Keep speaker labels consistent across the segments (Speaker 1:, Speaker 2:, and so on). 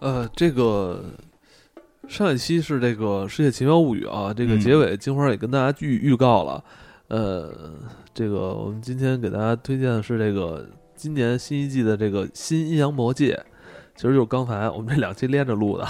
Speaker 1: 呃，这个上一期是这个《世界奇妙物语》啊，
Speaker 2: 嗯
Speaker 1: 这个结尾金花也跟大家预预告了。呃，这个我们今天给大家推荐的是这个今年新一季的这个新《阴阳魔界》，其实就是刚才我们这两期连着录的，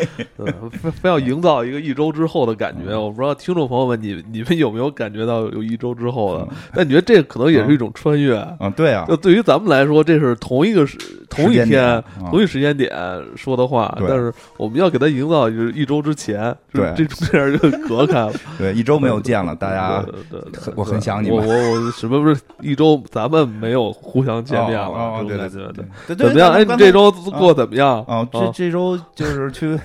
Speaker 1: 呃非非要营造一个一周之后的感
Speaker 2: 嗯
Speaker 1: 觉。我不知道听众朋友们你你们有没有感觉到有一周之后的？但你觉得这可能也是一种穿越？
Speaker 2: 嗯，对啊，
Speaker 1: 就对于咱们来说，这是同一个时、同一
Speaker 2: 时间点
Speaker 1: 天
Speaker 2: 啊、
Speaker 1: 同一时间点说的话，
Speaker 2: 对
Speaker 1: 但是我们要给它营造就是一周之前，就是这
Speaker 2: 对
Speaker 1: 中间就隔开了。
Speaker 2: 对，一周没有 见了，大家
Speaker 1: 对，对对
Speaker 2: 很我很想你
Speaker 1: 我
Speaker 2: 们
Speaker 1: 我我什么不是一周，咱们没有互相见面了，
Speaker 2: 哦哦哦
Speaker 1: 这种
Speaker 2: 对对
Speaker 1: 感觉
Speaker 2: 对
Speaker 1: 对。
Speaker 2: 对，对
Speaker 1: 怎么样？哎，你这周过得
Speaker 2: 啊
Speaker 1: 怎么样？
Speaker 2: 啊，这
Speaker 1: 啊
Speaker 2: 这周就是去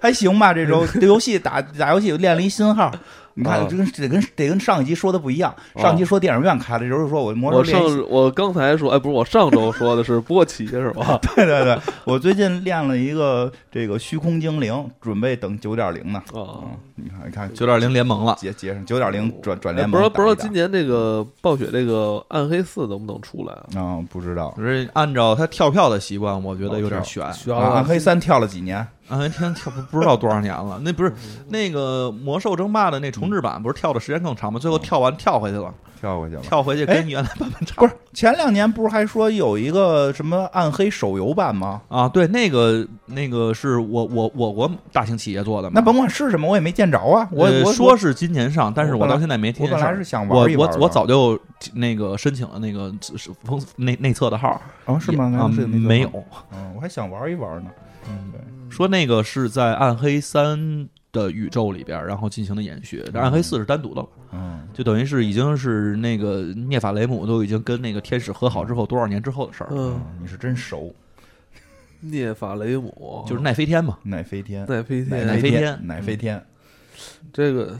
Speaker 2: 还行吧，这 周这游戏打打游戏练了一新号。你
Speaker 1: 啊
Speaker 2: 看，这跟得跟得跟上一期说的不一样。
Speaker 1: 哦
Speaker 2: 上期说电影院开了，这周说我魔兽
Speaker 1: 我
Speaker 2: 练
Speaker 1: 上
Speaker 2: 一
Speaker 1: 我刚才说，哎，不是我上周说的是波奇是吧？ 啊
Speaker 2: 对对对，我最近练了一个这个虚空精灵，准备等九点零呢。
Speaker 1: 啊
Speaker 2: 嗯，，你看，你看，
Speaker 3: 九点零联盟了，
Speaker 2: 结结上九点零转转
Speaker 1: 哎
Speaker 2: 联
Speaker 1: 不
Speaker 2: 盟
Speaker 1: 知道
Speaker 2: 打一打，
Speaker 1: 不知道今年这个暴雪这个暗黑四能不能出来啊？
Speaker 2: 嗯不知道，
Speaker 3: 就是按照他跳票的习惯，我觉得有点
Speaker 2: 哦
Speaker 3: 悬。
Speaker 1: 需要
Speaker 2: 啊暗黑三跳了几年？
Speaker 3: 暗黑天跳不不知道多少年了，那不
Speaker 2: 嗯
Speaker 3: 是那个魔兽争霸的那重置版，不是跳的时间更长吗？最后
Speaker 2: 嗯
Speaker 3: 跳完跳回去了，
Speaker 2: 跳过去了。
Speaker 3: 跳回去跟原来版本差
Speaker 2: 不是前两年不是还说有一个什么暗黑手游版吗？
Speaker 3: 啊。对，那个那个是我我我国大型企业做的嘛，
Speaker 2: 那甭管是什么，我也没见着啊。我
Speaker 3: 呃
Speaker 2: 我
Speaker 3: 说是今年上，但是
Speaker 2: 我
Speaker 3: 我
Speaker 2: 本来
Speaker 3: 到现在没
Speaker 2: 我
Speaker 3: 听见
Speaker 2: 本
Speaker 3: 事
Speaker 2: 来
Speaker 3: 儿
Speaker 2: 是。想
Speaker 3: 我
Speaker 2: 玩一
Speaker 3: 我
Speaker 2: 玩的，
Speaker 3: 我早就那个申请了那个是封内内测的号，
Speaker 2: 啊是吗？
Speaker 3: 啊
Speaker 2: 那是那个吗
Speaker 3: 没有，
Speaker 2: 嗯，我还想玩一玩呢。
Speaker 1: 嗯
Speaker 3: 说那个是在暗黑三的宇宙里边儿，然后进行的延续，但暗黑四是单独的了，
Speaker 2: 嗯，
Speaker 3: 就等于是已经是那个涅法雷姆都已经跟那个天使和好之后多少年之后的事儿了，
Speaker 1: 嗯，
Speaker 2: 嗯你是真熟，
Speaker 1: 涅法雷姆
Speaker 3: 就是奈飞天嘛，
Speaker 2: 奶飞天，
Speaker 1: 奈飞
Speaker 2: 奶
Speaker 1: 天，
Speaker 3: 奶飞天
Speaker 2: 天，奶飞天。
Speaker 1: 这个，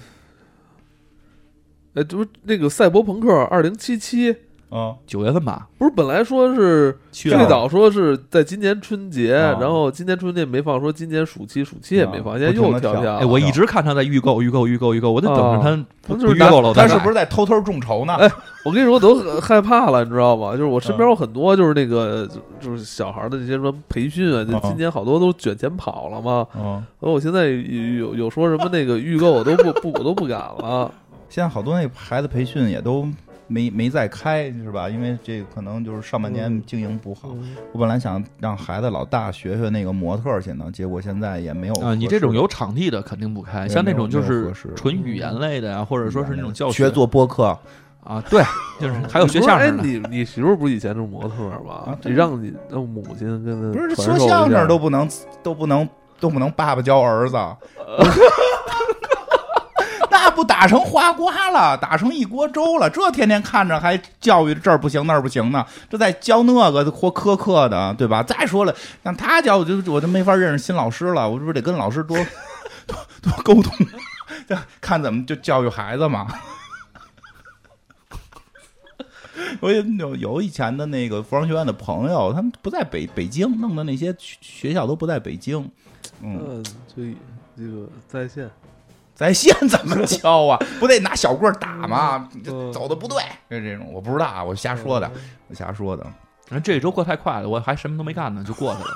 Speaker 1: 哎，这不那个赛博朋克二零七七，
Speaker 2: 嗯，
Speaker 3: 九月份吧，
Speaker 1: 不是本来说是
Speaker 3: 七月
Speaker 1: 最
Speaker 3: 份
Speaker 1: 早说是在今年春节，
Speaker 2: 啊
Speaker 1: 然后今年春节没放，说今年暑期，暑期也没放，
Speaker 2: 啊
Speaker 1: 现在又
Speaker 2: 不停地
Speaker 1: 跳
Speaker 2: 跳
Speaker 3: 哎，
Speaker 1: 票。
Speaker 3: 我一直看他在预购，预购，预购，预购，我得等着他不
Speaker 1: 他哦就是
Speaker 3: 不预购了，我
Speaker 2: 他
Speaker 3: 再
Speaker 2: 是
Speaker 3: 买
Speaker 2: 不是在偷偷众筹呢？
Speaker 1: 哎我跟你说，我都很害怕了，你知道吗？就是我身
Speaker 2: 啊
Speaker 1: 边有很多就是那个就就是小孩的那些什么培训啊，就
Speaker 2: 啊
Speaker 1: 今年好多都卷钱跑了嘛。
Speaker 2: 嗯，
Speaker 1: 然后我现在有有有说什么那个预购，我都不不我都不敢了。
Speaker 2: 现在好多那孩子培训也都没没再开，是吧？因为这可能就是上半
Speaker 3: 嗯
Speaker 2: 年经营不好。我本来想让孩子老大学学那个模特儿去呢，结果现在也没有
Speaker 3: 啊，你这种
Speaker 2: 合适
Speaker 3: 有场地的肯定不开，
Speaker 2: 没
Speaker 3: 像那种就
Speaker 2: 没有
Speaker 3: 是
Speaker 2: 合适
Speaker 3: 纯语言类的
Speaker 1: 嗯
Speaker 3: 呀、或者说是那种教
Speaker 2: 学做播客，
Speaker 3: 啊，对，就是还有学
Speaker 1: 你不是
Speaker 3: 相
Speaker 1: 哎，
Speaker 3: 声的，
Speaker 1: 你你媳妇儿不是以前是模特儿吗
Speaker 2: 啊？
Speaker 1: 你
Speaker 2: 对
Speaker 1: 让你让母亲跟她
Speaker 2: 不是
Speaker 1: 传
Speaker 2: 说
Speaker 1: 授一
Speaker 2: 相
Speaker 1: 下
Speaker 2: 声都不能都不能都不能爸爸教儿子， 那不打成花瓜了，打成一锅粥了。这天天看着还教育这儿不行那儿不行呢，这在教那个活苛刻的，对吧？再说了，让他教我就我就没法认识新老师了，我是不是得跟老师多多多沟通，看怎么就教育孩子嘛。我也有有以前的那个服装学院的朋友，他们不在北北京，弄的那些学学校都不在北京。嗯，
Speaker 1: 嗯，就这个在线，
Speaker 2: 在县怎么教啊？不得拿小棍儿打吗？
Speaker 1: 嗯
Speaker 2: 这走的不对，就这种我不知道啊，我瞎说的，我瞎说的。
Speaker 3: 人哎这一周过太快了，我还什么都没干呢，就过去了。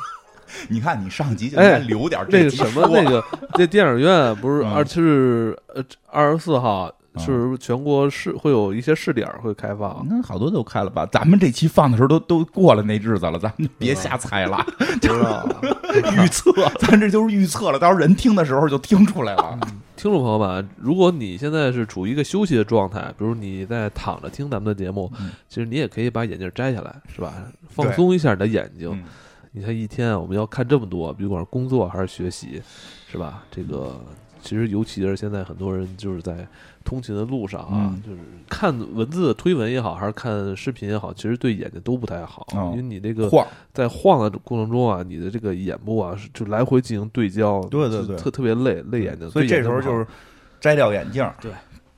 Speaker 2: 你看你上集就应
Speaker 1: 哎
Speaker 2: 该留点儿
Speaker 1: 那
Speaker 2: 这
Speaker 1: 个
Speaker 2: 集
Speaker 1: 什么，
Speaker 2: 说
Speaker 1: 那 个这电影院不是
Speaker 2: 嗯
Speaker 1: 二是呃二十四号
Speaker 2: 嗯
Speaker 1: 是全国试会有一些试点儿会开放，
Speaker 2: 那好多都开了吧？咱们这期放的时候都都过了那日子了，咱们就别
Speaker 1: 对
Speaker 2: 瞎猜了，
Speaker 1: 知 道啊吧？
Speaker 2: 预测，咱这就是预测了，到时候人听的时候就听出来了。
Speaker 1: 听众朋友们，如果你现在是处于一个休息的状态，比如你在躺着听咱们的节目
Speaker 2: 嗯，
Speaker 1: 其实你也可以把眼镜摘下来，是吧？放
Speaker 2: 对
Speaker 1: 松一下你的眼睛
Speaker 2: 嗯。
Speaker 1: 你看一天啊我们要看这么多，不管是工作还是学习，是吧？这个其实尤其是现在很多人就是在通勤的路上啊，
Speaker 2: 嗯
Speaker 1: 就是看文字推文也好，还是看视频也好，其实对眼睛都不太好，
Speaker 2: 哦
Speaker 1: 因为你这个
Speaker 2: 晃，
Speaker 1: 在晃的过程中啊，你的这个眼部啊是就来回进行对焦，
Speaker 2: 对对
Speaker 1: 就
Speaker 2: 对
Speaker 1: 特特别累，累眼睛。
Speaker 2: 所以
Speaker 1: 对
Speaker 2: 这
Speaker 1: 眼
Speaker 2: 时
Speaker 1: 睛
Speaker 2: 候
Speaker 1: 不
Speaker 2: 就
Speaker 1: 好
Speaker 2: 是摘掉眼镜，
Speaker 3: 对，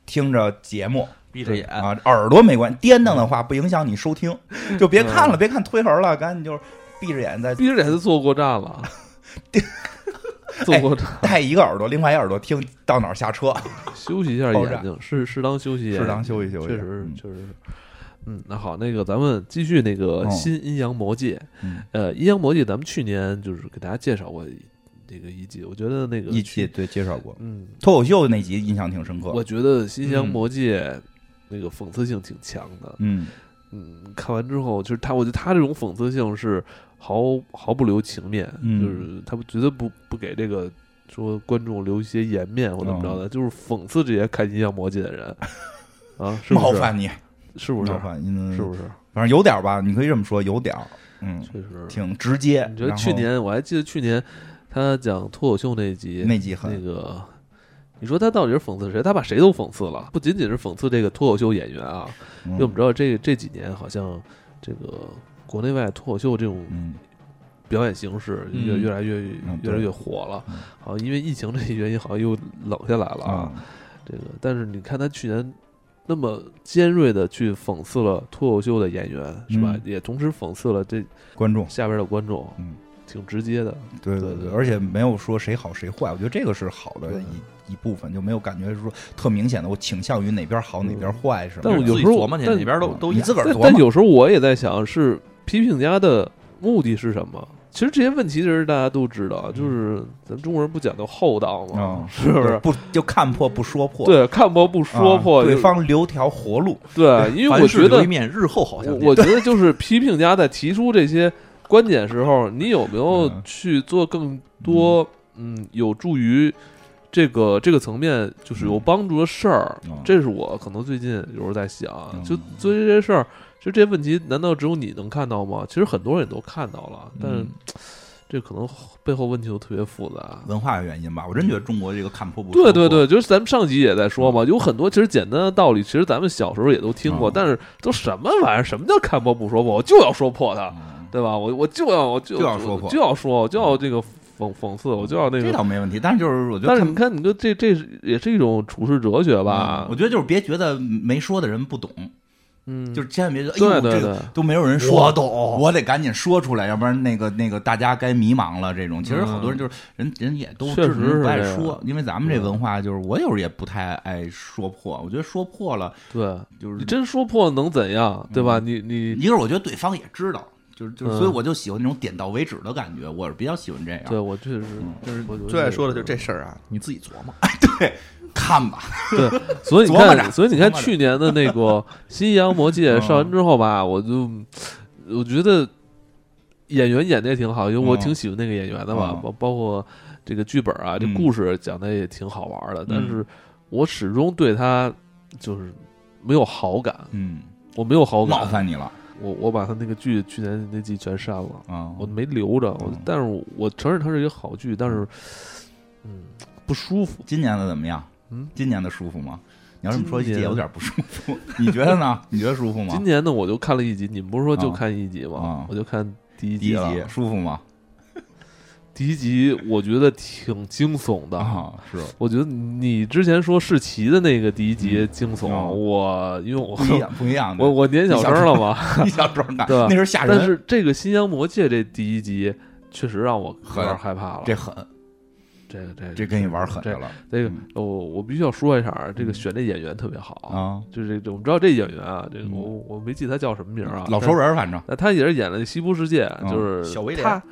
Speaker 2: 听着节目
Speaker 3: 闭着
Speaker 1: 哎
Speaker 3: 眼，
Speaker 2: 啊，耳朵没关系，
Speaker 1: 嗯
Speaker 2: 颠瞪的话不影响你收听，就别看了，别看推文了，赶紧就是闭着眼再
Speaker 1: 逼着还坐过站了，坐过站、
Speaker 2: 戴一个耳朵，另外一耳朵听到哪儿下车，
Speaker 1: 休息一下
Speaker 2: 爆
Speaker 1: 眼睛，适适当休息，
Speaker 2: 适当休息休息。
Speaker 1: 确实
Speaker 2: 嗯
Speaker 1: 确实是。嗯，那好，那个咱们继续那个
Speaker 2: 哦
Speaker 1: 新阴阳魔界。
Speaker 2: 嗯
Speaker 1: 呃，阴阳魔界咱们去年就是给大家介绍过这个一季，我觉得那个
Speaker 2: 一期，对介绍过
Speaker 1: 嗯，
Speaker 2: 脱口秀那集印象挺深刻。
Speaker 1: 我觉得新阴阳
Speaker 3: 嗯
Speaker 1: 魔界那个讽刺性挺强的。
Speaker 2: 嗯
Speaker 1: 嗯，看完之后，就是他，我觉得他这种讽刺性是毫毫不留情面，
Speaker 2: 嗯
Speaker 1: 就是他绝对不不给这个说观众留一些颜面或怎么
Speaker 2: 哦
Speaker 1: 着的，就是讽刺这些看阴阳魔界的人 啊，是
Speaker 2: 冒
Speaker 1: 不是？
Speaker 2: 犯你，
Speaker 1: 是不是
Speaker 2: 冒？犯，嗯，
Speaker 1: 是不是？
Speaker 2: 反正有点儿吧，你可以这么说，有点儿，嗯，
Speaker 1: 确实。
Speaker 2: 挺直接。
Speaker 1: 你觉得
Speaker 2: 然后
Speaker 1: 去年我还记得去年他讲脱口秀那集，
Speaker 2: 那集
Speaker 1: 那
Speaker 2: 很
Speaker 1: 个，你说他到底是讽刺谁？他把谁都讽刺了，不仅仅是讽刺这个脱口秀演员啊，因为我们
Speaker 2: 嗯
Speaker 1: 知道这这几年好像这个国内外脱口秀这种
Speaker 2: 嗯
Speaker 1: 表演形式越
Speaker 3: 嗯
Speaker 1: 越来越
Speaker 2: 嗯
Speaker 1: 越来
Speaker 2: 对
Speaker 1: 越火了
Speaker 2: 嗯，
Speaker 1: 好像因为疫情这些原因，好像又冷下来了啊。
Speaker 2: 啊，
Speaker 1: 这个，但是你看他去年。那么尖锐的去讽刺了脱口秀的演员是吧？
Speaker 2: 嗯
Speaker 1: 也同时讽刺了这
Speaker 2: 观众，
Speaker 1: 下边的观众，
Speaker 2: 嗯，
Speaker 1: 挺直接的。
Speaker 2: 对
Speaker 1: 对
Speaker 2: 对
Speaker 1: 对
Speaker 2: 对，而且没有说谁好谁坏，我觉得这个是好的
Speaker 1: 对
Speaker 2: 一一部分，就没有感觉说特明显的我倾向于哪边好哪边坏什么的。
Speaker 1: 但
Speaker 2: 啊
Speaker 1: 我有
Speaker 3: 自己
Speaker 1: 时候
Speaker 3: 琢磨去，
Speaker 1: 嗯但嗯
Speaker 3: 哪边都都一
Speaker 2: 你自个儿
Speaker 1: 但
Speaker 2: 琢
Speaker 1: 但
Speaker 2: 磨，
Speaker 1: 有时候我也在想，是批评家的目的是什么？其实这些问题其实大家都知道，就是咱们中国人不讲究厚道 嘛，
Speaker 2: 嗯
Speaker 1: 是不是？
Speaker 2: 不就看破不说破，
Speaker 1: 对，看破不
Speaker 2: 啊，
Speaker 1: 说破，
Speaker 2: 对
Speaker 1: 就
Speaker 2: 方留条活路。
Speaker 1: 对，因为我
Speaker 3: 凡事
Speaker 1: 觉
Speaker 3: 留
Speaker 1: 得
Speaker 3: 一，面，日后好
Speaker 1: 我
Speaker 3: 相见。
Speaker 1: 我觉得就是批评家在提出这些观点时候，你有没有
Speaker 2: 嗯
Speaker 1: 去做更多嗯有助于这个这个层面就是有
Speaker 2: 嗯
Speaker 1: 帮助的事儿？
Speaker 2: 嗯
Speaker 1: 这是我可能最近有时候在想，啊
Speaker 2: 嗯
Speaker 1: 就做这些事儿，就这些问题，难道只有你能看到吗？其实很多人也都看到了，但是
Speaker 2: 嗯
Speaker 1: 这可能背后问题都特别复杂。啊
Speaker 2: 文化原因吧，我真觉得中国这个看破不说
Speaker 1: 对
Speaker 2: 破。
Speaker 1: 对对，就是咱们上集也在说嘛，有很多其实简单的道理，其实咱们小时候也都听过，
Speaker 2: 嗯
Speaker 1: 但是都什么玩意儿？什么叫看破不说破？我就要说破它，
Speaker 2: 嗯，
Speaker 1: 对吧？我我就要我就
Speaker 2: 就要说破嗯
Speaker 1: 我就要说，我就要这个讽讽刺，我就要那
Speaker 2: 这
Speaker 1: 个。
Speaker 2: 倒没问题，但是就是我觉得
Speaker 1: 但是
Speaker 2: 看
Speaker 1: 你看，你就这这是也是一种处世哲学吧
Speaker 2: 嗯我？觉得就是别觉得没说的人不懂，
Speaker 1: 嗯，
Speaker 2: 就是千万别觉得，哎
Speaker 1: 对
Speaker 2: 呦，
Speaker 1: 对
Speaker 2: 这
Speaker 1: 对
Speaker 2: 个都没有人说，
Speaker 3: 我懂
Speaker 2: 我得赶紧说出来，要不然那个那个大家该迷茫了。这种其实好多人就是人人也都
Speaker 1: 嗯确实
Speaker 2: 知道不爱
Speaker 1: 是这
Speaker 2: 说
Speaker 1: 样，
Speaker 2: 因为咱们这文化就是我有时候也不太爱说破，我觉得说破了
Speaker 1: 对。
Speaker 2: 就是嗯
Speaker 1: 你真说破能怎样，对吧？你你
Speaker 2: 一个是我觉得对方也知道，就是就是，
Speaker 1: 嗯
Speaker 2: 所以我就喜欢那种点到为止的感觉，我是比较喜欢这样。嗯
Speaker 1: 对我确实就是
Speaker 3: 最爱说的就是这事儿啊，你自己琢磨。
Speaker 2: 对，看吧，
Speaker 1: 对，所以你
Speaker 2: 琢磨
Speaker 1: 看，
Speaker 2: 着
Speaker 1: 所以你看
Speaker 2: 琢磨着嗯
Speaker 1: 去年的 那个《新阳魔界》上完之后吧，我就我觉得演员演的也挺好，因为我
Speaker 2: 嗯
Speaker 1: 挺喜欢那个演员的嘛，
Speaker 2: 嗯
Speaker 1: 包包括这个剧本啊，这
Speaker 2: 嗯
Speaker 1: 故事讲的也挺好玩的，但是我始终对他就是没有好感，
Speaker 2: 嗯，
Speaker 1: 我没有好
Speaker 2: 冒
Speaker 1: 感，
Speaker 2: 犯你了
Speaker 1: 我我把他那个剧去年那季全删了。
Speaker 2: 啊！
Speaker 1: 我没留着，我
Speaker 2: 嗯
Speaker 1: 但是我我承认它是一个好剧，但是嗯不舒服。
Speaker 2: 今年的怎么样？
Speaker 1: 嗯，
Speaker 2: 今年的舒服吗？你要这么说，
Speaker 1: 今年
Speaker 2: 也有点不舒服。 你觉得呢？你觉得舒服吗
Speaker 1: 今？年呢，我就看了一集，你们不是说就看一集吗？
Speaker 2: 啊
Speaker 1: 我就看第一
Speaker 2: 第一
Speaker 1: 集了。
Speaker 2: 集舒服吗？
Speaker 1: 第一集我觉得挺惊悚的。
Speaker 2: 啊，是
Speaker 1: 我觉得你之前说世奇的那个第一集惊悚，
Speaker 2: 嗯
Speaker 1: 我因为我
Speaker 2: 不一样，不一样 的。
Speaker 1: 我我年小生了嘛，
Speaker 2: 你小时候看，
Speaker 1: 对吧
Speaker 2: 那时候吓人，
Speaker 1: 但是这个《新阳魔界》这第一集确实让我有点
Speaker 2: 狠
Speaker 1: 害怕了。
Speaker 2: 这狠，
Speaker 1: 这个这个
Speaker 2: 这跟你玩狠的了
Speaker 1: 这个呃
Speaker 2: 嗯
Speaker 1: 我我必须要说一下，啊这个选这演员特别好
Speaker 2: 啊！
Speaker 1: 就是这这，我们知道这演员啊，这个
Speaker 2: 嗯
Speaker 1: 我我没记他叫什么名儿啊，
Speaker 2: 老熟人，反正
Speaker 1: 但。那他也是演了《西部世界》，
Speaker 2: 嗯
Speaker 1: 就是
Speaker 3: 小威廉
Speaker 1: 他，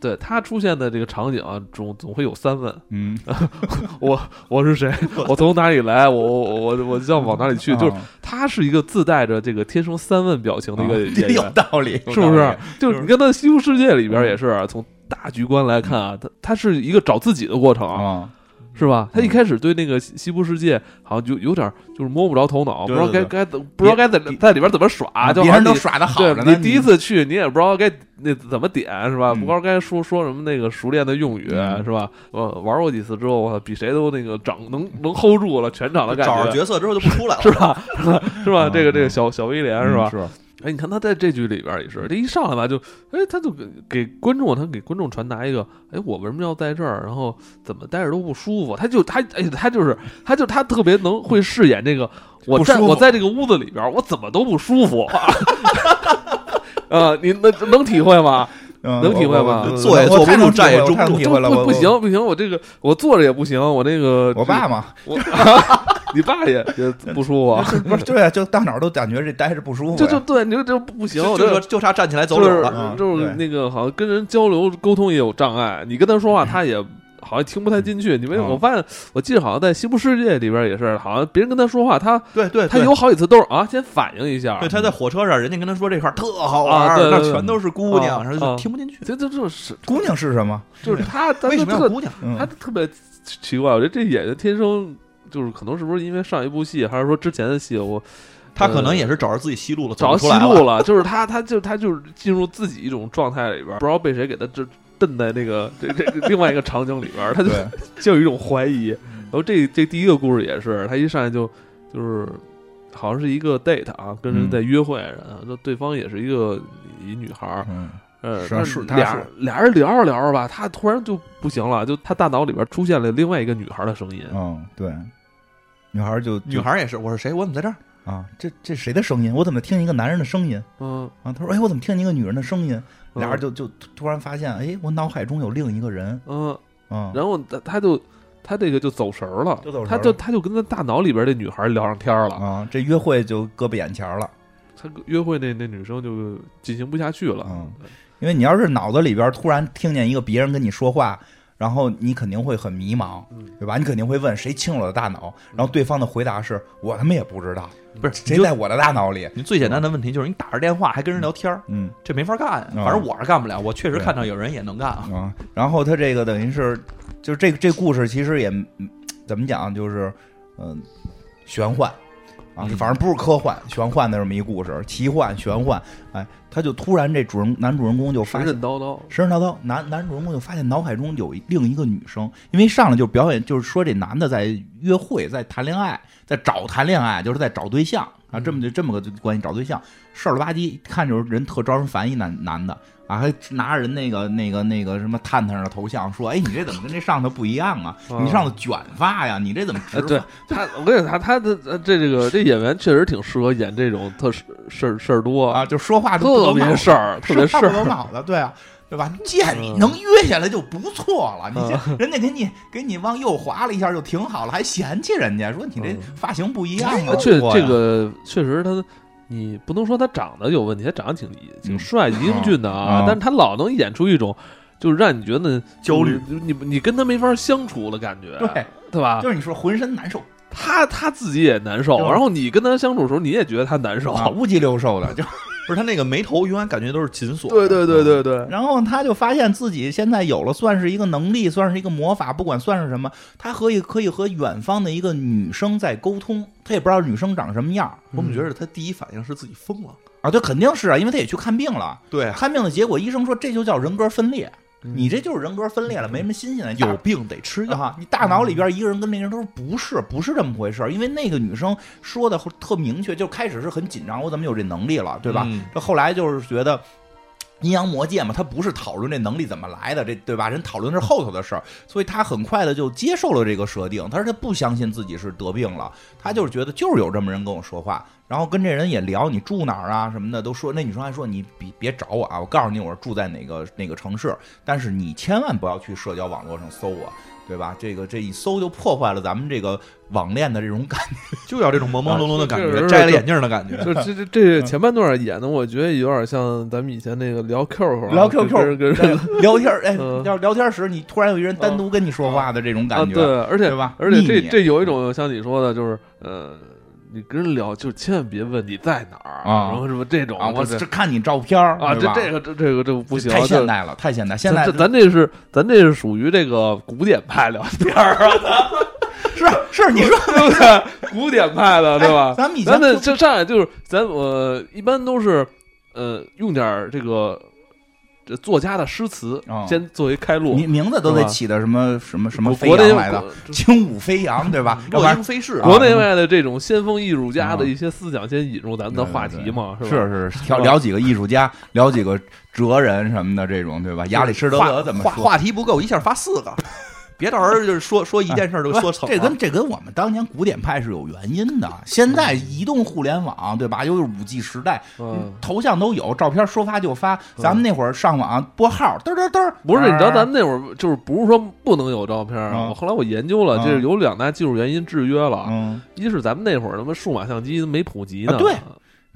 Speaker 1: 对他出现的这个场景啊，总总会有三问：
Speaker 2: 嗯，
Speaker 1: 我我是 谁？我从哪里来？我我我我要往哪里去？ 就是
Speaker 2: 啊
Speaker 1: 他是一个自带着这个天生三问表情的一个
Speaker 2: 啊
Speaker 1: 演
Speaker 2: 有
Speaker 1: 员，
Speaker 2: 道理，有
Speaker 1: 是不
Speaker 2: 道
Speaker 1: 是
Speaker 2: 理？？嗯
Speaker 1: 就是你看他《西部世界》里边也是啊从。大局观来看啊，他他是一个找自己的过程啊，
Speaker 2: 啊，
Speaker 1: 是吧？他一开始对那个西西部世界好像就有点儿就是摸不着头脑，
Speaker 2: 对
Speaker 1: 不知道该
Speaker 2: 对
Speaker 1: 该怎不知道该在
Speaker 2: 别
Speaker 1: 在里边怎么耍，啊就
Speaker 2: 别
Speaker 1: 好像
Speaker 2: 人都
Speaker 1: 你
Speaker 2: 耍的好着呢，
Speaker 1: 对你第一次去，你也不知道该那怎么点是吧？
Speaker 2: 嗯
Speaker 1: 不知道该说说什么那个熟练的用语
Speaker 2: 嗯
Speaker 1: 是吧？我玩过几次之后，我操比谁都那个掌能能 hold 住了全场的感
Speaker 3: 找着
Speaker 1: 觉，
Speaker 3: 角色之后就不出来 了
Speaker 1: 是。吧？是吧？是吧？
Speaker 2: 嗯
Speaker 1: 这个
Speaker 2: 嗯
Speaker 1: 这个小小威廉
Speaker 2: 嗯
Speaker 1: 是吧？
Speaker 2: 是
Speaker 1: 哎，你看他在这剧里边也是，这一上来吧就，哎，他就给给观众，他给观众传达一个，哎，我为什么要在这儿？然后怎么待着都不舒服？他就他，哎，他就是他就他特别能会饰演这个，我
Speaker 2: 不
Speaker 1: 在
Speaker 2: 舒服
Speaker 1: 我在这个屋子 里边，我怎么都不舒服。啊，你能能体会吗？
Speaker 2: 嗯
Speaker 1: 能体会
Speaker 2: 我
Speaker 1: 吧
Speaker 2: 我
Speaker 3: 坐也
Speaker 2: 我
Speaker 3: 坐不
Speaker 2: 太
Speaker 3: 住
Speaker 2: 能体
Speaker 3: 站也
Speaker 2: 会我
Speaker 3: 中
Speaker 2: 太能
Speaker 3: 不
Speaker 2: 体
Speaker 1: 这
Speaker 2: 会了，
Speaker 1: 不
Speaker 2: 我
Speaker 1: 不，行不行，我这个我坐着也不行，我那个
Speaker 2: 我爸嘛，
Speaker 1: 你爸也也不舒服啊，
Speaker 2: 就不是对，就到哪儿都感觉这待着不啊舒服呀。
Speaker 1: 就就对，你说这不不行，
Speaker 3: 就
Speaker 1: 我
Speaker 3: 就
Speaker 1: 这个
Speaker 3: 说就差站起来走
Speaker 1: 就
Speaker 3: 柳
Speaker 1: 是
Speaker 3: 了。啊
Speaker 2: 嗯
Speaker 1: 就是
Speaker 2: 对
Speaker 1: 那个好像跟人交流沟通也有障碍，你跟他说话他也。好像听不太进去，你们
Speaker 2: 嗯
Speaker 1: 我发现，我记得好像在《西部世界》里边也是，好像别人跟他说话，他
Speaker 3: 对哎对，
Speaker 1: 他
Speaker 3: 对
Speaker 1: 有好几次都是啊，先反应一下，
Speaker 3: 对，他在火车上，人家跟他说这块儿特好玩
Speaker 1: 啊
Speaker 3: 儿，
Speaker 1: 对对
Speaker 3: 那
Speaker 1: 对
Speaker 3: 全都是姑娘，
Speaker 1: 啊
Speaker 3: 然后就
Speaker 1: 啊
Speaker 3: 听不进去。
Speaker 1: 这这这是
Speaker 2: 姑娘是什么？
Speaker 1: 就是 他，他
Speaker 3: 为什么要
Speaker 1: 他
Speaker 3: 姑娘？
Speaker 2: 嗯
Speaker 1: 他，特别奇怪，我觉得这演员天生就是可能是不是因为上一部戏，还是说之前的戏，我
Speaker 3: 他可能也是找着自己戏路了，
Speaker 1: 呃找
Speaker 3: 走
Speaker 1: 到
Speaker 3: 不
Speaker 1: 戏
Speaker 3: 出来
Speaker 1: 路
Speaker 3: 了。
Speaker 1: 了，就是他他就他就是进入自己一种状态里边儿，不知道被谁给他这蹬在那个这这这另外一个场景里边儿，他就
Speaker 2: 对，
Speaker 1: 就有一种怀疑。
Speaker 2: 嗯
Speaker 1: 然后这这第一个故事也是，他一上来就就是好像是一个 date 啊，跟人
Speaker 2: 嗯
Speaker 1: 在约会，然后对方也是一个一女孩儿，
Speaker 2: 嗯，
Speaker 1: 呃，
Speaker 2: 是啊
Speaker 1: 但
Speaker 2: 是他
Speaker 1: 俩
Speaker 2: 是
Speaker 1: 俩人聊着聊着吧，他突然就不行了，就他大脑里边出现了另外一个女孩的声音，
Speaker 2: 嗯，对，女孩儿就
Speaker 3: 女孩儿也是，我是谁？我怎么在这儿？
Speaker 2: 啊，这这谁的声音？我怎么听一个男人的声音
Speaker 1: 嗯，
Speaker 2: 啊？他说：“哎，我怎么听一个女人的声音？”
Speaker 1: 嗯
Speaker 2: 俩人就就突然发现，哎，我脑海中有另一个人
Speaker 1: 嗯，
Speaker 2: 啊。
Speaker 1: 然后他他就他这个就走神儿了，
Speaker 2: 就走神儿
Speaker 1: 他
Speaker 2: 了
Speaker 1: 就他就跟他大脑里边这女孩聊上天儿了，
Speaker 2: 啊，这约会就搁不眼前了，
Speaker 1: 他约会那那女生就进行不下去了，
Speaker 2: 嗯因为你要是脑子里边突然听见一个别人跟你说话，然后你肯定会很迷茫，
Speaker 1: 嗯
Speaker 2: 对吧？你肯定会问谁亲我的大脑，然后对方的回答是我他妈也不知道，
Speaker 3: 不是，你
Speaker 2: 谁
Speaker 3: 就
Speaker 2: 在我的大脑里？
Speaker 3: 你最简单的问题就是你打着电话还跟人聊天儿，
Speaker 2: 嗯
Speaker 3: 这没法干
Speaker 1: 啊
Speaker 3: 呀。
Speaker 2: 嗯
Speaker 3: 反正我是干不了，我确实
Speaker 2: 对
Speaker 3: 看到有人也能干啊。
Speaker 2: 啊，然后他这个等于是，就是这这故事其实也嗯怎么讲，就是嗯、玄幻啊，
Speaker 3: 嗯
Speaker 2: 反正不是科幻，玄幻的这么一故事，奇幻玄幻。哎，他就突然这主人男主人公就发
Speaker 1: 神
Speaker 2: 现
Speaker 1: 神叨叨，
Speaker 2: 神神叨叨，男男主人公就发现脑海中有一另一个女生，因为上来就表演，就是说这男的在约会，在谈恋爱，在找谈恋爱，就是在找对象啊，
Speaker 1: 嗯
Speaker 2: 这么就这么个关系找对象，事儿了吧唧，看就是人特招人烦一男男的啊，还拿着人那个那个那个什么探探上的头像说，哎，你这怎么跟这上头不一样啊？
Speaker 1: 啊
Speaker 2: 你上头卷发呀，你这怎么直
Speaker 1: 哎，对
Speaker 2: 发？
Speaker 1: 他，我跟你说，他他的呃这这个这演员确实挺适合演这种特事事儿事儿多，
Speaker 2: 啊，就说话就不
Speaker 1: 特
Speaker 2: 走脑
Speaker 1: 别事儿，特别事
Speaker 2: 上不走
Speaker 1: 儿。
Speaker 2: 脑子，对啊，对吧？见你
Speaker 1: 嗯
Speaker 2: 能约下来就不错了，你这人家给你给你往右滑了一下就挺好了，还嫌弃人家说你这
Speaker 1: 嗯
Speaker 2: 发型不一样啊，
Speaker 1: 确
Speaker 2: 我呀
Speaker 1: 这个确实他，你不能说他长得有问题，他长得挺挺帅、英俊的啊
Speaker 2: 啊，
Speaker 1: 但是他老能演出一种就是让你觉得
Speaker 3: 焦虑，
Speaker 1: 你你你跟他没法相处的感觉，
Speaker 2: 对，
Speaker 1: 对吧
Speaker 2: 就？是你说浑身难受
Speaker 1: 他他自己也难受，
Speaker 2: 对
Speaker 1: 然后你跟他相处的时候，你也觉得他难受。
Speaker 2: 啊，乌鸡溜瘦 的就。
Speaker 3: 不是他那个眉头永远感觉都是紧锁。嗯
Speaker 1: 对对对对对，
Speaker 2: 然后他就发现自己现在有了算是一个能力，算是一个魔法，不管算是什么，他可以可以和远方的一个女生在沟通，他也不知道女生长什么样
Speaker 1: 嗯
Speaker 3: 我们觉得他第一反应是自己疯了。
Speaker 2: 啊，对，肯定是啊，因为他也去看病了。
Speaker 3: 对啊，
Speaker 2: 看病的结果，医生说这就叫人格分裂，
Speaker 1: 嗯
Speaker 2: 你这就是人格分裂了，没什么新鲜的。
Speaker 3: 有病得吃药。
Speaker 2: 啊，你大脑里边一个人跟另一个人都说不是，不是这么回事儿，因为那个女生说的特明确，就开始是很紧张，我怎么有这能力了，对吧？
Speaker 3: 嗯
Speaker 2: 这后来就是觉得。阴阳魔界嘛，他不是讨论这能力怎么来的，这对吧？人讨论是后头的事儿，所以他很快的就接受了这个设定。他说他不相信自己是得病了，他就是觉得就是有这么人跟我说话，然后跟这人也聊你住哪儿啊什么的，都说那女生还说你别别找我啊，我告诉你我是住在哪个哪个城市，但是你千万不要去社交网络上搜我，对吧？这个这一搜就破坏了咱们这个网恋的这 种感
Speaker 3: 就要这种朦朦胧胧的感
Speaker 1: 啊这
Speaker 3: 觉，
Speaker 1: 个
Speaker 3: 摘了眼镜的感 觉。
Speaker 1: 就这这这前半段演的，我觉得有点像咱们以前那个聊 QQ，啊
Speaker 2: 聊
Speaker 1: 跟
Speaker 2: QQ
Speaker 1: 跟跟
Speaker 2: 觉
Speaker 1: 人，
Speaker 2: 聊天儿哎
Speaker 1: 嗯，
Speaker 2: 要聊天时你突然有一人单独跟你说话的这种
Speaker 1: 啊，
Speaker 2: 感觉，
Speaker 1: 对，而且
Speaker 2: 对吧
Speaker 1: 而且这
Speaker 2: 腻你
Speaker 1: 这有一种像你说的，就是呃，你跟人聊，就千万别问你在哪儿
Speaker 2: 啊
Speaker 1: 然后什么这种
Speaker 2: 啊，我
Speaker 1: 这
Speaker 2: 只看你照片儿
Speaker 1: 啊，
Speaker 2: 对
Speaker 1: 这
Speaker 2: 吧
Speaker 1: 这个这这个这个不行，
Speaker 2: 太现
Speaker 1: 这
Speaker 2: 代了，太现代，现在
Speaker 1: 这咱这是咱这是属于这个古典派聊天儿啊，
Speaker 2: 是是你说
Speaker 1: 对不对？古典派的对吧？
Speaker 2: 啊 哎咱们以前
Speaker 1: 咱们
Speaker 2: 就
Speaker 1: 这上来就是咱我一般都是呃用点儿这个这作家的诗词
Speaker 2: 啊
Speaker 1: 先作为开路，
Speaker 2: 名名字都得
Speaker 1: 是吧
Speaker 2: 起的什么什么什么飞
Speaker 1: 国内
Speaker 2: 扬来的， 啊轻舞飞扬，对 吧？要不
Speaker 3: 落
Speaker 2: 然
Speaker 3: 英飞逝，
Speaker 1: 国内外的这种先锋艺术家的一些思想，先引入咱们的
Speaker 2: 嗯对对
Speaker 1: 话题嘛，
Speaker 2: 是
Speaker 1: 是吧？
Speaker 2: 是 是，聊聊几个艺术家，聊几个哲人什么的，这种对吧？亚里士多德
Speaker 3: 话
Speaker 2: 怎么
Speaker 3: 话
Speaker 2: 说？
Speaker 3: 话题不够，一下发四个，别到时候就是说说一件事儿就说成了。
Speaker 2: 这跟这跟我们当年古典派是有原因的。现在移动互联网，对吧？又是五 G 时代，
Speaker 1: 嗯
Speaker 2: 头像都有，照片说发就发。咱们那会儿上网拨号，嘚嘚嘚，
Speaker 1: 不是，你知道咱
Speaker 2: 们
Speaker 1: 们那会儿就是不是说不能有照片儿
Speaker 2: 啊
Speaker 1: 我后来我研究了，
Speaker 2: 啊
Speaker 1: 这是有两大技术原因制约了。
Speaker 2: 嗯，
Speaker 1: 一是咱们那会儿他妈数码相机没普及呢，
Speaker 2: 啊对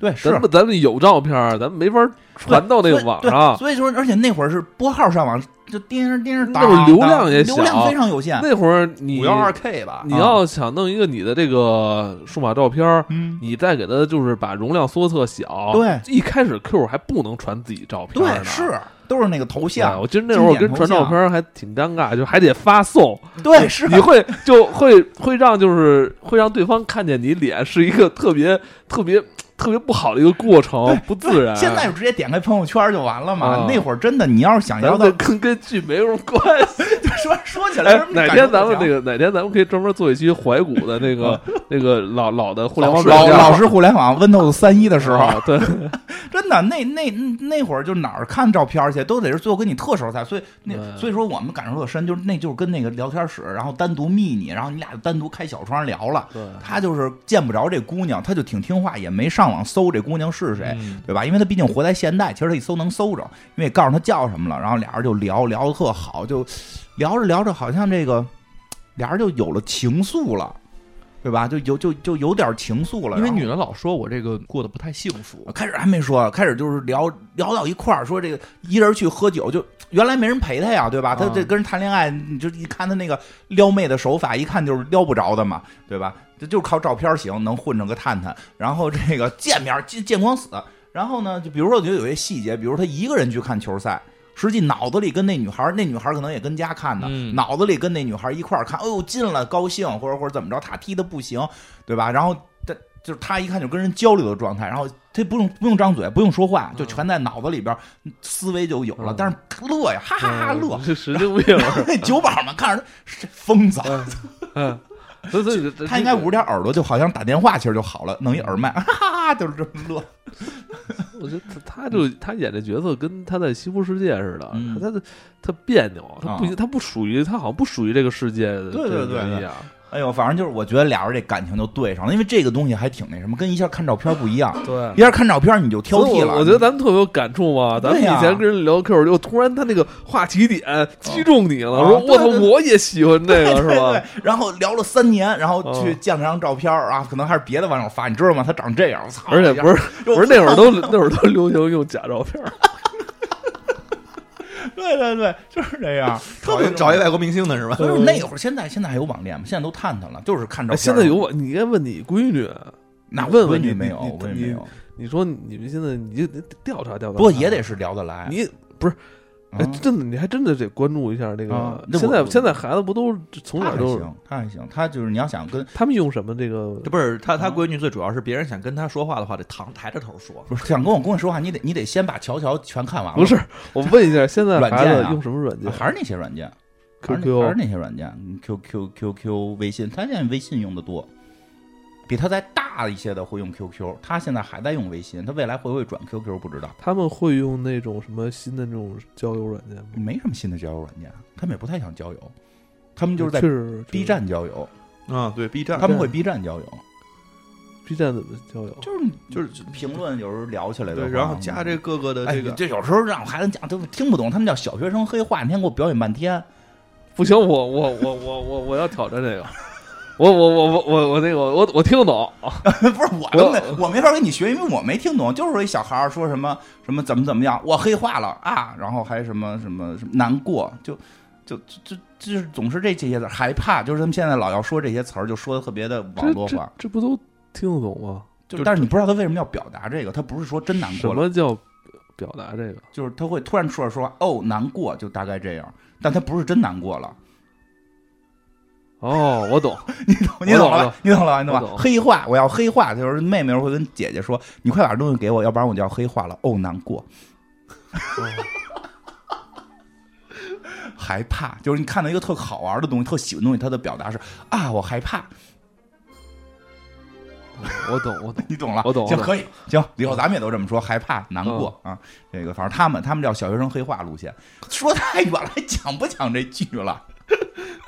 Speaker 2: 对是
Speaker 1: 咱。们咱们有照片儿，咱们没法传到那个网上。
Speaker 2: 所以所以说，而且那会儿是拨号上网，就叮儿叮儿
Speaker 1: 那
Speaker 2: 当，
Speaker 1: 会儿流量也
Speaker 2: 流量
Speaker 1: 小
Speaker 2: 非常有限。
Speaker 1: 那会儿你
Speaker 3: 五幺二 K 吧，
Speaker 1: 你要想弄一个你的这个数码照片儿，
Speaker 2: 嗯，
Speaker 1: 你再给它就是把容量缩特小。
Speaker 2: 对，
Speaker 1: 一开始 Q 还不能传自己照片儿呢
Speaker 2: 对，是都是那个头
Speaker 1: 哎
Speaker 2: 像，
Speaker 1: 我记得那会儿我跟传照片儿还挺尴尬，就还得发送。
Speaker 2: 对，是
Speaker 1: 你会就会会让就是会让对方看见你脸是一个特别特别特别不好的一个过程，不自然。
Speaker 2: 现在就直接点开朋友圈就完了嘛
Speaker 1: 啊。
Speaker 2: 那会儿真的，你要是想要
Speaker 1: 咱
Speaker 2: 到
Speaker 1: 们跟跟剧没什么关系。
Speaker 2: 说说起来
Speaker 1: 哎，，哪天咱们那个哪天咱们可以专门做一期怀古的那个那个老老的互联网
Speaker 2: 嗯老
Speaker 1: 软件
Speaker 2: 老式互联网 Windows 三一的时候，
Speaker 1: 啊对，
Speaker 2: 真的那那那会儿就哪儿看照片去，都得是最后跟你特手才。所以那
Speaker 1: 嗯
Speaker 2: 所以说我们感受特深，就是那就是跟那个聊天室，然后单独密你，然后你俩就单独开小窗聊了。
Speaker 1: 对
Speaker 3: 嗯
Speaker 2: 他就是见不着这姑娘，他就挺听话，也没上网搜这姑娘是谁，
Speaker 3: 嗯
Speaker 2: 对吧？因为他毕竟活在现代，其实他一搜能搜着，因为也告诉他叫什么了，然后俩人就聊聊的特好，就聊着聊着好像这个俩人就有了情愫了，对吧？就有就就有点情愫了，
Speaker 3: 因为
Speaker 2: 然后
Speaker 3: 女的老说我这个过得不太幸福，
Speaker 2: 开始还没说，开始就是聊聊到一块儿，说这个一人去喝酒，就原来没人陪他呀，对吧？他这跟人谈恋爱，你就一看他那个撩妹的手法，一看就是撩不着的嘛，对吧？这就是靠照片行，能混成个探探。然后这个见面见见光死，然后呢，就比如说我觉得有些细节，比如他一个人去看球赛。实际脑子里跟那女孩，那女孩可能也跟家看的，
Speaker 3: 嗯
Speaker 2: 脑子里跟那女孩一块儿看，哎呦进了高兴，或者或者怎么着，他踢的不行，对吧？然后他就是他一看就跟人交流的状态，然后他不用不用张嘴，不用说话，就全在脑子里边，思维就有了
Speaker 1: 嗯，
Speaker 2: 但是乐呀，哈哈哈乐。
Speaker 1: 是嗯神经病。啊
Speaker 2: 那 酒保们看着他是疯子，
Speaker 1: 嗯嗯， 所以所以
Speaker 2: 他应该捂着点耳朵，就好像打电话其实就好了，弄一耳麦，哈哈哈，就是这么乐。
Speaker 1: 我觉得他他就他演这角色跟他在《西部世界》似的，
Speaker 2: 嗯
Speaker 1: 他他他别扭，他不、
Speaker 2: 啊
Speaker 1: 他不属于他好像不属于这个世界的
Speaker 2: 对对
Speaker 1: 这个
Speaker 2: 对
Speaker 1: 原
Speaker 2: 对
Speaker 1: 因啊，
Speaker 2: 哎呦，反正就是我觉得俩人这感情就对上了，因为这个东西还挺那什么，跟一下看照片不一样，
Speaker 1: 对
Speaker 2: 一。下看照片你就挑
Speaker 1: 所以
Speaker 2: 剔了。
Speaker 1: 我我觉得咱们特别有感触嘛。咱们
Speaker 2: 对呀
Speaker 1: 以前跟人聊 Q，就突然他那个话题点击中你了，
Speaker 2: 啊
Speaker 1: 说
Speaker 2: 对
Speaker 1: 我操，
Speaker 2: 对对
Speaker 1: 我也喜欢这个，是吧？
Speaker 2: 对，然后聊了三年，然后去
Speaker 1: 嗯
Speaker 2: 见了张照片儿啊，可能还是别的网友发，你知道吗？他长这样，我操！
Speaker 1: 而且不
Speaker 2: 是，
Speaker 1: 是不是那会儿都那会儿都流行用假照 片儿，
Speaker 2: 对对对，就是这样，
Speaker 3: 找一啊找一。外国明星的是吧？
Speaker 2: 所以说那会儿，现在现在还有网恋吗？现在都探探了，就是看照片
Speaker 1: 哎
Speaker 2: 儿。
Speaker 1: 现在有我，你应该问你闺女，
Speaker 2: 那
Speaker 1: 问
Speaker 2: 闺
Speaker 1: 问
Speaker 2: 女
Speaker 1: 你
Speaker 2: 没
Speaker 1: 你
Speaker 2: 有，
Speaker 1: 你
Speaker 2: 我闺
Speaker 1: 你
Speaker 2: 女没有，
Speaker 1: 你说你们现在你就得调查调查，
Speaker 2: 不过也得是聊得来。
Speaker 1: 你不是哎
Speaker 2: 嗯，
Speaker 1: 真的你还真的得关注一下那
Speaker 2: 啊
Speaker 1: 个。
Speaker 2: 那我
Speaker 1: 现在
Speaker 2: 我
Speaker 1: 现在孩子不都从
Speaker 2: 他
Speaker 1: 小
Speaker 2: 还
Speaker 1: 就
Speaker 2: 行，他还行，他就是你要想跟
Speaker 1: 他们用什么这个
Speaker 3: 这不是她，她闺女最主要是别人想跟她说话的话，得躺抬着头说。
Speaker 2: 不是想跟我公公说话，你得你得先把乔乔全看完了。
Speaker 1: 不是，我问一下，现在
Speaker 2: 软
Speaker 1: 孩
Speaker 2: 件
Speaker 1: 子
Speaker 2: 啊
Speaker 1: 用什么软件
Speaker 2: 还是那些软件，还是那还是
Speaker 1: ？QQ
Speaker 2: 那些软件，Q Q Q Q 微信，他现在微信用的多，比他再大一些的会用 Q Q，他现在还在用微信，他未来会不会转 Q Q 不知道，
Speaker 1: 他们会用那种什么新的那种交友软件吗？
Speaker 2: 没什么新的交友软件，他们也不太想交友，他们就是在
Speaker 1: 确实
Speaker 2: B 站交友，
Speaker 3: 啊，对，B 站
Speaker 2: 他们会 B 站交友，
Speaker 1: ，B 站怎么交友？啊
Speaker 2: 就是
Speaker 3: 就是
Speaker 2: 评论有时候聊起来的话，
Speaker 3: 对，然后加这各个的
Speaker 2: 哎
Speaker 3: 这个，
Speaker 2: 这有时候让孩子讲都听不懂，他们叫小学生黑话，你天给我表演半天，
Speaker 1: 不行，我我我我我我要挑战这个，我我我我我我那个我我听得懂，
Speaker 2: 不是我都没我没法跟你学，因为我没听懂。就是说一小孩儿说什么什么怎么怎么样，我黑化了啊，然后还什么什么什么难过，就就就就就是总是这这些词儿，害怕，就是他们现在老要说这些词儿，就说的特别的网
Speaker 1: 这
Speaker 2: 络
Speaker 1: 这
Speaker 2: 化。
Speaker 1: 这不都听得懂吗？
Speaker 2: 就
Speaker 1: 就
Speaker 2: 但是你不知道他为什么要表达这个，他不是说真难
Speaker 1: 什
Speaker 2: 过了，
Speaker 1: 么叫表达这个？
Speaker 2: 就是他会突然说着说哦难过，就大概这样，但他不是真难过了。
Speaker 1: 哦，我懂，
Speaker 2: 你懂
Speaker 1: 我懂
Speaker 2: 了
Speaker 1: 了
Speaker 2: 吧？你懂了吧？你懂
Speaker 1: 我
Speaker 2: 吧？
Speaker 1: 懂
Speaker 2: 黑化，我要黑化，就是妹妹会跟姐姐说：“你快把东西给我，要不然我就要黑化了。”哦，难过，害怕，就是你看到一个特好玩的东西，特喜欢的东西，它的表达是啊，我害怕，
Speaker 1: 我懂，我懂。
Speaker 2: 你懂了？
Speaker 1: 我懂嗯
Speaker 2: 行，
Speaker 1: 我懂
Speaker 2: 可以，行，以后咱们也都这么说，害怕、难过啊。这个，反正他们他们叫小学生黑化路线，说太远了，还讲不讲这剧了？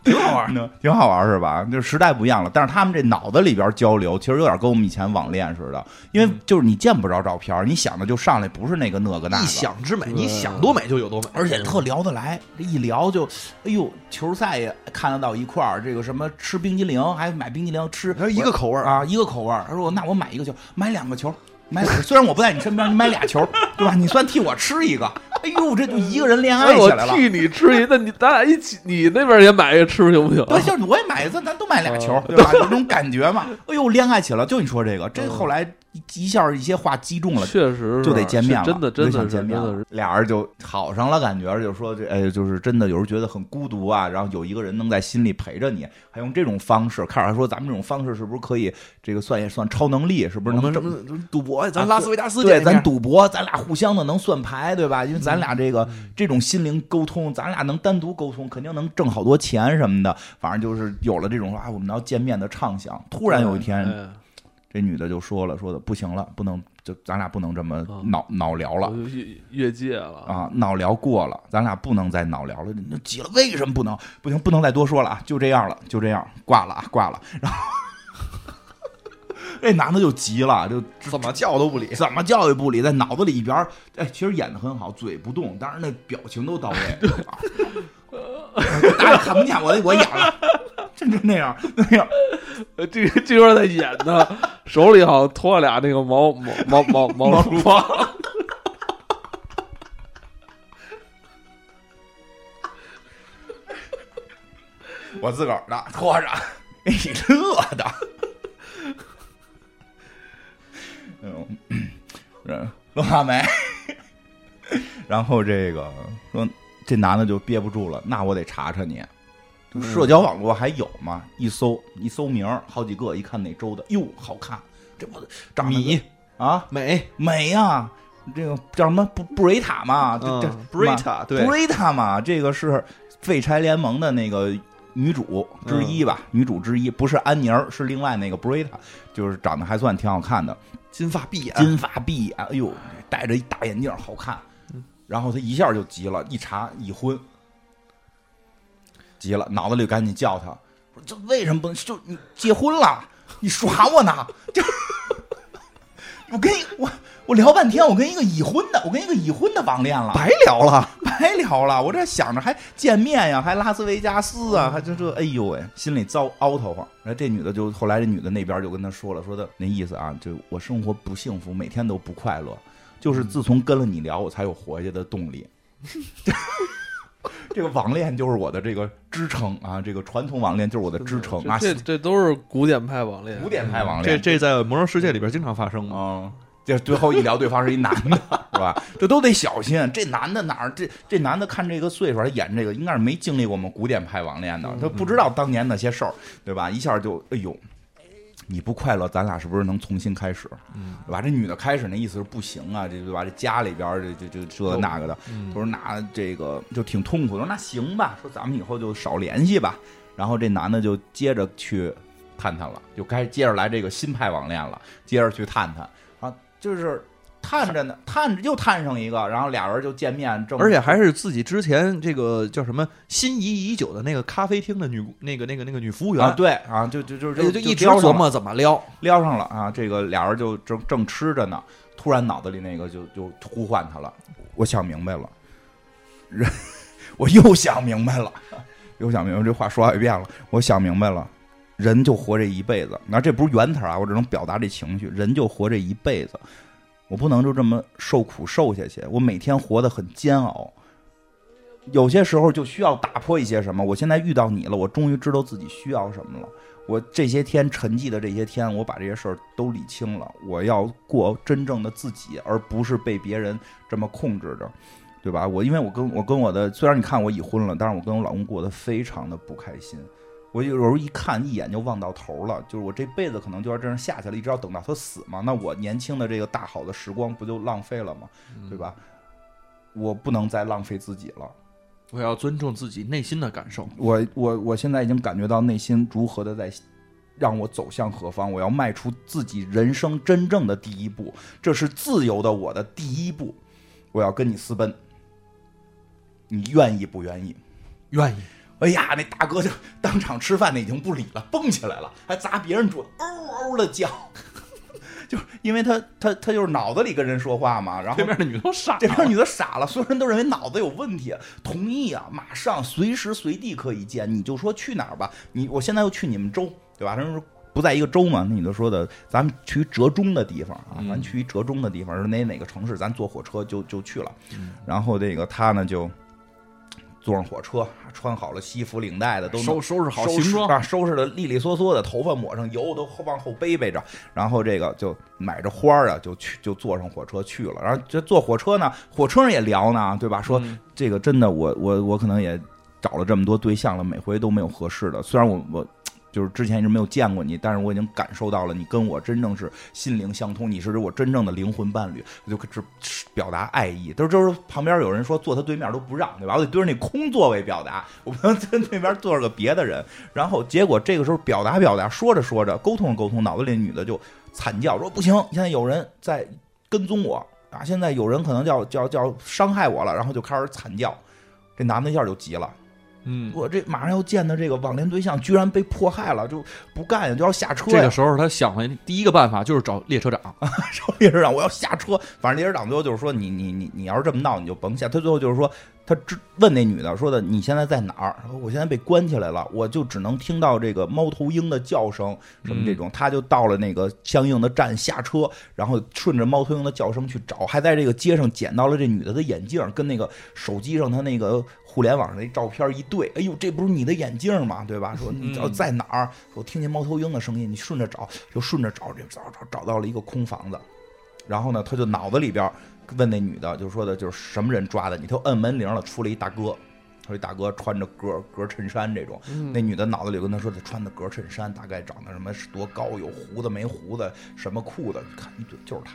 Speaker 3: 挺好 玩儿。
Speaker 2: 嗯挺好玩是吧？就是时代不一样了，但是他们这脑子里边交流，其实有点跟我们以前网恋似的，因
Speaker 1: 嗯
Speaker 2: 为就是你见不着照片，你想的就上来不是那个那个那
Speaker 3: 一
Speaker 2: 个。
Speaker 3: 想之美，
Speaker 1: 对
Speaker 3: 你想多美就有多美，
Speaker 2: 而且特聊得来，这一聊就，哎呦，球赛也看得到一块儿，这个什么吃冰激凌，还买冰激凌吃，
Speaker 3: 它一个口味儿，
Speaker 2: 啊，一个口味儿。他说那我买一个球，买两个 球，买俩球虽然我不在你身边，你买俩球，对吧？你算替我吃一个。哎呦，这就一个人恋爱
Speaker 1: 哎，
Speaker 2: 起
Speaker 1: 我
Speaker 2: 来了。
Speaker 1: 替你吃一，那你咱俩一起，你那边也买一个吃行不行？
Speaker 2: 对，就是我也买一次，咱都买俩球，哦对吧？有这种感觉嘛？哎呦，恋爱起来，就你说这个，这后来一下一些话击中 了，
Speaker 1: 确实是
Speaker 2: 就得见面了，
Speaker 1: 是真的真
Speaker 2: 就
Speaker 1: 的
Speaker 2: 想
Speaker 1: 是
Speaker 2: 见
Speaker 1: 真
Speaker 2: 面
Speaker 1: 的
Speaker 2: 了
Speaker 1: 是，
Speaker 2: 俩人就好上了，感觉就说这哎，就是真的有时候觉得很孤独啊，然后有一个人能在心里陪着你，还用这种方式，开始还说咱们这种方式是不是可以这个算也算超能力，是不是能
Speaker 3: 我们
Speaker 2: 这
Speaker 3: 什
Speaker 2: 么？
Speaker 3: 么赌博，咱拉斯维加斯
Speaker 2: 对，
Speaker 3: 见一面
Speaker 2: 咱赌博，咱俩互相的能算牌，对吧？因为
Speaker 1: 嗯
Speaker 2: 咱俩这个这种心灵沟通，咱俩能单独沟通，肯定能挣好多钱什么的。反正就是有了这种啊，我们要见面的畅想。突然有一天，
Speaker 1: 哎
Speaker 2: 这女的就说了，说的不行了，不能就咱俩不能这么
Speaker 1: 啊
Speaker 2: 脑脑聊了
Speaker 1: 我。就越越界了。
Speaker 2: 啊，脑聊过了，咱俩不能再脑聊了，那急了，为什么不能？不行，不能再多说了啊，就这样了，就这样，挂了啊，挂了。 然后这男的就急了，就
Speaker 3: 怎么叫都不理。
Speaker 2: 怎么叫也不理，在脑子里边儿，哎，其实演的很好，嘴不动，但是那表情都到 位。 对吧？大家看不见我，我演了，真是那样那样。
Speaker 1: 呃这这边在演呢，手里好像托了俩那个毛毛毛毛毛
Speaker 2: 毛
Speaker 1: 绒棒。
Speaker 2: 我自个儿的 拖着，给你乐的。嗯，嗯乐话梅，然后这个说这男的就憋不住了，那我得查查你。就社交网络还有吗？一搜一搜名儿，好几个，一看哪州的，哟，好看，这不长得
Speaker 3: 米
Speaker 2: 跟啊
Speaker 3: 美
Speaker 2: 美呀、这个叫什么布布瑞塔嘛？这这
Speaker 3: 嗯，Brita 对
Speaker 2: 布瑞塔嘛，这个是废柴联盟的那个女主之一吧，女主之一，不是安妮儿，是另外那个布瑞塔，就是长得还算挺好看的，
Speaker 3: 金发碧眼，
Speaker 2: 金发碧眼，哎呦，戴着一大眼镜儿，好看。然后他一下就急了，一查已婚，急了，脑子里赶紧叫他，我说这为什么不能？就你结婚了，你耍我呢？就我跟一我我聊半天，我跟一个已婚的，我跟一个已婚的网恋了，
Speaker 3: 白聊了。
Speaker 2: 白聊了。我这想着还见面呀，还拉斯维加斯啊，还这
Speaker 3: 嗯
Speaker 2: 这，哎呦喂，心里糟凹头慌。然后这女的就后来这女的那边就跟他说了，说的那意思啊，就我生活不幸福，每天都不快乐，就是自从跟了你聊，我才有活下去的动 力。这个网恋就是我的这个支撑啊，这个传统网恋就是我的支撑啊，
Speaker 1: 这这这都是古典派网恋，
Speaker 2: 古典派网
Speaker 3: 这
Speaker 2: 恋
Speaker 3: 这在魔兽世界里边经常发生嘛？
Speaker 2: 嗯，这最后一聊，对方是一男的， 是吧？这都得小心。这男的哪儿？这这男的看这个岁数，他演这个应该是没经历过我们古典派网恋的，他不知道当年那些事儿，对吧？一下就哎呦，你不快乐，咱俩是不是能重新开始？
Speaker 3: 嗯，
Speaker 2: 对吧？这女的开始那意思是不行啊，这对吧？这家里边儿这这这这那个的，
Speaker 3: 嗯
Speaker 2: 他说那这个就挺痛苦的。我说那行吧，说咱们以后就少联系吧。然后这男的就接着去探探了，就该接着来这个新派网恋了，接着去探探啊，就是探着呢，探着又探上一个，然后俩人就见面，正
Speaker 3: 而且还是自己之前这个叫什么心仪已久的那个咖啡厅的女那个那个那个女服务员
Speaker 2: 啊，，对啊，就就就
Speaker 3: 哎
Speaker 2: 就
Speaker 3: 就一直
Speaker 2: 撩上
Speaker 3: 琢
Speaker 2: 了
Speaker 3: 磨怎么撩。
Speaker 2: 撩上了啊，这个俩人就正正吃着呢，突然脑子里那个就就呼唤他了，我想明白了， 人我又想明白了， 又想明白这话说好几遍了，我想明白了，人就活这一辈子，那这不是原词儿啊，我只能表达这情绪，人就活这一辈子，我不能就这么受苦受下去，我每天活得很煎熬。有些时候就需要打破一些什么。我现在遇到你了，我终于知道自己需要什么了。我这些天沉寂的这些天，我把这些事儿都理清了。我要过真正的自己，而不是被别人这么控制着，对吧？我因为我跟我跟我的，虽然你看我已婚了，但是我跟我老公过得非常的不开心。我有时候一看一眼就望到头了，就是我这辈子可能就要这样下去了，一直要等到他死嘛。那我年轻的这个大好的时光不就浪费了吗？对吧？我不能再浪费自己了。
Speaker 3: 我要尊重自己内心的感受。
Speaker 2: 我我我现在已经感觉到内心如何的在让我走向何方，我要迈出自己人生真正的第一步，这是自由的我的第一步，我要跟你私奔，你愿意不愿意？
Speaker 3: 愿意，
Speaker 2: 哎哎呀，那大哥就当场吃饭的已经不理了，蹦起来了，还砸别人桌，嗷嗷的叫， 就是因为他他他就是脑子里跟人说话嘛，然后
Speaker 3: 对面的女的都傻
Speaker 2: 这
Speaker 3: 了
Speaker 2: 边。女的傻了，所有人都认为脑子有问题。同意啊，马上随时随地可以见，你就说去哪儿吧。你我现在又去你们州，对吧？他们说不在一个州嘛，那女的说的，咱们去折中的地方啊，
Speaker 3: 嗯
Speaker 2: 咱去折中的地方，是哪哪个城市，咱坐火车就就去了
Speaker 3: 嗯。
Speaker 2: 然后这个他呢就坐上火车，穿好了西服领带的都弄
Speaker 3: 收收拾好
Speaker 2: 收拾
Speaker 3: 行装，
Speaker 2: 啊，收拾的利利索索的，头发抹上油，都往后背背着，然后这个就买着花儿啊，就去就坐上火车去了。然后这坐火车呢，火车上也聊呢，对吧？说、
Speaker 3: 嗯
Speaker 2: 这个真的我，我我可能也找了这么多对象了，每回都没有合适的。虽然我我。就是之前一直没有见过你，但是我已经感受到了你跟我真正是心灵相通，你是我真正的灵魂伴侣，我就只只表达爱意。都是就是旁边有人说坐他对面都不让，对吧？我得对着那空座位表达，我不能跟对面坐着个别的人。然后结果这个时候表达表达，说着说着沟通着沟通，脑子里女的就惨叫说不行，现在有人在跟踪我啊，现在有人可能叫叫叫伤害我了，然后就开始惨叫。这男的一下就急了，
Speaker 3: 嗯，
Speaker 2: 我这马上要见的这个网恋对象居然被迫害了，就不干呀，就要下车
Speaker 3: 这
Speaker 2: 呀
Speaker 3: 个。时候他想了第一个办法就是找列车长，
Speaker 2: 说列车长，我要下车。反正列车长最后就是说， 你你你你要是这么闹，你就甭下。他最后就是说，他只问那女的说的，你现在在哪儿？我现在被关起来了，我就只能听到这个猫头鹰的叫声，什么这种。他就到了那个相应的站下车，然后顺着猫头鹰的叫声去找，还在这个街上捡到了这女的的眼镜，跟那个手机上她那个互联网上那照片一对，哎呦，这不是你的眼镜吗？对吧？说你知道在哪儿？我听见猫头鹰的声音，你顺着找，就顺着找，这找找找到了一个空房子。然后呢，他就脑子里边问那女的，就说的就是什么人抓的你，他就摁门铃了，出来一大哥，说一大哥穿着格格衬衫这种，那女的脑子里跟他说他穿的格衬衫，大概长得什么是多高，有胡子没胡子，什么裤子，看一对就是他。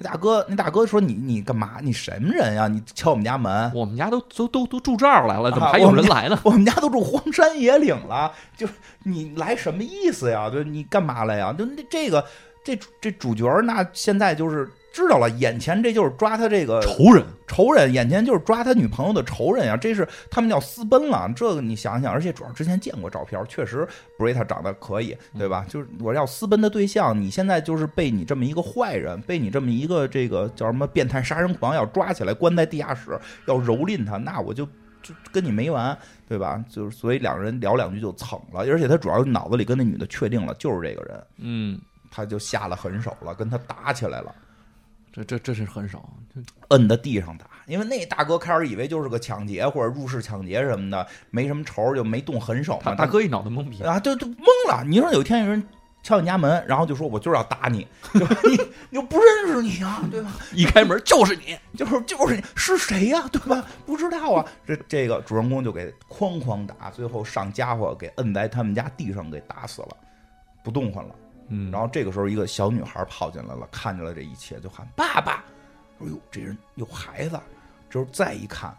Speaker 2: 那大哥，那大哥说你你干嘛？你什么人呀、啊你敲我们家门？
Speaker 3: 我们家都都都都住这儿来了，怎么
Speaker 2: 啊
Speaker 3: 还有人 来呢？
Speaker 2: 我们家都住荒山野岭了，就是你来什么意思呀？就是你干嘛来呀？就那这个这这主角儿那现在就是知道了，眼前这就是抓他这个
Speaker 3: 仇人，
Speaker 2: 仇人，眼前就是抓他女朋友的仇人呀、这是他们要私奔了，这个你想想，而且主要之前见过照片，确实布瑞塔长得可以，
Speaker 3: 嗯
Speaker 2: 对吧？就是我要私奔的对象，你现在就是被你这么一个坏人，被你这么一个这个叫什么变态杀人狂要抓起来关在地下室，要蹂躏他，那我就就跟你没完，对吧？就是所以两个人聊两句就蹭了，而且他主要脑子里跟那女的确定了就是这个人，
Speaker 3: 嗯，
Speaker 2: 他就下了狠手了，跟他打起来了。
Speaker 3: 这这这是很少，这
Speaker 2: 摁在地上打，因为那大哥开始以为就是个抢劫或者入室抢劫什么的，没什么仇，就没动狠手
Speaker 3: 他
Speaker 2: 嘛。
Speaker 3: 大哥一脑袋懵逼，
Speaker 2: 啊，就就懵了。你说有一天有人敲你家门，然后就说我就是要打你， 就你你又不认识你啊，对吧？
Speaker 3: 一开门就是你，
Speaker 2: 就是就是你是谁呀、对吧？不知道啊。这这个主人公就给哐哐打，最后上家伙给摁在他们家地上给打死了，不动弹了。
Speaker 3: 嗯
Speaker 2: 然后这个时候，一个小女孩跑进来了，看见了这一切，就喊爸爸。哎呦，这人有孩子。之后再一看，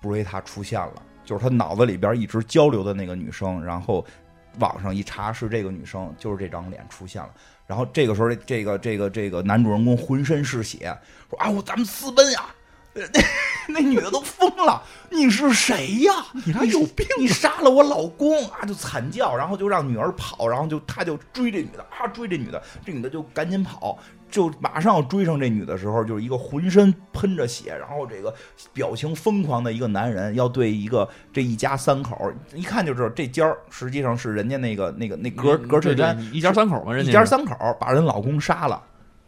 Speaker 2: 布瑞塔出现了，就是他脑子里边一直交流的那个女生。然后网上一查是这个女生，就是这张脸出现了。然后这个时候，这个这个这个男主人公浑身是血，说啊，我咱们私奔呀！呃那 那女的都疯了，你是谁呀？你还有病？啊你杀了我老公啊！就惨叫，然后就让女儿跑，然后就他就追这女的啊，追这女的，这女的就赶紧跑，就马上要追上这女的时候，就是一个浑身喷着血，然后这个表情疯狂的一个男人，要对一个这一家三口，一看就知道这家儿实际上是人家那个那个那格格
Speaker 3: 对
Speaker 2: 衬
Speaker 3: 对
Speaker 2: 衫
Speaker 3: 一家三口嘛，人家
Speaker 2: 一家三口把人老公杀了，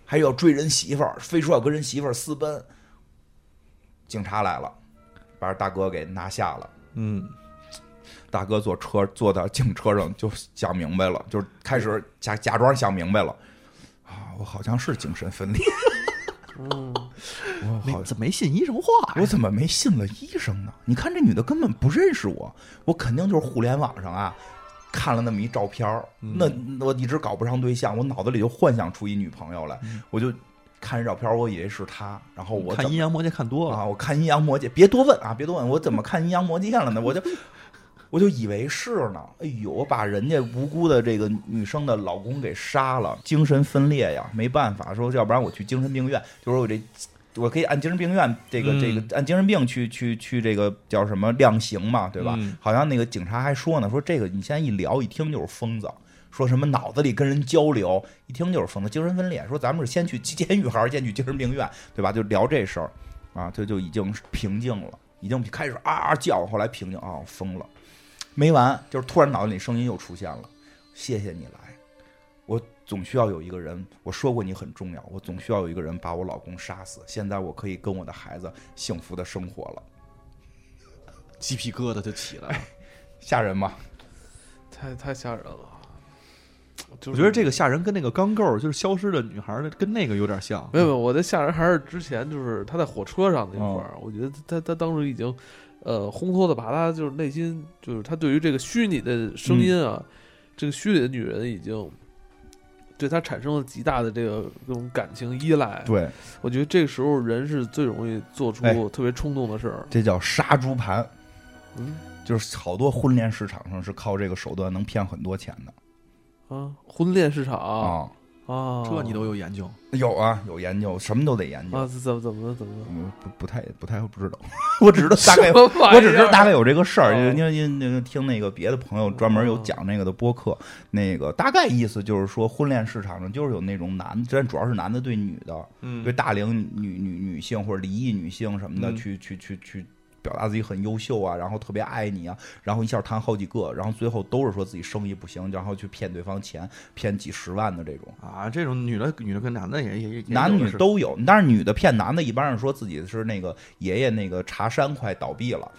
Speaker 2: 还要追人媳妇儿，非说要跟人媳妇儿私奔。警察来了，把大哥给拿下了。
Speaker 3: 嗯，
Speaker 2: 大哥坐车坐到警车上就想明白了，就是开始假假装想明白了啊，我好像是精神分裂，我好
Speaker 3: 没怎么没信医生话
Speaker 2: 我
Speaker 3: 呀？
Speaker 2: 怎么没信了医生呢？你看这女的根本不认识我，我肯定就是互联网上啊看了那么一照片儿
Speaker 3: 嗯
Speaker 2: 那我一直搞不上对象，我脑子里就幻想出一女朋友来，我就看这照片儿，我以为是她，然后我
Speaker 3: 嗯看
Speaker 2: 怎
Speaker 3: 阴阳魔界看多了，
Speaker 2: 啊，我看阴阳魔界，别多问啊，别多问，我怎么看阴阳魔界了呢？我就。我就以为是呢，哎呦，我把人家无辜的这个女生的老公给杀了，精神分裂呀，没办法，说要不然我去精神病院，就说我这我可以按精神病院这个
Speaker 3: 嗯
Speaker 2: 这个按精神病去去去这个叫什么量刑嘛，对吧
Speaker 3: 嗯？
Speaker 2: 好像那个警察还说呢，说这个你现在一聊一听就是疯子。说什么脑子里跟人交流，一听就是疯子，精神分裂。说咱们是先去监狱还是先去精神病院，对吧？就聊这事儿，啊，这就已经平静了，已经开始啊啊叫，后来平静啊，疯了，没完，就是突然脑子里声音又出现了，谢谢你来，我总需要有一个人，我说过你很重要，我总需要有一个人把我老公杀死，现在我可以跟我的孩子幸福的生活了，
Speaker 4: 鸡皮疙瘩就起来了。
Speaker 2: 吓人吧？
Speaker 1: 太太吓人了。就是
Speaker 3: 我觉得这个吓人跟那个钢构就是消失的女孩的跟那个有点像。
Speaker 1: 没有没有，我的吓人还是之前就是他在火车上那会
Speaker 2: 哦
Speaker 1: 儿，我觉得他他当时已经，呃，烘托的把他就是内心就是他对于这个虚拟的声音啊，
Speaker 2: 嗯
Speaker 1: 这个虚拟的女人已经对他产生了极大的这个这种感情依赖。
Speaker 2: 对，
Speaker 1: 我觉得这个时候人是最容易做出
Speaker 2: 哎
Speaker 1: 特别冲动的事儿。
Speaker 2: 这叫杀猪盘，
Speaker 1: 嗯
Speaker 2: 就是好多婚恋市场上是靠这个手段能骗很多钱的
Speaker 1: 啊，婚恋市场啊，
Speaker 2: 啊。
Speaker 3: 这你都有研究，
Speaker 2: 有啊，有研究，什么都得研究。
Speaker 1: 啊，怎么怎么怎么？
Speaker 2: 嗯，不不太不太不知道， 我只知道大概有
Speaker 1: 什么玩意儿啊
Speaker 2: 我只知道大概有这个事儿，
Speaker 1: 哦
Speaker 2: 因为因为因为那个听那个别的朋友专门有讲那个的播客，那个大概意思就是说，婚恋市场上就是有那种男，但主要是男的对女的，
Speaker 3: 嗯
Speaker 2: 对大龄女女女性或者离异女性什么的，
Speaker 3: 嗯
Speaker 2: 去去去去表达自己很优秀啊，然后特别爱你啊，然后一下谈好几个，啊然后最后都是说自己生意不行，然后去骗对方钱，骗几十万的这种。
Speaker 3: 啊，这种女的女的跟男的也也也
Speaker 2: 男
Speaker 3: 也有
Speaker 2: 女
Speaker 3: 的是
Speaker 2: 都有，但是女的骗男的，一般是说自己是那个爷爷那个茶山快倒闭了，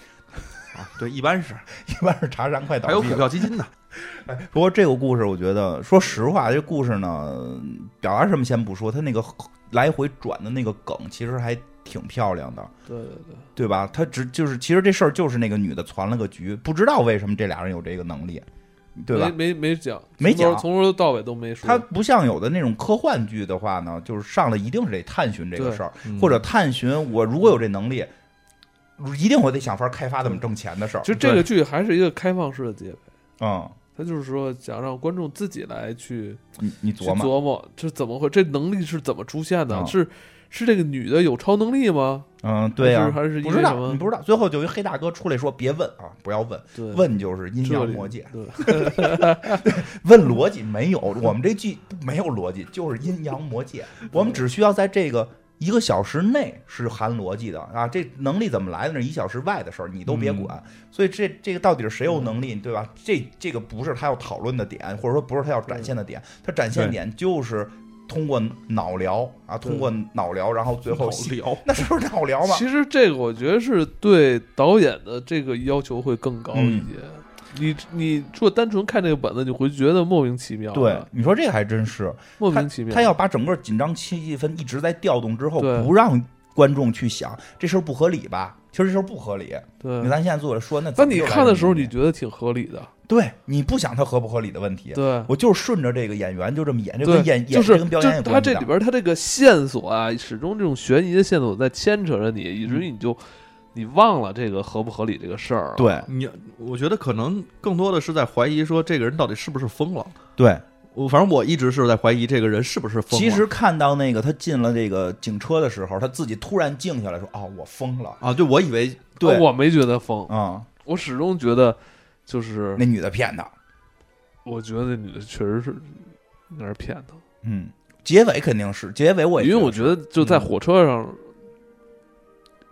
Speaker 3: 啊，对，一般是
Speaker 2: 一般是茶山快倒
Speaker 3: 还有
Speaker 2: 闭
Speaker 3: 股
Speaker 2: 了。
Speaker 3: 票基金呢。
Speaker 2: 不过这个故事，我觉得说实话，这故事呢，表达什么先不说，它那个来回转的那个梗，其实还挺漂亮的，
Speaker 1: 对对对，
Speaker 2: 对吧？他只就是其实这事儿就是那个女的攒了个局，不知道为什么这俩人有这个能力，对吧？
Speaker 1: 没没没讲，
Speaker 2: 没
Speaker 1: 从头
Speaker 2: 讲
Speaker 1: 从头到尾都没说。
Speaker 2: 它不像有的那种科幻剧的话呢，就是上来一定是得探寻这个事儿，
Speaker 3: 嗯
Speaker 2: 或者探寻我如果有这能力，一定我得想法开发怎么挣钱的事儿
Speaker 1: 其。实这个剧还是一个开放式的结尾，
Speaker 2: 嗯，
Speaker 1: 他就是说想让观众自己来去
Speaker 2: 你你
Speaker 1: 去
Speaker 2: 琢磨，
Speaker 1: 琢磨这怎么会，这能力是怎么出现的？
Speaker 2: 啊
Speaker 1: 是是这个女的有超能力吗？
Speaker 2: 嗯，对呀、
Speaker 1: 还是还是因
Speaker 2: 不
Speaker 1: 为
Speaker 2: 知
Speaker 1: 什
Speaker 2: 道
Speaker 1: 么
Speaker 2: 你不知道，最后就一黑大哥出来说别问啊，不要问，
Speaker 1: 对，
Speaker 2: 问就是阴
Speaker 1: 这
Speaker 2: 阳
Speaker 1: 里
Speaker 2: 魔界，
Speaker 1: 对，
Speaker 2: 问逻辑没有，我们这剧没有逻辑，就是阴阳魔界，我们只需要在这个。一个小时内是含逻辑的啊，这能力怎么来的？那是一小时外的事儿，你都别管。所以这这个到底是谁有能力，对吧？这这个不是他要讨论的点，或者说不是他要展现的点，他展现
Speaker 3: 对
Speaker 2: 点就是通过脑聊啊，通过脑聊，然后最后
Speaker 3: 好聊，
Speaker 2: 那是不是脑聊嘛？
Speaker 1: 其实这个我觉得是对导演的这个要求会更高一
Speaker 2: 嗯
Speaker 1: 些。你你如果单纯看这个本子，你会觉得莫名其妙，
Speaker 2: 对，，你说这个还真是，
Speaker 1: 莫
Speaker 2: 他
Speaker 1: 名其妙。
Speaker 2: 他要把整个紧张气氛一直在调动之后，
Speaker 1: 对
Speaker 2: 不让观众去想这事儿不合理吧？其实这事儿不合理。你
Speaker 1: 对
Speaker 2: 看，咱现在做着说，那
Speaker 1: 当你看的时候，你
Speaker 2: 就
Speaker 1: 觉得挺合理的，
Speaker 2: 对你不想它合不合理的问题，
Speaker 1: 对。
Speaker 2: 我就是顺着这个演员就这么演，这
Speaker 1: 对，
Speaker 2: 跟演
Speaker 1: 就
Speaker 2: 演
Speaker 1: 是
Speaker 2: 这跟表演有
Speaker 1: 就
Speaker 2: 关系
Speaker 1: 他这
Speaker 2: 的
Speaker 1: 里边儿他这个线索啊，始终这种悬疑的线索在牵扯着你，以
Speaker 2: 嗯
Speaker 1: 至于你就你忘了这个合不合理这个事儿。，
Speaker 2: 对
Speaker 3: 你我觉得可能更多的是在怀疑说这个人到底是不是疯了。
Speaker 2: 对。
Speaker 3: 我反正我一直是在怀疑这个人是不是疯了。
Speaker 2: 其实看到那个他进了这个警车的时候，他自己突然静下来说：“哦，我疯了。
Speaker 3: 啊，对我以为”
Speaker 2: 对，
Speaker 1: 我没觉得疯，
Speaker 2: 嗯，
Speaker 1: 我始终觉得就是
Speaker 2: 那，女的骗他。
Speaker 1: 我觉得那女的确实是那是骗他，
Speaker 2: 嗯，结尾肯定是结尾我也
Speaker 1: 因为我觉
Speaker 2: 觉
Speaker 1: 得就在
Speaker 2: 嗯
Speaker 1: 火车上，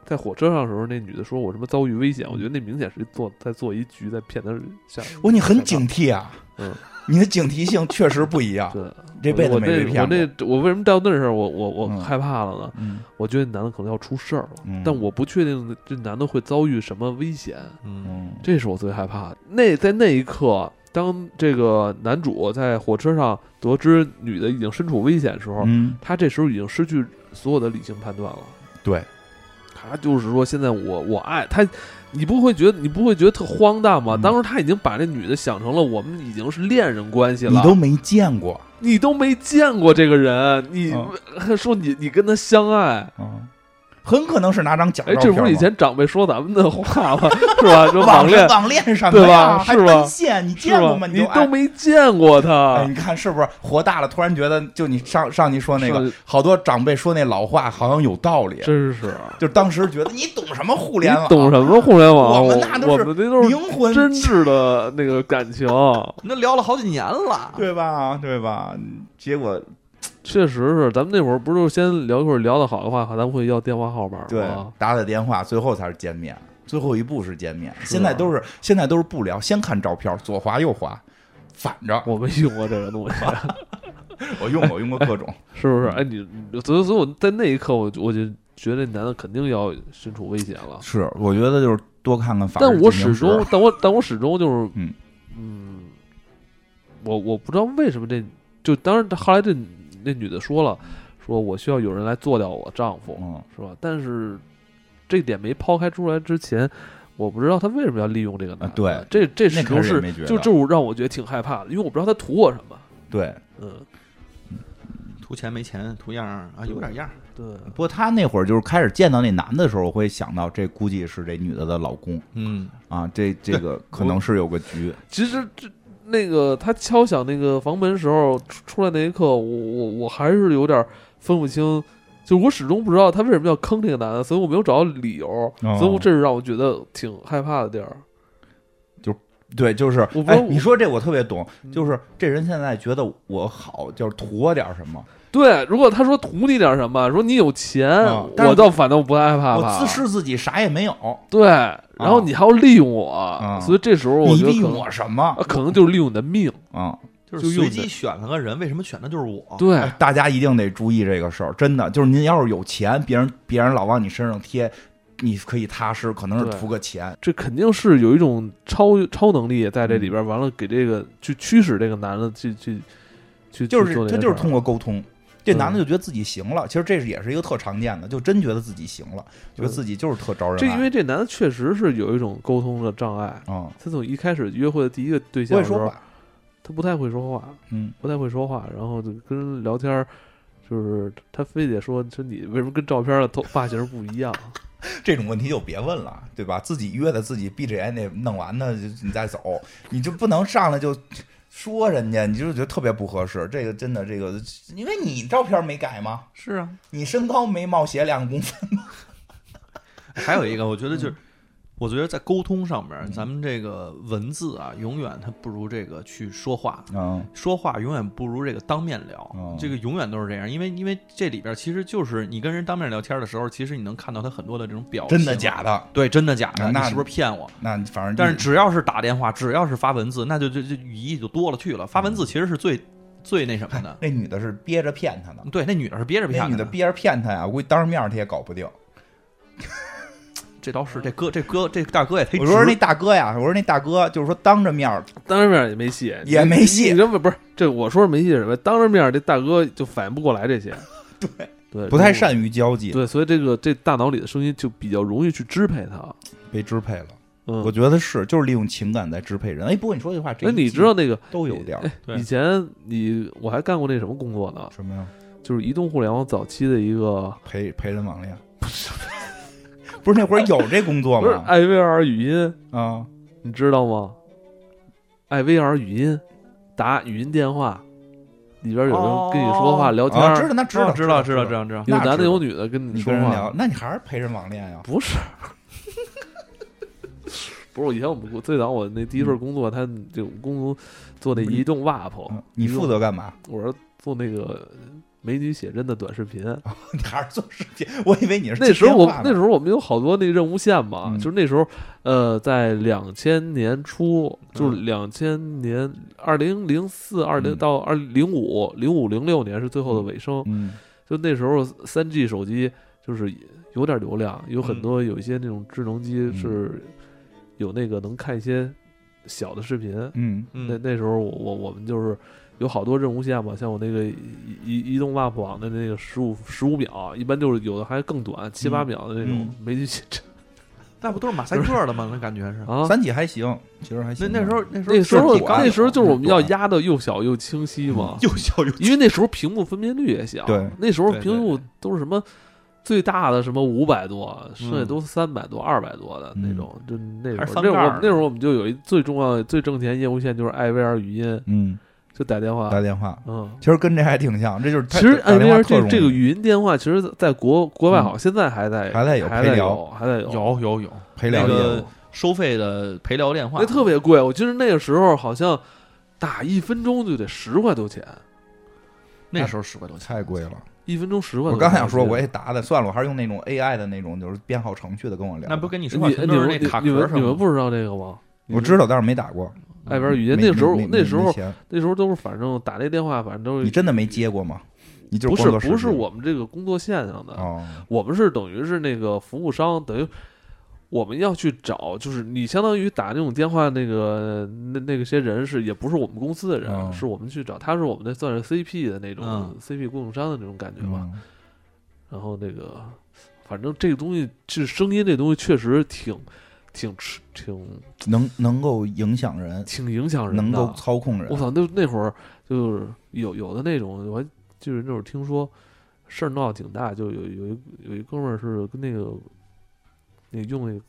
Speaker 1: 在火车上的时候，那女的说我什么遭遇危险，我觉得那明显是做在做一局，在骗他下。
Speaker 2: 得哇，你很警惕啊，
Speaker 1: 嗯，
Speaker 2: 你的警惕性确实不一样。
Speaker 1: 对，
Speaker 2: 这辈子
Speaker 1: 我
Speaker 2: 没被
Speaker 1: 这
Speaker 2: 骗
Speaker 1: 我
Speaker 2: 过。
Speaker 1: 这我为什么到那时候我我我
Speaker 2: 嗯
Speaker 1: 害怕了呢？
Speaker 2: 嗯
Speaker 1: 我觉得男的可能要出事儿了，
Speaker 2: 嗯
Speaker 1: 但我不确定这男的会遭遇什么危险，
Speaker 3: 嗯，
Speaker 2: 嗯
Speaker 1: 这是我最害怕的。那在那一刻，当这个男主在火车上得知女的已经身处危险的时候，
Speaker 2: 嗯，
Speaker 1: 他这时候已经失去所有的理性判断了。
Speaker 2: 对，
Speaker 1: 他就是说，现在我我爱他，你不会觉得你不会觉得特荒诞吗？
Speaker 2: 嗯
Speaker 1: 当时他已经把这女的想成了我们已经是恋人关系了，
Speaker 2: 你都没见过，
Speaker 1: 你都没见过这个人，你、
Speaker 2: 嗯
Speaker 1: 还说你你跟他相爱，
Speaker 2: 嗯，很可能是拿张假
Speaker 1: 哎
Speaker 2: 照，
Speaker 1: 这不
Speaker 2: 片
Speaker 1: 是以
Speaker 2: 吗
Speaker 1: 前长辈说咱们的话吗？ 是吧？就
Speaker 2: 网
Speaker 1: 网恋，
Speaker 2: 网恋什么
Speaker 1: 对吧
Speaker 2: 呀？还
Speaker 1: 是吧
Speaker 2: 奔现，你
Speaker 1: 是
Speaker 2: 见过
Speaker 1: 吧
Speaker 2: 吗？？
Speaker 1: 你
Speaker 2: 就
Speaker 1: 都啊
Speaker 2: 哎
Speaker 1: 没见过
Speaker 2: 哎，
Speaker 1: 他，
Speaker 2: 你看是不是活大了？突然觉得，就你上上你说那个
Speaker 1: 是，
Speaker 2: 好多长辈说那老话，好像有道理。啊
Speaker 1: 真是。
Speaker 2: 就当时觉得你懂什么互
Speaker 1: 你
Speaker 2: 联网？
Speaker 1: 懂什么互联网？我
Speaker 2: 我们那都
Speaker 1: 我
Speaker 2: 是
Speaker 1: 们这都是
Speaker 2: 灵魂
Speaker 1: 真挚的那个感情，
Speaker 3: 那聊了好几年了，
Speaker 2: 对吧？对吧？嗯结果
Speaker 1: 确实是。咱们那会儿不是先聊一会儿聊得好的话，咱们会要电话号码
Speaker 2: 对
Speaker 1: 吗？
Speaker 2: 打打电话，最后才是见面，最后一步是见面。
Speaker 1: 啊
Speaker 2: 现在都是现在都是不聊，先看照片，左滑右滑，反着。
Speaker 1: 我没用过这个东西，
Speaker 2: 我用过，用过各种。
Speaker 1: 是不是？哎，你你所以所以我在那一刻，我就我就觉得男的肯定要身处危险了。
Speaker 2: 是，我觉得就是多看看法制
Speaker 1: 但我
Speaker 2: 进行
Speaker 1: 始
Speaker 2: 时
Speaker 1: 终，但我但我始终就是，
Speaker 2: 嗯
Speaker 1: 嗯我我不知道为什么这就当然后来这那女的说了，说我需要有人来做掉我丈夫，
Speaker 2: 嗯，
Speaker 1: 是吧？但是这点没抛开出来之前，我不知道他为什么要利用这个男的。
Speaker 2: 啊对，
Speaker 1: 这这
Speaker 2: 那
Speaker 1: 始
Speaker 2: 开
Speaker 1: 终
Speaker 2: 始也
Speaker 1: 是
Speaker 2: 没觉
Speaker 1: 就
Speaker 2: 得
Speaker 1: 就让我觉得挺害怕的，因为我不知道他图我什么。
Speaker 2: 对。
Speaker 1: 嗯，
Speaker 3: 图钱没钱，图样儿啊，有点样儿。
Speaker 1: 对，
Speaker 2: 不过他那会儿就是开始见到那男的时候，我会想到这估计是这女的的老公
Speaker 3: 嗯，
Speaker 2: 啊，这这 个可能是有个局。
Speaker 1: 其实这。那个他敲响那个房门时候出出来那一刻，我我我还是有点分不清，就我始终不知道他为什么要坑这个男的，所以我没有找到理由，
Speaker 2: 哦
Speaker 1: 所以我这是让我觉得挺害怕的地儿。
Speaker 2: 对，就是
Speaker 1: 我不
Speaker 2: 哎，
Speaker 1: 我
Speaker 2: 你说这我特别懂，
Speaker 1: 嗯
Speaker 2: 就是这人现在觉得我好，就是图我点什么，
Speaker 1: 对，如果他说图你点什么，说你有钱，
Speaker 2: 啊但是
Speaker 1: 我倒反倒不害怕
Speaker 2: 我
Speaker 1: 吧。
Speaker 2: 自视自己啥也没有，
Speaker 1: 对，然后你还要利用我，所以这时候我
Speaker 2: 哦你
Speaker 1: 觉得
Speaker 2: 利
Speaker 1: 可
Speaker 2: 用
Speaker 1: 能
Speaker 2: 我什么
Speaker 1: 啊？可能就是利用你的命。
Speaker 2: 啊，
Speaker 3: 就是
Speaker 1: 就
Speaker 3: 随
Speaker 1: 用
Speaker 3: 机
Speaker 1: 的
Speaker 3: 选了个人，为什么选的就是我？
Speaker 1: 对，
Speaker 2: 哎大家一定得注意这个事儿，真的，就是您要是有钱，别人别人老往你身上贴，你可以踏实，可能是
Speaker 1: 对
Speaker 2: 图个钱，
Speaker 1: 这肯定是有一种超超能力在这里边儿，完了给这个去驱使这个男的去去去，
Speaker 2: 就是
Speaker 1: 去做这
Speaker 2: 他
Speaker 1: 个
Speaker 2: 就是
Speaker 1: 事儿
Speaker 2: 通过沟通。这
Speaker 1: 嗯
Speaker 2: 男的就觉得自己行了，其实这是也是一个特常见的，就真觉得自己行了，觉得自己就是特招人
Speaker 1: 这，因
Speaker 2: 爱。
Speaker 1: 为这男的确实是有一种沟通的障碍。
Speaker 2: 嗯，
Speaker 1: 他从一开始约会的第一个对
Speaker 2: 不
Speaker 1: 象
Speaker 2: 会
Speaker 1: 的时
Speaker 2: 说
Speaker 1: 候，
Speaker 2: 话，
Speaker 1: 他不太会说话，
Speaker 2: 嗯，
Speaker 1: 不太会说话，然后就跟人聊天儿，就是他非得说说你为什么跟照片儿的头发型不一样？
Speaker 2: 这种问题就别问了，对吧？自己约的，自己闭着眼得弄完呢，就你再走，你就不能上来就说人家，你就觉得特别不合适。这个真的，这个因为你照片没改吗？
Speaker 3: 是啊，
Speaker 2: 你身高没冒险两公分，
Speaker 3: 还有一个，我觉得
Speaker 2: 嗯
Speaker 3: 就是，我觉得在沟通上面，咱们这个文字啊，永远它不如这个去说话，
Speaker 1: 啊
Speaker 2: 嗯
Speaker 3: 说话永远不如这个当面
Speaker 2: 哦
Speaker 3: 聊，这个永远都是这样，因为因为这里边其实就是你跟人当面聊天的时候，其实你能看到他很多的这种表情，
Speaker 2: 真的假？的？
Speaker 3: 对，真的假的？
Speaker 2: 那嗯
Speaker 3: 你是不是骗我？
Speaker 2: 那你反正
Speaker 3: 但是只要是打电话，只要是发文字，那就就就语义就多了去了。发文
Speaker 2: 嗯
Speaker 3: 字其实是最最那什 么的。嗯
Speaker 2: 那女的是憋着骗他呢，
Speaker 3: 对，那女的是憋着
Speaker 2: 那
Speaker 3: 骗
Speaker 2: 女的憋着骗他呀，我估计当着面儿他也搞不定。
Speaker 3: 这倒是这哥这哥这大哥也忒
Speaker 2: 我说
Speaker 3: 直
Speaker 2: 那大哥呀，我说那大哥就是说当着面儿
Speaker 1: 当着面儿也没戏，
Speaker 2: 也
Speaker 1: 你
Speaker 2: 没戏
Speaker 1: 你这不不是这我说是没戏是什么？当着面儿这大哥就反应不过来 这些，对对，
Speaker 2: 不太善于交际，
Speaker 1: 对，所以这个这大脑里的声音就比较容易去支配他。
Speaker 2: 被支配了。
Speaker 1: 嗯
Speaker 2: 我，觉得是，就是利用情感在支配人。哎，不过你说这话，这
Speaker 1: 那
Speaker 2: 一
Speaker 1: 你
Speaker 2: 季
Speaker 1: 知道那哎个
Speaker 2: 都有点儿
Speaker 3: 对
Speaker 1: 以前你我还干过那什么工作呢？
Speaker 2: 什么呀？
Speaker 1: 就是移动互联网早期的一个
Speaker 2: 陪陪人网恋， 不是那会儿有这工作
Speaker 1: 不是哎
Speaker 2: 吗？
Speaker 1: 艾薇儿语音，
Speaker 2: 啊，
Speaker 1: 你知道吗？艾薇儿语音打语音电话，里边有人跟你说话、
Speaker 3: 哦
Speaker 1: 聊天
Speaker 2: 啊
Speaker 1: 儿，
Speaker 2: 知道那知道
Speaker 3: 哦知道
Speaker 2: 知
Speaker 3: 知
Speaker 2: 道
Speaker 3: 道知道知道。
Speaker 1: 有
Speaker 2: 那
Speaker 1: 男的
Speaker 2: 知道
Speaker 1: 有女的跟你
Speaker 2: 你
Speaker 1: 说
Speaker 2: 跟人
Speaker 1: 话。
Speaker 2: 聊，那你还是陪人网恋呀？
Speaker 1: 不是，不是。我以前我们最早我那第一份工作，他就工作做那移动 WAP，、
Speaker 2: 嗯你负责干嘛？
Speaker 1: 我是做那个美女写真的短视频。
Speaker 2: 你还是做视频？我以为你是
Speaker 1: 那时候我
Speaker 2: 啊接电话呢
Speaker 1: 那时候我们有好多那任务线嘛，
Speaker 2: 嗯
Speaker 1: 就是那时候，呃，在两千年初，就是两千年二零零四二零
Speaker 2: 嗯
Speaker 1: 到二零五零五零六年是最后的尾声，
Speaker 2: 嗯
Speaker 1: 就那时候三 G 手机就是有点流量，有
Speaker 2: 嗯
Speaker 1: 很多有一些那种智能机是有那个能看一些小的视频。
Speaker 2: 嗯
Speaker 1: 那
Speaker 3: 嗯，
Speaker 1: 那时候我我我们就是有好多任务线嘛，像我那个移移移动 WAP 网的那个十五十五秒，一般就是有的还更短，七八秒的那种
Speaker 2: 嗯，
Speaker 1: 没去
Speaker 3: 那不都是马赛克的吗？那感觉是。
Speaker 1: 啊。
Speaker 2: 嗯三体还行，其实还
Speaker 3: 那
Speaker 2: 行。嗯
Speaker 3: 那时候那时候
Speaker 1: 那时候
Speaker 3: 是短
Speaker 1: 那时候就是我们要
Speaker 2: 短
Speaker 1: 压的又小又清晰嘛，
Speaker 3: 嗯又小又
Speaker 1: 因为那时候屏幕分辨率也小，
Speaker 2: 对
Speaker 1: 那时候
Speaker 3: 对对
Speaker 1: 屏幕都是什么最大的什么五百多，剩下
Speaker 3: 嗯
Speaker 1: 都三百多、二百多的那
Speaker 2: 嗯
Speaker 1: 种，就那
Speaker 3: 还是
Speaker 1: 种。
Speaker 3: 翻
Speaker 1: 那会
Speaker 3: 盖
Speaker 1: 儿我
Speaker 3: 儿
Speaker 1: 们
Speaker 3: 的
Speaker 1: 那会儿我们就有一最重要的、最挣钱业务线就是艾薇儿语音，
Speaker 2: 嗯，
Speaker 1: 就打电话。
Speaker 2: 打电话，
Speaker 1: 嗯，
Speaker 2: 其实跟这还挺像，这就是
Speaker 1: 其实哎
Speaker 2: 打
Speaker 1: 艾
Speaker 2: 电
Speaker 1: 薇
Speaker 2: 话
Speaker 1: 儿
Speaker 2: 特
Speaker 1: 这
Speaker 2: 容易嗯
Speaker 1: 这个语音电话，其实在国国外好，现在还在
Speaker 2: 还在有
Speaker 1: 有
Speaker 2: 陪聊
Speaker 1: 有还 在有
Speaker 3: 有有有
Speaker 2: 陪聊
Speaker 3: 那
Speaker 2: 业务
Speaker 3: 个收费的陪聊电话
Speaker 1: 那，特别贵。我记得那个时候好像打一分钟就得十块多钱，
Speaker 3: 那时候十块多钱，
Speaker 2: 太贵了。
Speaker 1: 一分钟十块多钱。
Speaker 2: 我刚想说，
Speaker 1: 记得
Speaker 2: 我也答的，算了，我还是用那种 AI 的那种，就是编号程序的跟我聊。
Speaker 3: 那不是跟你
Speaker 1: 你
Speaker 3: 说话全
Speaker 1: 你
Speaker 3: 都是
Speaker 1: 们
Speaker 3: 那卡
Speaker 1: 你
Speaker 3: 壳
Speaker 1: 们
Speaker 3: 什
Speaker 1: 你
Speaker 3: 么
Speaker 1: 们
Speaker 3: 的。
Speaker 1: 不知道这个吗？
Speaker 2: 我知道，但是没打过。
Speaker 1: 艾薇儿语音
Speaker 2: 没
Speaker 1: 那时候
Speaker 2: 没没
Speaker 1: 那时
Speaker 2: 没
Speaker 1: 候
Speaker 2: 钱
Speaker 1: 那时候都是反正打那电话，反正都是
Speaker 2: 你真的没接过吗？你就
Speaker 1: 不
Speaker 2: 工作室
Speaker 1: 不是我们这个工作线上的，
Speaker 2: 哦，
Speaker 1: 我们是等于是那个服务商，等于我们要去找，就是你相当于打那种电话，那个那那个些人是也不是我们公司的人，
Speaker 2: 嗯
Speaker 1: 是我们去找，他是我们的算是 CP 的那种、
Speaker 3: 嗯
Speaker 1: CP 供应商的那种感觉吧。
Speaker 2: 嗯
Speaker 1: 然后那个反正这个东西是声音，这东西确实挺挺吃挺
Speaker 2: 能能够影响人，
Speaker 1: 挺影响人的，啊
Speaker 2: 能够操控人
Speaker 1: 我。操，那那会儿就是有有的那种，我还就是那会儿听说事儿闹得挺大，就有有一有一哥们儿是跟那个那用那个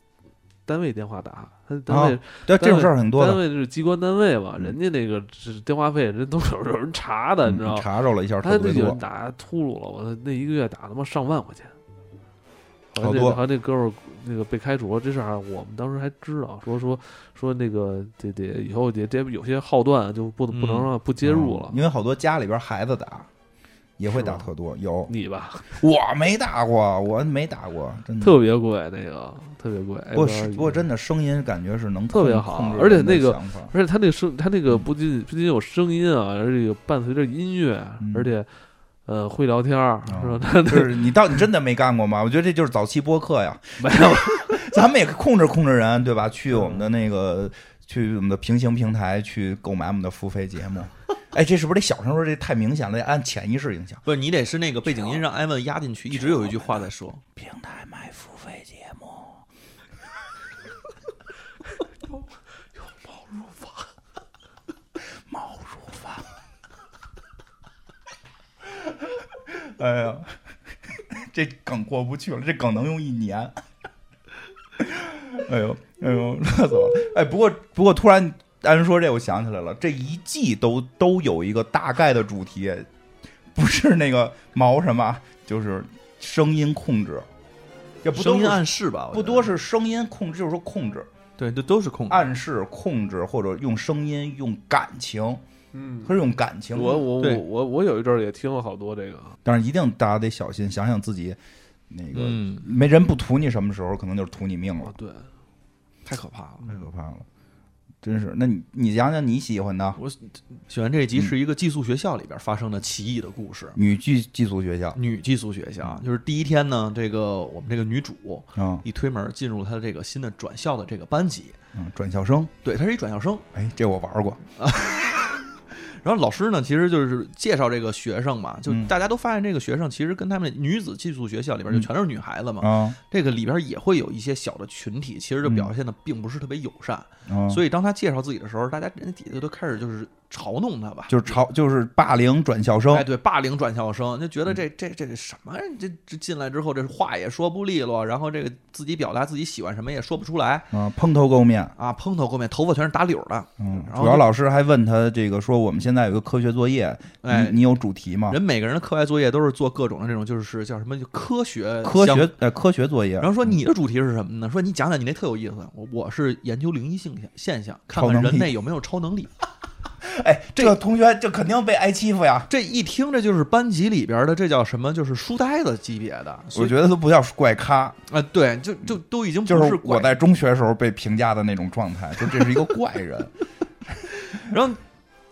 Speaker 1: 单位电话打，他单位、
Speaker 2: 对，这种事儿很啊多
Speaker 1: 单
Speaker 2: 的，
Speaker 1: 位是机关单位嘛，
Speaker 2: 嗯
Speaker 1: 人家那个是电话费，人都有有人查的，你知道
Speaker 2: 嗯
Speaker 1: 吗？
Speaker 2: 查着了一下，
Speaker 1: 他
Speaker 2: 特
Speaker 1: 那
Speaker 2: 别
Speaker 1: 有
Speaker 2: 多
Speaker 1: 人。打秃噜了，我操那一个月打他妈上万块钱。
Speaker 2: 好多
Speaker 1: 好像那哥们儿那个被开除了这事儿啊，我们当时还知道，说说说那个得得以后得得有些号段就不能不能
Speaker 3: 嗯
Speaker 1: 让不接入了
Speaker 2: 嗯，因为好多家里边孩子打，也会
Speaker 1: 是
Speaker 2: 打
Speaker 1: 吗
Speaker 2: 特多。有
Speaker 1: 你吧，
Speaker 2: 我没打过，我没打过，真的。
Speaker 1: 特别贵，那个特别贵。
Speaker 2: 不过
Speaker 1: 哎
Speaker 2: 是，
Speaker 1: 不
Speaker 2: 不过真的声音感觉是能
Speaker 1: 特别
Speaker 2: 控
Speaker 1: 好
Speaker 2: 控制
Speaker 1: 而且
Speaker 2: 人的
Speaker 1: 那个
Speaker 2: 想法
Speaker 1: 而且他那个声，他那
Speaker 2: 嗯
Speaker 1: 个不仅不仅有声音啊，而且有伴随着音乐，
Speaker 2: 嗯
Speaker 1: 而且呃会聊天儿，
Speaker 2: 啊
Speaker 1: 是吧？ 他
Speaker 2: 就是你到底真的没干过吗？我觉得这就是早期播客呀，
Speaker 1: 没有， 嗯
Speaker 2: 咱们也控制控制人，对吧？去我们的那个，去我们的平行平台去购买我们的付费节目。哎，这是不是得小声说？这太明显了，得按潜意识影响。
Speaker 3: 不是你得是那个背景音让艾文压进去，一直有一句话在说，
Speaker 2: 平台买付费节目，有有毛乳法，毛乳法。哎呀，这梗过不去了，这梗能用一年。 哎呦，哎呦， 乐死我了！哎，不过不过，突然安说这，我想起来了，这一季都都有一个大概的主题，不是那个毛什么，就是声音控制，也不
Speaker 3: 声
Speaker 2: 都
Speaker 3: 音
Speaker 2: 是
Speaker 3: 暗示吧，我
Speaker 2: 不
Speaker 3: 觉得
Speaker 2: 多是声音控制，就是说控制、
Speaker 3: 对，这都是控制。
Speaker 2: 暗示、控制，或者用声音、用感情，
Speaker 1: 嗯
Speaker 2: 可是用感情，
Speaker 1: 我我我
Speaker 3: 对
Speaker 1: 我我有一阵儿也听了好多这个，
Speaker 2: 但是一定大家得小心，想想自己那个。
Speaker 3: 嗯，
Speaker 2: 没人不图你什么时候，可能就是图你命了
Speaker 1: 哦，对，
Speaker 3: 太可怕了。嗯啊
Speaker 2: 太可怕了，真是。那你你讲讲你喜欢的
Speaker 3: 喜欢这一集是一个寄宿学校里边发生的奇异的故事。
Speaker 2: 女寄寄宿学校，
Speaker 3: 女寄宿学校啊就是第一天呢，这个我们这个女主
Speaker 2: 嗯
Speaker 3: 一推门进入她这个新的转校的这个班级，
Speaker 2: 嗯，转校生，
Speaker 3: 对，她是一转校生。
Speaker 2: 哎，这我玩过，
Speaker 3: 然后老师呢，其实就是介绍这个学生嘛，就
Speaker 2: 嗯
Speaker 3: 大家都发现这个学生其实跟他们女子寄宿学校里边就全是女孩子嘛，
Speaker 2: 啊
Speaker 3: 这个里边也会有一些小的群体，其实就表现的并不是特别友善。
Speaker 2: 啊，
Speaker 3: 所以当他介绍自己的时候，大家人家底下都开始就是嘲弄他吧，
Speaker 2: 就是朝就是霸凌转校生
Speaker 3: 哎，，对，霸凌转校生就觉得这这这什么呀？这这进来之后，这话也说不利落，然后这个自己表达自己喜欢什么也说不出来
Speaker 2: 啊，蓬头垢面，
Speaker 3: 啊，蓬头垢面，头发全是打绺儿的。
Speaker 2: 嗯，
Speaker 3: 然后
Speaker 2: 主要
Speaker 3: 就
Speaker 2: 老师还问他这个说，我们现在有个科学作业，
Speaker 3: 哎
Speaker 2: 你你有主题吗？
Speaker 3: 人每个人的课外作业都是做各种的这种，就是叫什么就科学
Speaker 2: 科
Speaker 3: 相
Speaker 2: 学呃科学作业，
Speaker 3: 然后说你的主题是什么呢？说你讲讲你那特有意思。我我是研究灵异现象现象，看
Speaker 2: 超
Speaker 3: 看
Speaker 2: 能力
Speaker 3: 人类有没有超能力。
Speaker 2: 哎，这个同学这肯定被挨欺负呀，
Speaker 3: 这一听这就是班级里边的，这叫什么？就是书呆子级别的。所
Speaker 2: 我
Speaker 3: 以
Speaker 2: 觉得都不叫怪咖，
Speaker 3: 啊，对，就就都已经
Speaker 2: 就
Speaker 3: 不
Speaker 2: 是
Speaker 3: 拐
Speaker 2: 我在中学时候被评价的那种状态，就这是一个怪人，
Speaker 3: 然后，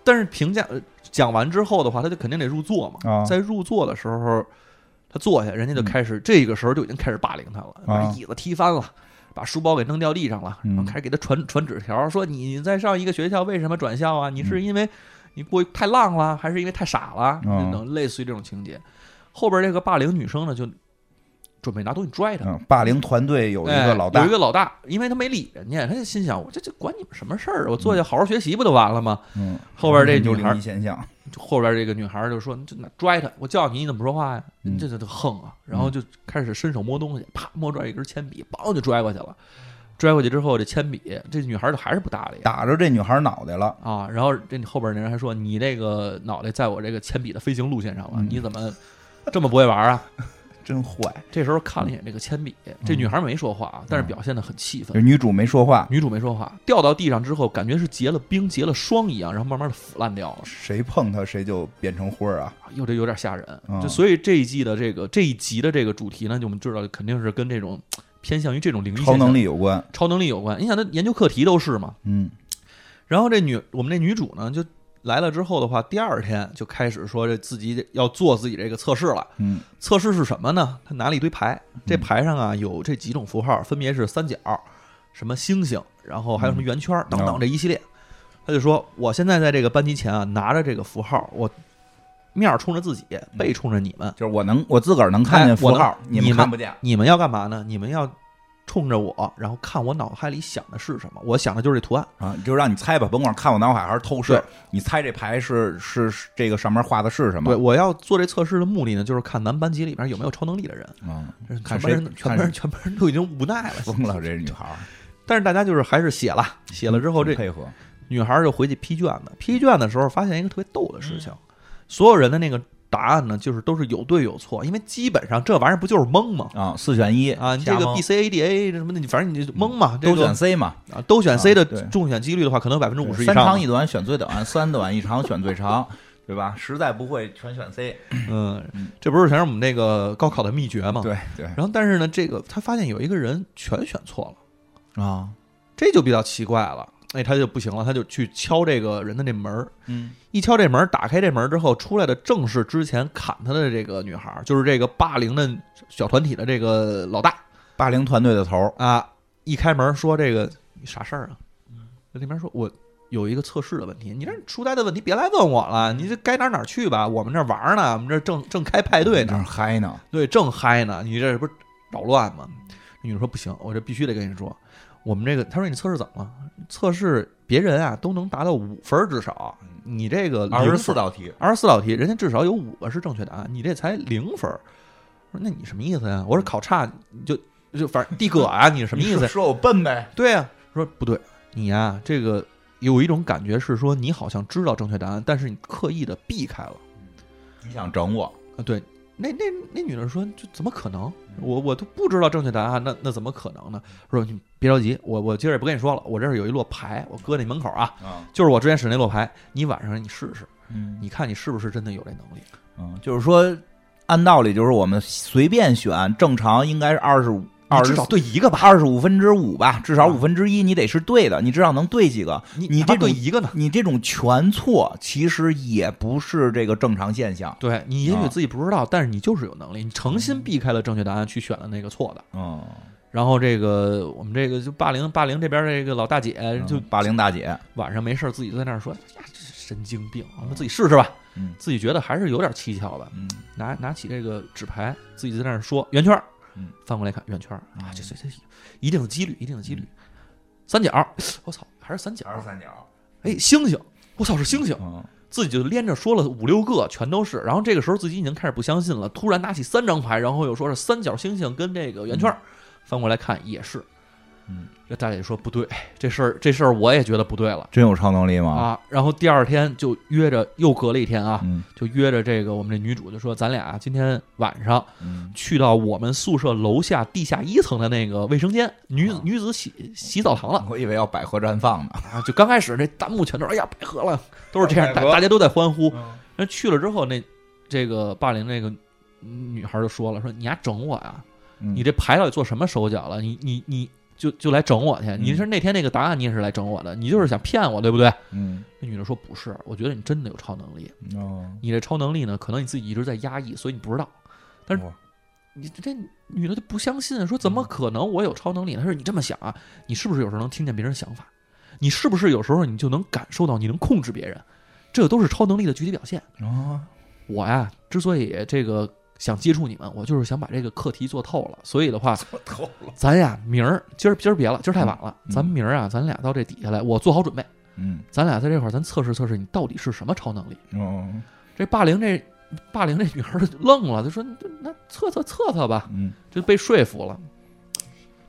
Speaker 3: 但是评价呃讲完之后的话，他就肯定得入座嘛。
Speaker 2: 啊嗯
Speaker 3: 在入座的时候，他坐下，人家就开始、这个时候就已经开始霸凌他了，把
Speaker 2: 啊
Speaker 3: 椅子踢翻了。把书包给扔掉地上了，然后
Speaker 2: 嗯
Speaker 3: 开始给他传传纸条，说你在上一个学校为什么转校啊？你是
Speaker 2: 嗯
Speaker 3: 因为你过于太浪了，还是因为太傻了？
Speaker 2: 嗯
Speaker 3: 等等，类似于这种情节。后边这个霸凌女生呢，就准备拿东西拽他。
Speaker 2: 嗯，霸凌团队有一
Speaker 3: 哎
Speaker 2: 个老大
Speaker 3: 有一，个老大，因为他没理人家，他就心想：我这这管你们什么事儿啊？我坐下好好学习不就完了吗？
Speaker 2: 嗯，
Speaker 3: 后边这
Speaker 2: 就
Speaker 3: 女孩
Speaker 2: 灵异现象，
Speaker 3: 后边这个女孩就说：“你这哪拽他？我叫你，你怎么说话呀？
Speaker 2: 嗯
Speaker 3: 这这这横啊！”然后就开始伸手摸东西，啪摸出来一根铅笔，梆就拽过去了。拽过去之后，这铅笔，这女孩就还是不搭理
Speaker 2: 打着这女孩脑袋了，
Speaker 3: 啊。然后这后边那人还说：“你这个脑袋在我这个铅笔的飞行路线上了，
Speaker 2: 嗯
Speaker 3: 你怎么这么不会玩啊
Speaker 2: 真坏。？”
Speaker 3: 这时候看了一眼这个铅笔，
Speaker 2: 嗯
Speaker 3: 这女孩没说话啊，但是表现的很气
Speaker 2: 就
Speaker 3: 愤。
Speaker 2: 女主没说话，
Speaker 3: 女主没说话，掉到地上之后，感觉是结了冰、结了霜一样，然后慢慢的腐烂掉了。
Speaker 2: 谁碰她谁就变成灰儿啊。
Speaker 3: 哟，这有点吓人。
Speaker 2: 嗯
Speaker 3: 就所以这一季的这个这一集的这个主题呢，就我们知道肯定是跟这种嘖偏向于这种灵异现
Speaker 2: 超
Speaker 3: 象
Speaker 2: 能、力有关。
Speaker 3: 超能力有关。你想，他研究课题都是嘛。
Speaker 2: 嗯，
Speaker 3: 然后这女我们这女主呢，就来了之后的话，第二天就开始说这自己要做自己这个测试了。
Speaker 2: 嗯，
Speaker 3: 测试是什么呢？她拿了一堆牌，这牌上啊有这几种符号，分别是三角、什么星星，然后还有什么圆圈
Speaker 2: 嗯
Speaker 3: 等等这一系列。她就说：“我现在在这个班级前啊，拿着这个符号，我面儿冲着自己，背冲着你们，
Speaker 2: 就是我能我自个儿能看见
Speaker 3: 哎
Speaker 2: 符
Speaker 3: 我能
Speaker 2: 号，
Speaker 3: 你
Speaker 2: 们
Speaker 3: 们
Speaker 2: 看不见。
Speaker 3: 你们要干嘛呢？你们要冲着我，然后看我脑海里想的是什么。我想的就是这图案。
Speaker 2: 啊，就让你猜吧，甭管看我脑海还是透视
Speaker 3: 对，
Speaker 2: 你猜这牌是是是这个上面画的是什么？
Speaker 3: 对，我要做这测试的目的呢，就是看咱们班级里边有没有超能力的人。
Speaker 2: 嗯，
Speaker 3: 全
Speaker 2: 看谁
Speaker 3: 班人，全
Speaker 2: 看
Speaker 3: 班人，全班人都已经无奈了。
Speaker 2: 疯了这女孩儿，
Speaker 3: 但是大家就是还是写了，写了之后，这
Speaker 2: 配合
Speaker 3: 女孩就回去批卷
Speaker 2: 嗯
Speaker 3: 子。批卷的时候发现一个特别逗的事情，所有人的那个答案呢，就是都是有对有错，因为基本上这玩意儿不就是蒙吗？
Speaker 2: 啊，四选一
Speaker 3: 啊，你这
Speaker 2: 瞎
Speaker 3: 个
Speaker 2: 蒙嗯
Speaker 3: B C A D A 什么的，你反正你就蒙嘛，这
Speaker 2: 都
Speaker 3: 个
Speaker 2: 选 C 嘛，
Speaker 3: 啊，都选 C
Speaker 2: 啊
Speaker 3: 的
Speaker 2: 对
Speaker 3: 中选几率的话，可能百分之五十以
Speaker 2: 三
Speaker 3: 上嘛
Speaker 2: 长。一短选最短， 三短一长选最长，对吧？实在不会全选 C，
Speaker 3: 嗯，这不是全是我们那个高考的秘诀吗？。
Speaker 2: 对对
Speaker 3: 然后，但是呢，这个他发现有一个人全选错了，
Speaker 2: 啊，
Speaker 3: 这就比较奇怪了。哎，他就不行了，他就去敲这个人的那门儿。
Speaker 2: 嗯
Speaker 3: 一敲这门儿，打开这门儿之后，出来的正是之前砍他的这个女孩儿，就是这个霸凌的小团体的这个老大
Speaker 2: 霸凌团队的头儿，
Speaker 3: 啊。一开门说这个你啥事儿啊？
Speaker 2: 嗯
Speaker 3: 那那边说我有一个测试的问题，你这书呆子问题别来问我了，你这该哪儿哪儿去吧，我们这儿玩儿呢，我们这儿正正开派对呢
Speaker 2: 那。儿嗨呢，
Speaker 3: 对，正嗨呢，你这不是捣乱吗？女主说不行，我这必须得跟你说，我们这个，他说你测试怎么了？测试别人啊都能达到五分儿至少，你这个
Speaker 2: 嗯二十
Speaker 3: 零
Speaker 2: 四
Speaker 3: 分儿
Speaker 2: 道题，
Speaker 3: 二十四道题，人家至少有五个是正确答案，你这才零分儿。我说那你什么意思呀？我说考差你就就反正地哥啊，你什 么意思？
Speaker 2: 说我笨呗，
Speaker 3: 对呀、说不对，你呀、这个有一种感觉是说你好像知道正确答案，但是你刻意的避开了。
Speaker 2: 你想整我？
Speaker 3: 啊，对，那那那女的说，这怎么可能？
Speaker 2: 嗯
Speaker 3: 我我都不知道正确答案，那那怎么可能呢？说你别着急，我我今儿也不跟你说了，我这儿有一摞牌，我搁那门口啊，
Speaker 2: 啊，
Speaker 3: 就是我之前使那摞牌，你晚上你试试，
Speaker 2: 嗯
Speaker 3: 你看你是不是真的有这能力？
Speaker 2: 嗯，就是说，按道理就是我们随便选，正常应该是二十五、
Speaker 3: 你
Speaker 2: 二
Speaker 3: 至
Speaker 2: 十
Speaker 3: 少对一个吧，
Speaker 2: 二十五分之五吧，至少
Speaker 3: 啊
Speaker 2: 五分之一你得是对的，你至少能对几个。
Speaker 3: 你
Speaker 2: 你
Speaker 3: 哪怕
Speaker 2: 这
Speaker 3: 对
Speaker 2: 种
Speaker 3: 一个呢？
Speaker 2: 你这种全错其实也不是这个正常现象。
Speaker 3: 对你也许
Speaker 2: 啊
Speaker 3: 自己不知道，但是你就是有能力，你诚心避开了正确答案去选了那个错的。
Speaker 2: 嗯，
Speaker 3: 然后这个我们这个就霸凌霸凌这边这个老大姐就
Speaker 2: 霸凌大姐，
Speaker 3: 晚上没事儿自己在那儿说哎呀，这是神经病，我们自己试试吧。
Speaker 2: 嗯
Speaker 3: 自己觉得还是有点蹊跷吧，
Speaker 2: 嗯，
Speaker 3: 拿拿起这个纸牌，自己在那儿说圆圈儿
Speaker 2: 嗯，
Speaker 3: 翻过来看圆圈儿啊，
Speaker 2: 嗯
Speaker 3: 这这这一定的几率，一定的几率。三角儿，我操，还是三角儿。
Speaker 2: 三角，
Speaker 3: 哎，星星，我操，是星星。
Speaker 2: 嗯，
Speaker 3: 自己就连着说了五六个，全都是。然后这个时候自己已经开始不相信了，突然拿起三张牌，然后又说是三角星星跟这个圆圈儿，翻过来看也是。
Speaker 2: 嗯，
Speaker 3: 这大姐说不对，哎这事儿这事儿我也觉得不对了
Speaker 2: 真有超能力吗？
Speaker 3: 啊。然后第二天就约着，又隔了一天啊，
Speaker 2: 嗯
Speaker 3: 就约着这个我们这女主就说，咱俩今天晚上
Speaker 2: 嗯，
Speaker 3: 去到我们宿舍楼下地下一层的那个卫生间，女
Speaker 2: 啊
Speaker 3: 女子洗洗澡堂了
Speaker 2: 我以为要百合绽放呢。
Speaker 3: 啊！就刚开始这弹幕全都是哎呀百合了，都是这样，
Speaker 2: 百
Speaker 3: 大
Speaker 2: 合
Speaker 3: 大家都在欢呼。
Speaker 2: 嗯
Speaker 3: 那去了之后，那这个霸凌那个女孩就说了，说你丫整我呀，
Speaker 2: 嗯
Speaker 3: 你这牌到底做什么手脚了？你你你就就来整我去？你是那天那个答案你也是来整我的，你就是想骗我对不对？
Speaker 2: 嗯，
Speaker 3: 那女的说不是，我觉得你真的有超能力，
Speaker 2: 哦，
Speaker 3: 你这超能力呢，可能你自己一直在压抑，所以你不知道。但是
Speaker 2: 哇
Speaker 3: 你这女的就不相信，啊说怎么可能我有超能力呢？她说你这么想啊，你是不是有时候能听见别人想法？你是不是有时候你就能感受到你能控制别人？这都是超能力的具体表现。
Speaker 2: 哦，
Speaker 3: 我呀，之所以这个想接触你们，我就是想把这个课题做透了。所以的话，
Speaker 2: 透了，
Speaker 3: 咱呀明儿今儿今儿别了，今儿太晚了，
Speaker 2: 嗯
Speaker 3: 咱明儿啊，咱俩到这底下来，我做好准备，
Speaker 2: 嗯，
Speaker 3: 咱俩在这块儿咱测试测试你到底是什么超能力。
Speaker 2: 哦，
Speaker 3: 这霸凌这霸凌这女孩儿愣了，就说那测测测测吧，
Speaker 2: 嗯，
Speaker 3: 就被说服了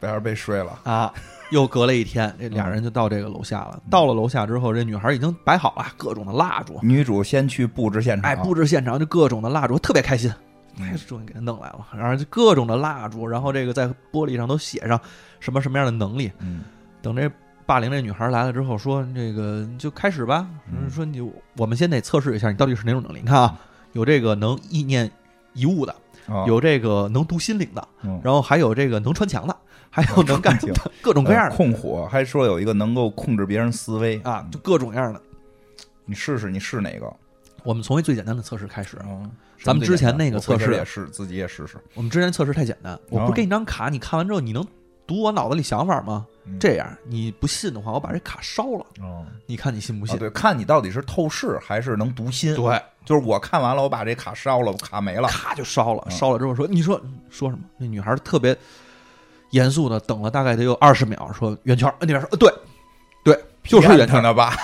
Speaker 2: 白二被睡了，
Speaker 3: 啊。又隔了一天，这俩人就到这个楼下了。到了楼下之后，这女孩儿已经摆好了各种的蜡烛，
Speaker 2: 女主先去布置现场，嗯
Speaker 3: 哎，布置现场就各种的蜡烛，特别开心，哎，终于给他弄来了。然后就各种的蜡烛，然后这个在玻璃上都写上什么什么样的能力。
Speaker 2: 嗯，
Speaker 3: 等这霸凌这女孩来了之后，说这个你就开始吧，
Speaker 2: 嗯
Speaker 3: 说你我们先得测试一下你到底是哪种能力。你看啊，有这个能意念遗物的，
Speaker 2: 哦，
Speaker 3: 有这个能读心灵的，
Speaker 2: 嗯啊
Speaker 3: 然后还有这个能穿墙的，还有能干
Speaker 2: 穿墙
Speaker 3: 各种各样
Speaker 2: 呃
Speaker 3: 的
Speaker 2: 控火，还说有一个能够控制别人思维
Speaker 3: 啊，就各种各样的。
Speaker 2: 你试试，你试哪个？
Speaker 3: 我们从一最简单的测试开始。
Speaker 2: 哦
Speaker 3: 啊咱们之前那个测试
Speaker 2: 我回头也试，自己也试试。
Speaker 3: 我们之前测试太简单，我不是
Speaker 2: 哦
Speaker 3: 给你张卡，你看完之后你能读我脑子里想法吗？
Speaker 2: 嗯
Speaker 3: 这样你不信的话，我把这卡烧了，
Speaker 2: 哦，
Speaker 3: 你看你信不
Speaker 2: 啊
Speaker 3: 信？
Speaker 2: 对，看你到底是透视还是能读心。，
Speaker 3: 对，
Speaker 2: 就是我看完了，我把这卡烧了，卡没了。
Speaker 3: 咔就烧了，
Speaker 2: 嗯
Speaker 3: 烧了之后说，你说说什么？那女孩特别严肃的等了大概得有二十秒，说圆圈儿，那边说呃对，对，就是圆圈
Speaker 2: 看
Speaker 3: 儿，
Speaker 2: 的吧？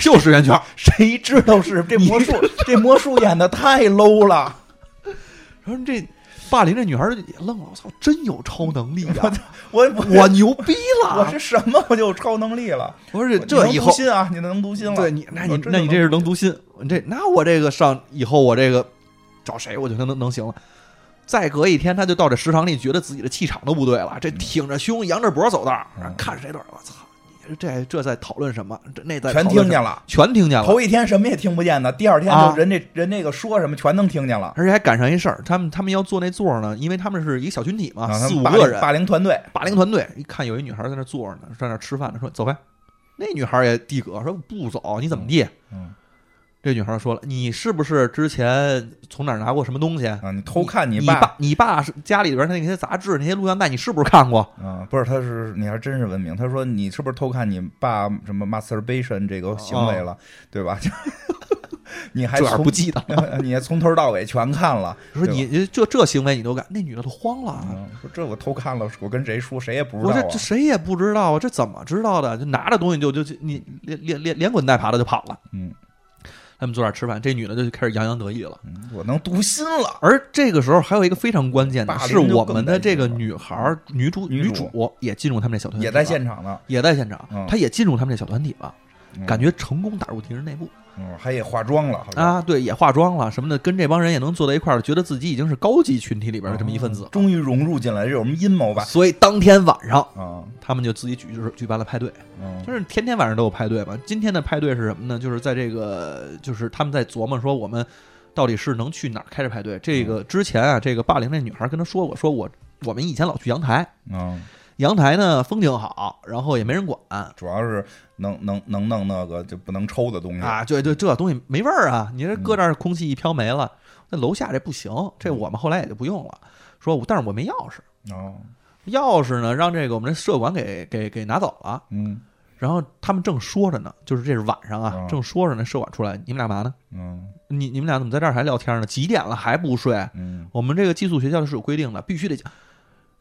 Speaker 3: 就是圆 圈儿。
Speaker 2: 谁知道是 这魔术？这魔术演的太 low 了！
Speaker 3: 然后这霸凌这女孩儿也愣了，我操，真有超能力呀、
Speaker 2: 我
Speaker 3: 我牛逼
Speaker 2: 我
Speaker 3: 了！
Speaker 2: 是什么？我就有超能力了。
Speaker 3: 我 说这
Speaker 2: 你
Speaker 3: 这
Speaker 2: 能
Speaker 3: 以
Speaker 2: 读
Speaker 3: 后，
Speaker 2: 心啊，你能读心了。
Speaker 3: 对你，那你
Speaker 2: 我真的
Speaker 3: 那你这是能读心，这那我这个上以后我这个找谁我就能能能行了。再隔一天，他就到这食堂里，觉得自己的气场都不对了，这挺着胸、扬着脖走道儿，
Speaker 2: 嗯
Speaker 3: 看谁都是我操，你这这在讨论什么？这那在
Speaker 2: 全
Speaker 3: 讨
Speaker 2: 听
Speaker 3: 论什
Speaker 2: 见
Speaker 3: 么，
Speaker 2: 了。
Speaker 3: 全听见了，
Speaker 2: 头一天什么也听不见的，第二天就
Speaker 3: 啊
Speaker 2: 人这、人这个说什么全能听见了。
Speaker 3: 而且还赶上一事儿，他们他们要坐那座儿呢，因为他们是一个小群体嘛，
Speaker 2: 啊他
Speaker 3: 四
Speaker 2: 们
Speaker 3: 五
Speaker 2: 霸
Speaker 3: 个
Speaker 2: 凌
Speaker 3: 人，
Speaker 2: 霸凌团队，
Speaker 3: 霸凌团队一看有一女孩在那坐着呢，在那吃饭呢，说走开。那女孩也递戈说不走，你怎么地？
Speaker 2: 嗯
Speaker 3: 这女孩说了，你是不是之前从哪儿拿过什么东西？
Speaker 2: 啊，你偷看
Speaker 3: 你
Speaker 2: 爸，
Speaker 3: 你爸是家里边那些杂志、那些录像带，你是不是看过？
Speaker 2: 啊，不是，他是你还真是文明。他说你是不是偷看你爸什么 masturbation 这个行为了，对吧？ 你还
Speaker 3: 哦这点
Speaker 2: 从
Speaker 3: 不记 得。
Speaker 2: 你还从头到尾全看了，
Speaker 3: 说
Speaker 2: 对吧
Speaker 3: 你这这行为你都干，那女的都慌了。
Speaker 2: 嗯说这我偷看了，我跟谁说谁也不知
Speaker 3: 我
Speaker 2: 道
Speaker 3: 这
Speaker 2: 啊
Speaker 3: 这。谁也不知道啊，这怎么知道的？就拿着东西就就就你连连连连滚带爬的就跑了。
Speaker 2: 嗯，
Speaker 3: 他们坐那儿吃饭，这女的就开始洋洋得意了。
Speaker 2: 嗯我能读心了，
Speaker 3: 而这个时候还有一个非常关键的
Speaker 2: 霸凌
Speaker 3: 是，我
Speaker 2: 就
Speaker 3: 们
Speaker 2: 更
Speaker 3: 的
Speaker 2: 担
Speaker 3: 这
Speaker 2: 心
Speaker 3: 个
Speaker 2: 了嗯
Speaker 3: 女孩儿女主
Speaker 2: 女
Speaker 3: 女
Speaker 2: 主
Speaker 3: 主也进入他们这小团体，
Speaker 2: 也在，现场呢，
Speaker 3: 也在现场
Speaker 2: 嗯，
Speaker 3: 她也进入他们这小团体了，
Speaker 2: 嗯
Speaker 3: 感觉成功打入敌人内部。
Speaker 2: 嗯还也化妆了，好像
Speaker 3: 啊，对，也化妆了什么的，跟这帮人也能坐在一块儿了，觉得自己已经是高级群体里边的这么一份子。
Speaker 2: 终于融入进来，这有什么阴谋吧？
Speaker 3: 嗯所以当天晚上，
Speaker 2: 啊，
Speaker 3: 他们就自己举就是举办了派对，
Speaker 2: 嗯
Speaker 3: 就是天天晚上都有派对吧。今天的派对是什么呢？就是在这个，就是他们在琢磨说我们到底是能去哪儿开这派对。这个之前啊，这个霸凌那女孩跟他说过，说我我们以前老去阳台，
Speaker 2: 嗯，
Speaker 3: 阳台呢风景好，然后也没人管
Speaker 2: 主要是能能能弄那个就不能抽的东西
Speaker 3: 啊，对对，这东西没味儿啊！你这搁那儿，空气一飘没了。那楼下这不行，这我们后来也就不用了。说我，但是我没钥匙，
Speaker 2: 哦，
Speaker 3: 钥匙呢让这个我们这社管给给给拿走了。
Speaker 2: 嗯
Speaker 3: 然后他们正说着呢，就是这是晚上啊，
Speaker 2: 嗯
Speaker 3: 正说着呢，社管出来，你们俩嘛呢？
Speaker 2: 嗯
Speaker 3: 你你们俩怎么在这儿还聊天呢？几点了还不睡？
Speaker 2: 嗯，
Speaker 3: 我们这个寄宿学校是有规定的，必须得讲。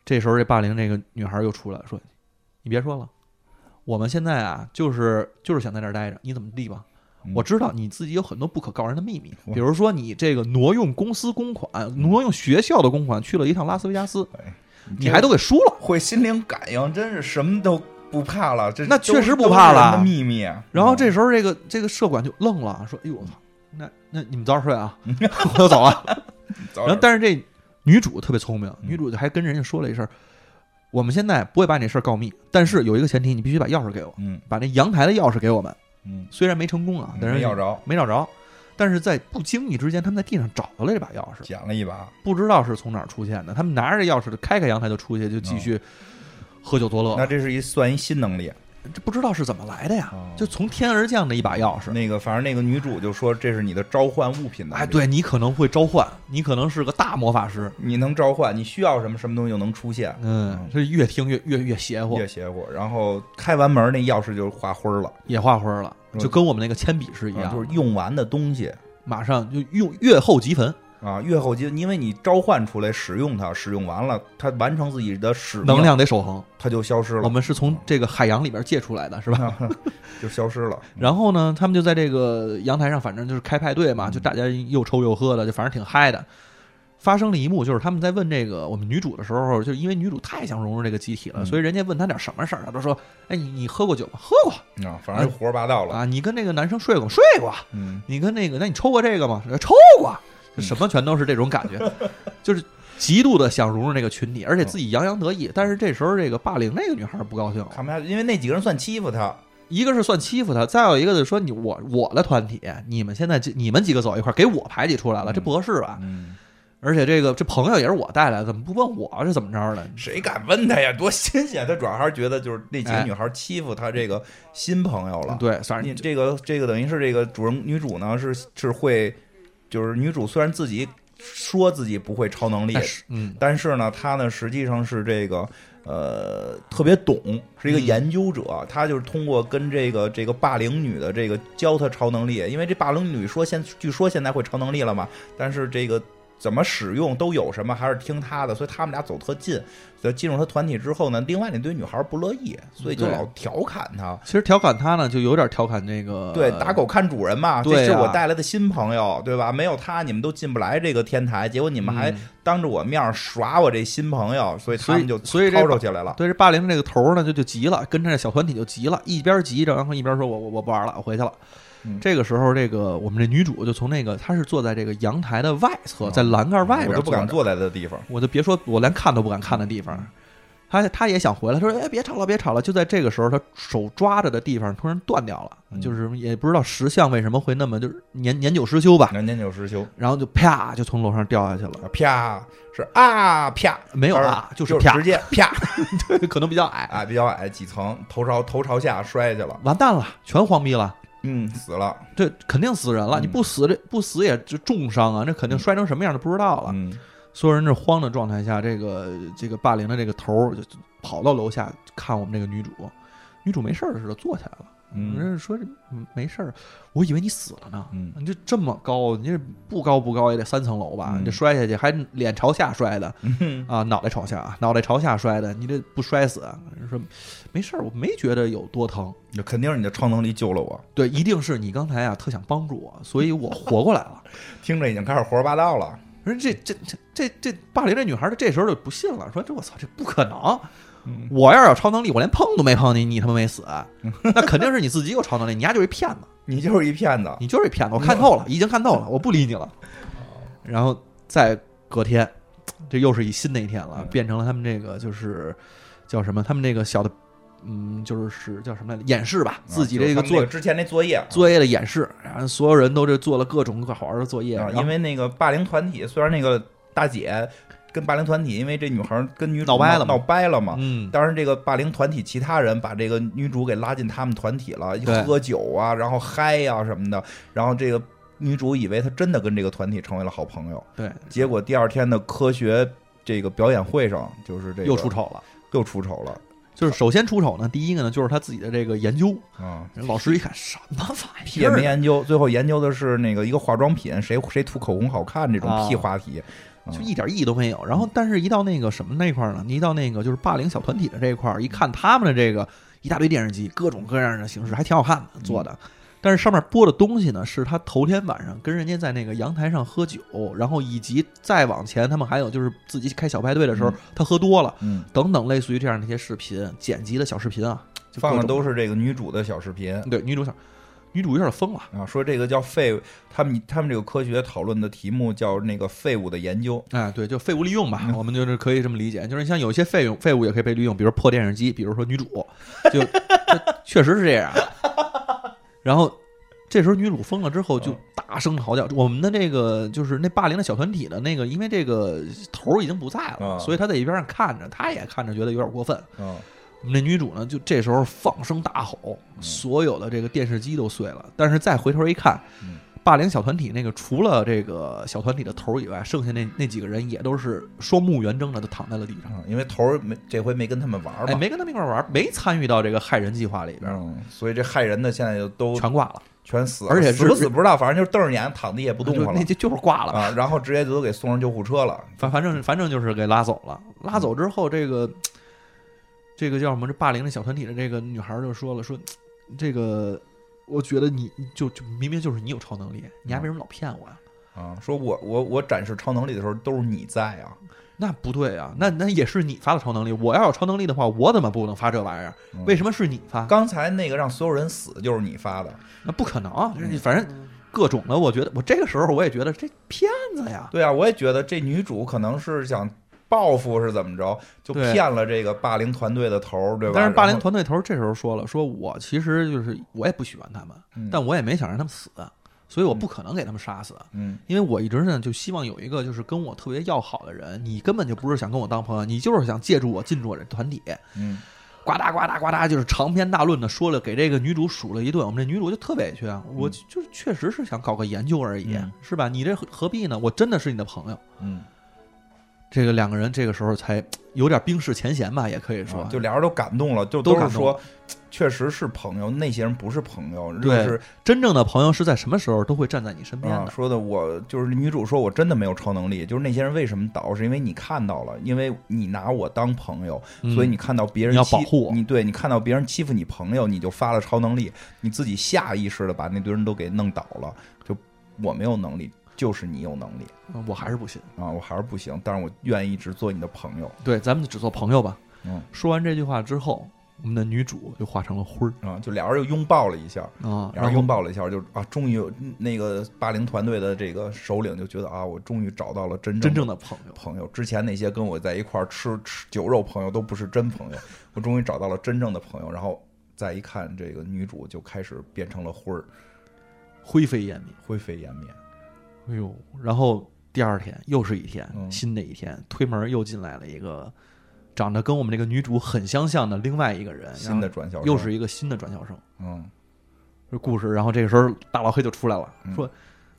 Speaker 3: 这时候这霸凌这个女孩又出来说：“你别说了，我们现在啊就是就是想在这儿待着，你怎么地吧？
Speaker 2: 嗯
Speaker 3: 我知道你自己有很多不可告人的秘密，
Speaker 2: 哇
Speaker 3: 比如说你这个挪用公司公款、挪用学校的公款去了一趟拉斯维加斯，
Speaker 2: 哎
Speaker 3: 你还都给输了。
Speaker 2: 会心灵感应，真是什么都不怕了。这
Speaker 3: 那
Speaker 2: 都
Speaker 3: 确实不怕
Speaker 2: 都
Speaker 3: 了
Speaker 2: 是人的秘密。啊
Speaker 3: 然后这时候这个这个社管就愣了，说：‘哎呦我操，那那你们早点睡啊， 我要走了。’
Speaker 2: 然
Speaker 3: 然后，但是这女主特别聪明，
Speaker 2: 嗯
Speaker 3: 女主就还跟人家说了一声：“我们现在不会把你这事儿告密，但是有一个前提，你必须把钥匙给我，
Speaker 2: 嗯
Speaker 3: 把那阳台的钥匙给我们。
Speaker 2: 嗯，
Speaker 3: 虽然没成功啊，但是
Speaker 2: 没要着，
Speaker 3: 没找着，但是在不经意之间，他们在地上找到了这把钥匙，
Speaker 2: 捡了一把，
Speaker 3: 不知道是从哪儿出现的。他们拿着这钥匙就开开阳台就出去，就继续喝酒作乐。
Speaker 2: 那这是一算一新能力。
Speaker 3: 这不知道是怎么来的呀
Speaker 2: 哦，
Speaker 3: 就从天而降的一把钥匙。
Speaker 2: 那个，反正那个女主就说这是你的召唤物品能力
Speaker 3: 哎，，对你可能会召唤，你可能是个大魔法师。”
Speaker 2: 你能召唤，你需要什么什么东西就能出现。
Speaker 3: 嗯，这越听越越越邪乎
Speaker 2: 哦越，邪乎，然后开完门那钥匙就化灰了，啊
Speaker 3: 也画花了，
Speaker 2: 嗯
Speaker 3: 就跟我们那个铅笔是一样，
Speaker 2: 就是用完的东西。
Speaker 3: 马上就用越后即焚。
Speaker 2: 啊、啊，月后金，因为你召唤出来使用它，使用完了，它完成自己的使命
Speaker 3: 能，量得守恒。
Speaker 2: 它就消失
Speaker 3: 我
Speaker 2: 了，啊
Speaker 3: 们是从这个海洋里边借出来的，是吧？
Speaker 2: 就消失 了。
Speaker 3: 然后呢，他们就在这个阳台上，反正就是开派对嘛，就大家又抽又喝的，就反正挺嗨的。发生了一幕，就是他们在问这个我们女主的时候，就因为女主太想融入这个集体了，
Speaker 2: 嗯
Speaker 3: 所以人家问她点什么事儿，她都说：“哎，你你喝过酒吗？喝过
Speaker 2: 啊，反正就胡说八道了。
Speaker 3: 啊。你跟那个男生睡过吗？睡过。
Speaker 2: 嗯，
Speaker 3: 你跟那个，那你抽过这个吗？抽过。就什么全都是这种感觉， 就是极度的想融入这个群体，而且自己洋洋得意。但是这时候，这个霸凌那个女孩不高兴了，
Speaker 2: 嗯看不下去，因为那几个人算欺负他，
Speaker 3: 一个是算欺负他，再有一个就是说你我我的团体，你们现在这你们几个走一块儿，给我排挤出来了，这不合适吧？
Speaker 2: 嗯，
Speaker 3: 而且这个这朋友也是我带来的，怎么不问我是怎么着的？
Speaker 2: 谁敢问他呀？多新鲜！他主要还是觉得就是那几
Speaker 3: 哎
Speaker 2: 个女孩欺负他这个新朋友了。
Speaker 3: 对，反
Speaker 2: 你
Speaker 3: 正
Speaker 2: 这个这个等于是这个主人女主呢是是会，就是女主虽然自己说自己不会超能力
Speaker 3: 但，是嗯，
Speaker 2: 但是呢，她呢实际上是这个呃特别懂，是一个
Speaker 3: 嗯
Speaker 2: 研究者。她就是通过跟这个这个霸凌女的这个教她超能力，因为这霸凌女说现据说现在会超能力了嘛，但是这个怎么使用都有什么还是听她的，所以他们俩走特近。所以进入她团体之后呢，另外那堆女孩不乐意，所以就
Speaker 3: 对
Speaker 2: 老调侃她。
Speaker 3: 其实调侃他呢，就有点调侃那个
Speaker 2: 对，打狗看主人嘛，
Speaker 3: 呃对
Speaker 2: 这是
Speaker 3: 啊
Speaker 2: 我带来的新朋友，对吧？没有他，你们都进不来这个天台。结果你们还
Speaker 3: 嗯
Speaker 2: 当着我面儿耍我这新朋友，所以他们就
Speaker 3: 所以所以这
Speaker 2: 吵吵起来了。
Speaker 3: 对这霸凌这个头儿呢，就就急了，跟着这小团体就急了，一边急着，然后一边说我我我不玩了，我回去了。
Speaker 2: 嗯
Speaker 3: 这个时候，这个我们这女主就从那个，她是坐在这个阳台的外侧，在栏杆外边，
Speaker 2: 哦我都不敢，坐在他的地方。
Speaker 3: 我就别说，我连看都不敢看的地方。她她也想回来，说哎别吵了别吵了。就在这个时候，她手抓着的地方突然断掉了，
Speaker 2: 嗯
Speaker 3: 就是也不知道石像为什么会那么就是年年久失修吧，
Speaker 2: 人家有失修，
Speaker 3: 然后就啪就从楼上掉下去了，
Speaker 2: 啪是啊啪，
Speaker 3: 没有啊，
Speaker 2: 就是
Speaker 3: 啪，
Speaker 2: 直接啪
Speaker 3: 对，可能比较矮，
Speaker 2: 啊，比较矮几层，头朝头朝下摔下去了，
Speaker 3: 完蛋了，全黄逼了。
Speaker 2: 嗯，死了，
Speaker 3: 这肯定死人了，
Speaker 2: 嗯
Speaker 3: 你不死这不死也就重伤啊，这肯定摔成什么样都不知道了。
Speaker 2: 嗯
Speaker 3: 所有人这慌的状态下，这个这个霸凌的这个头儿就就跑到楼下看我们这个女主，女主没事儿似的坐起来了。人
Speaker 2: 嗯
Speaker 3: 家说这嗯没事儿，我以为你死了呢。
Speaker 2: 嗯
Speaker 3: 你这这么高，你这不高不高也得三层楼吧？
Speaker 2: 嗯
Speaker 3: 你这摔下去还脸朝下摔的
Speaker 2: 嗯
Speaker 3: 啊，脑袋朝下啊，脑袋朝下摔的，你这不摔死？啊？人说没事儿，我没觉得有多疼。
Speaker 2: 嗯，肯定是你的超能力救了我，
Speaker 3: 对，一定是你刚才啊特想帮助我，所以我活过来了。
Speaker 2: 听着已经开始胡说八道了，
Speaker 3: 人这这这这这霸凌这女孩儿这时候就不信了，说这我操这不可能
Speaker 2: 嗯！
Speaker 3: 我要是有超能力，我连碰都没碰你，你他妈没死，那肯定是你自己有超能力，你丫就是一骗子，
Speaker 2: 你就是一骗子，
Speaker 3: 你就是一骗子，我看透了，已经看透了，我不理你了。
Speaker 2: 哦
Speaker 3: 然后再隔天，这又是一新的一天了
Speaker 2: 嗯，
Speaker 3: 变成了他们这个就是叫什么？他们这个小的，嗯，就是是叫什么来着？演示吧，自
Speaker 2: 啊
Speaker 3: 己
Speaker 2: 就是
Speaker 3: 这个
Speaker 2: 他们那
Speaker 3: 做
Speaker 2: 个之前那作业。啊
Speaker 3: 作业的演示，然后所有人都这做了各种各好玩的作业，
Speaker 2: 啊
Speaker 3: 然，后
Speaker 2: 因为那个霸凌团体，虽然那个大姐跟霸凌团体，因为这女孩儿跟女主
Speaker 3: 闹掰了嘛
Speaker 2: 闹掰了嘛，
Speaker 3: 嗯，
Speaker 2: 当然，这个霸凌团体其他人把这个女主给拉进他们团体了
Speaker 3: 对，
Speaker 2: 喝酒啊，然后嗨呀、什么的，然后这个女主以为她真的跟这个团体成为了好朋友，
Speaker 3: 对，
Speaker 2: 结果第二天的科学这个表演会上，就是这个
Speaker 3: 又出丑了。
Speaker 2: 又出丑了
Speaker 3: 就是首先出丑呢，第一个呢就是他自己的这个研究，
Speaker 2: 啊。
Speaker 3: 人老师一看什么玩意
Speaker 2: 也
Speaker 3: 儿
Speaker 2: 没
Speaker 3: 啊，
Speaker 2: 研究，最后研究的是那个一个化妆品，谁谁涂口红好看这
Speaker 3: 啊
Speaker 2: 种屁话题。嗯
Speaker 3: 就一点意义都没有。然后，但是一到那个什么那块儿呢，一到那个就是霸凌小团体的这一块儿，一看他们的这个一大堆电视机，各种各样的形式，还挺好看的
Speaker 2: 嗯
Speaker 3: 做的。但是上面播的东西呢，是他头天晚上跟人家在那个阳台上喝酒，然后以及再往前，他们还有就是自己开小派对的时候
Speaker 2: 嗯，
Speaker 3: 他喝多了，
Speaker 2: 嗯，
Speaker 3: 等等，类似于这样的一些视频剪辑的小视频啊，就
Speaker 2: 放
Speaker 3: 各
Speaker 2: 的
Speaker 3: 种
Speaker 2: 都是这个女主的小视频。
Speaker 3: 对女主小女主有点疯了。
Speaker 2: 啊，说这个叫废，他们他们这个科学讨论的题目叫那个废物的研究，
Speaker 3: 哎，对，就废物利用吧，
Speaker 2: 嗯
Speaker 3: 我们就是可以这么理解，就是你像有一些废物，废物也可以被利用，比如破电视机，比如说女主，就 这确实是这样。啊然后这时候女主疯了之后，就
Speaker 2: 嗯
Speaker 3: 大声嚎叫。我们的这个就是那霸凌的小团体的那个，因为这个头儿已经不在了，
Speaker 2: 嗯
Speaker 3: 所以她在一边上看着，她也看着觉得有点过分。
Speaker 2: 嗯，
Speaker 3: 我们这女主呢，就这时候放声大吼，所有的这个电视机都碎了。但是再回头一看
Speaker 2: 嗯，
Speaker 3: 霸凌小团体那个除了这个小团体的头儿以外，剩下那那几个人也都是双目圆睁的，都躺在了地上。
Speaker 2: 嗯，因为头儿没这回没跟他们玩儿嘛，
Speaker 3: 哎，没跟他们一块儿玩，没参与到这个害人计划里边，
Speaker 2: 嗯，所以这害人的现在就都
Speaker 3: 全挂了。
Speaker 2: 全死了，
Speaker 3: 而且
Speaker 2: 死
Speaker 3: 是啊
Speaker 2: 不死不知道，反正就是瞪着眼躺地也不动
Speaker 3: 就
Speaker 2: 弹
Speaker 3: 那
Speaker 2: 了
Speaker 3: 就就是挂了，
Speaker 2: 啊，然后直接就都给送上救护车了。
Speaker 3: 反反正反正就是给拉走了。拉走之后，这个这个叫什么？这霸凌这小团体的这个女孩儿就说了，说这个我觉得你就就明明就是你有超能力，
Speaker 2: 嗯
Speaker 3: 你还为什么老骗我呀、
Speaker 2: 啊，说我我我展示超能力的时候都是你在啊，
Speaker 3: 那不对啊，
Speaker 2: 嗯
Speaker 3: 那那也是你发的超能力。我要有超能力的话，我怎么不能发这玩意儿？
Speaker 2: 嗯
Speaker 3: 为什么是你发？
Speaker 2: 刚才那个让所有人死就是你发的，
Speaker 3: 那不可能啊！
Speaker 2: 嗯
Speaker 3: 这反正各种的，我觉得我这个时候我也觉得这骗子呀，
Speaker 2: 对啊，我也觉得这女主可能是想报复是怎么着，就
Speaker 3: 对
Speaker 2: 骗了这个霸凌团队的头儿，对吧？
Speaker 3: 但是霸
Speaker 2: 然
Speaker 3: 凌
Speaker 2: 后
Speaker 3: 团队头这时候说了，说我其实就是我也不喜欢他们，
Speaker 2: 嗯
Speaker 3: 但我也没想让他们死，所以我不可能给他们杀死，
Speaker 2: 嗯
Speaker 3: 因为我一直呢就希望有一个就是跟我特别要好的人，你根本就不是想跟我当朋友，你就是想借助我进入我这团体，
Speaker 2: 嗯
Speaker 3: 呱嗒呱嗒呱嗒，就是长篇大论的说了，给这个女主数了一顿。我们这女主就特委屈啊，我就就是确实是想搞个研究而已，
Speaker 2: 嗯
Speaker 3: 是吧？你这何何必呢？我真的是你的朋友。
Speaker 2: 嗯，
Speaker 3: 这个两个人这个时候才有点冰释前嫌吧，也可以说，
Speaker 2: 啊就俩人都感动了，就
Speaker 3: 都
Speaker 2: 是
Speaker 3: 感动
Speaker 2: 说，确实是朋友，那些人不是朋友，就
Speaker 3: 对
Speaker 2: 是
Speaker 3: 真正的朋友是在什么时候都会站在你身边
Speaker 2: 啊
Speaker 3: 的。
Speaker 2: 说的我就是女主说我真的没有超能力，就是那些人为什么倒，是因为你看到了，因为你拿我当朋友，
Speaker 3: 嗯
Speaker 2: 所以你看到别人
Speaker 3: 你要
Speaker 2: 欺
Speaker 3: 保护我
Speaker 2: 你对你看到别人欺负你朋友，你就发了超能力，你自己下意识的把那堆人都给弄倒了，就我没有能力。就是你有能力
Speaker 3: 嗯我还是不信。
Speaker 2: 啊，我还是不行，但是我愿意一直做你的朋友
Speaker 3: 对，咱们只做朋友吧。
Speaker 2: 嗯
Speaker 3: 说完这句话之后，我们的女主就化成了灰儿
Speaker 2: 啊，就俩人又拥抱了一下，
Speaker 3: 啊，
Speaker 2: 嗯然后
Speaker 3: 然
Speaker 2: 拥
Speaker 3: 后
Speaker 2: 抱了一下，就啊，终于有那个霸凌团队的这个首领就觉得啊，我终于找到了真
Speaker 3: 真
Speaker 2: 的
Speaker 3: 正的朋友。
Speaker 2: 朋友，之前那些跟我在一块儿吃吃酒肉朋友都不是真朋友，我终于找到了真正的朋友。然后再一看，这个女主就开始变成了灰儿，
Speaker 3: 灰飞烟灭。
Speaker 2: 灰飞烟灭。
Speaker 3: 哎呦，然后第二天又是一天，
Speaker 2: 嗯
Speaker 3: 新的一天，推门又进来了一个长得跟我们这个女主很相像的另外一个人，
Speaker 2: 新的转校生
Speaker 3: 然后又是一个新的转校生。
Speaker 2: 嗯
Speaker 3: 这故事，然后这个时候大老黑就出来了，
Speaker 2: 嗯
Speaker 3: 说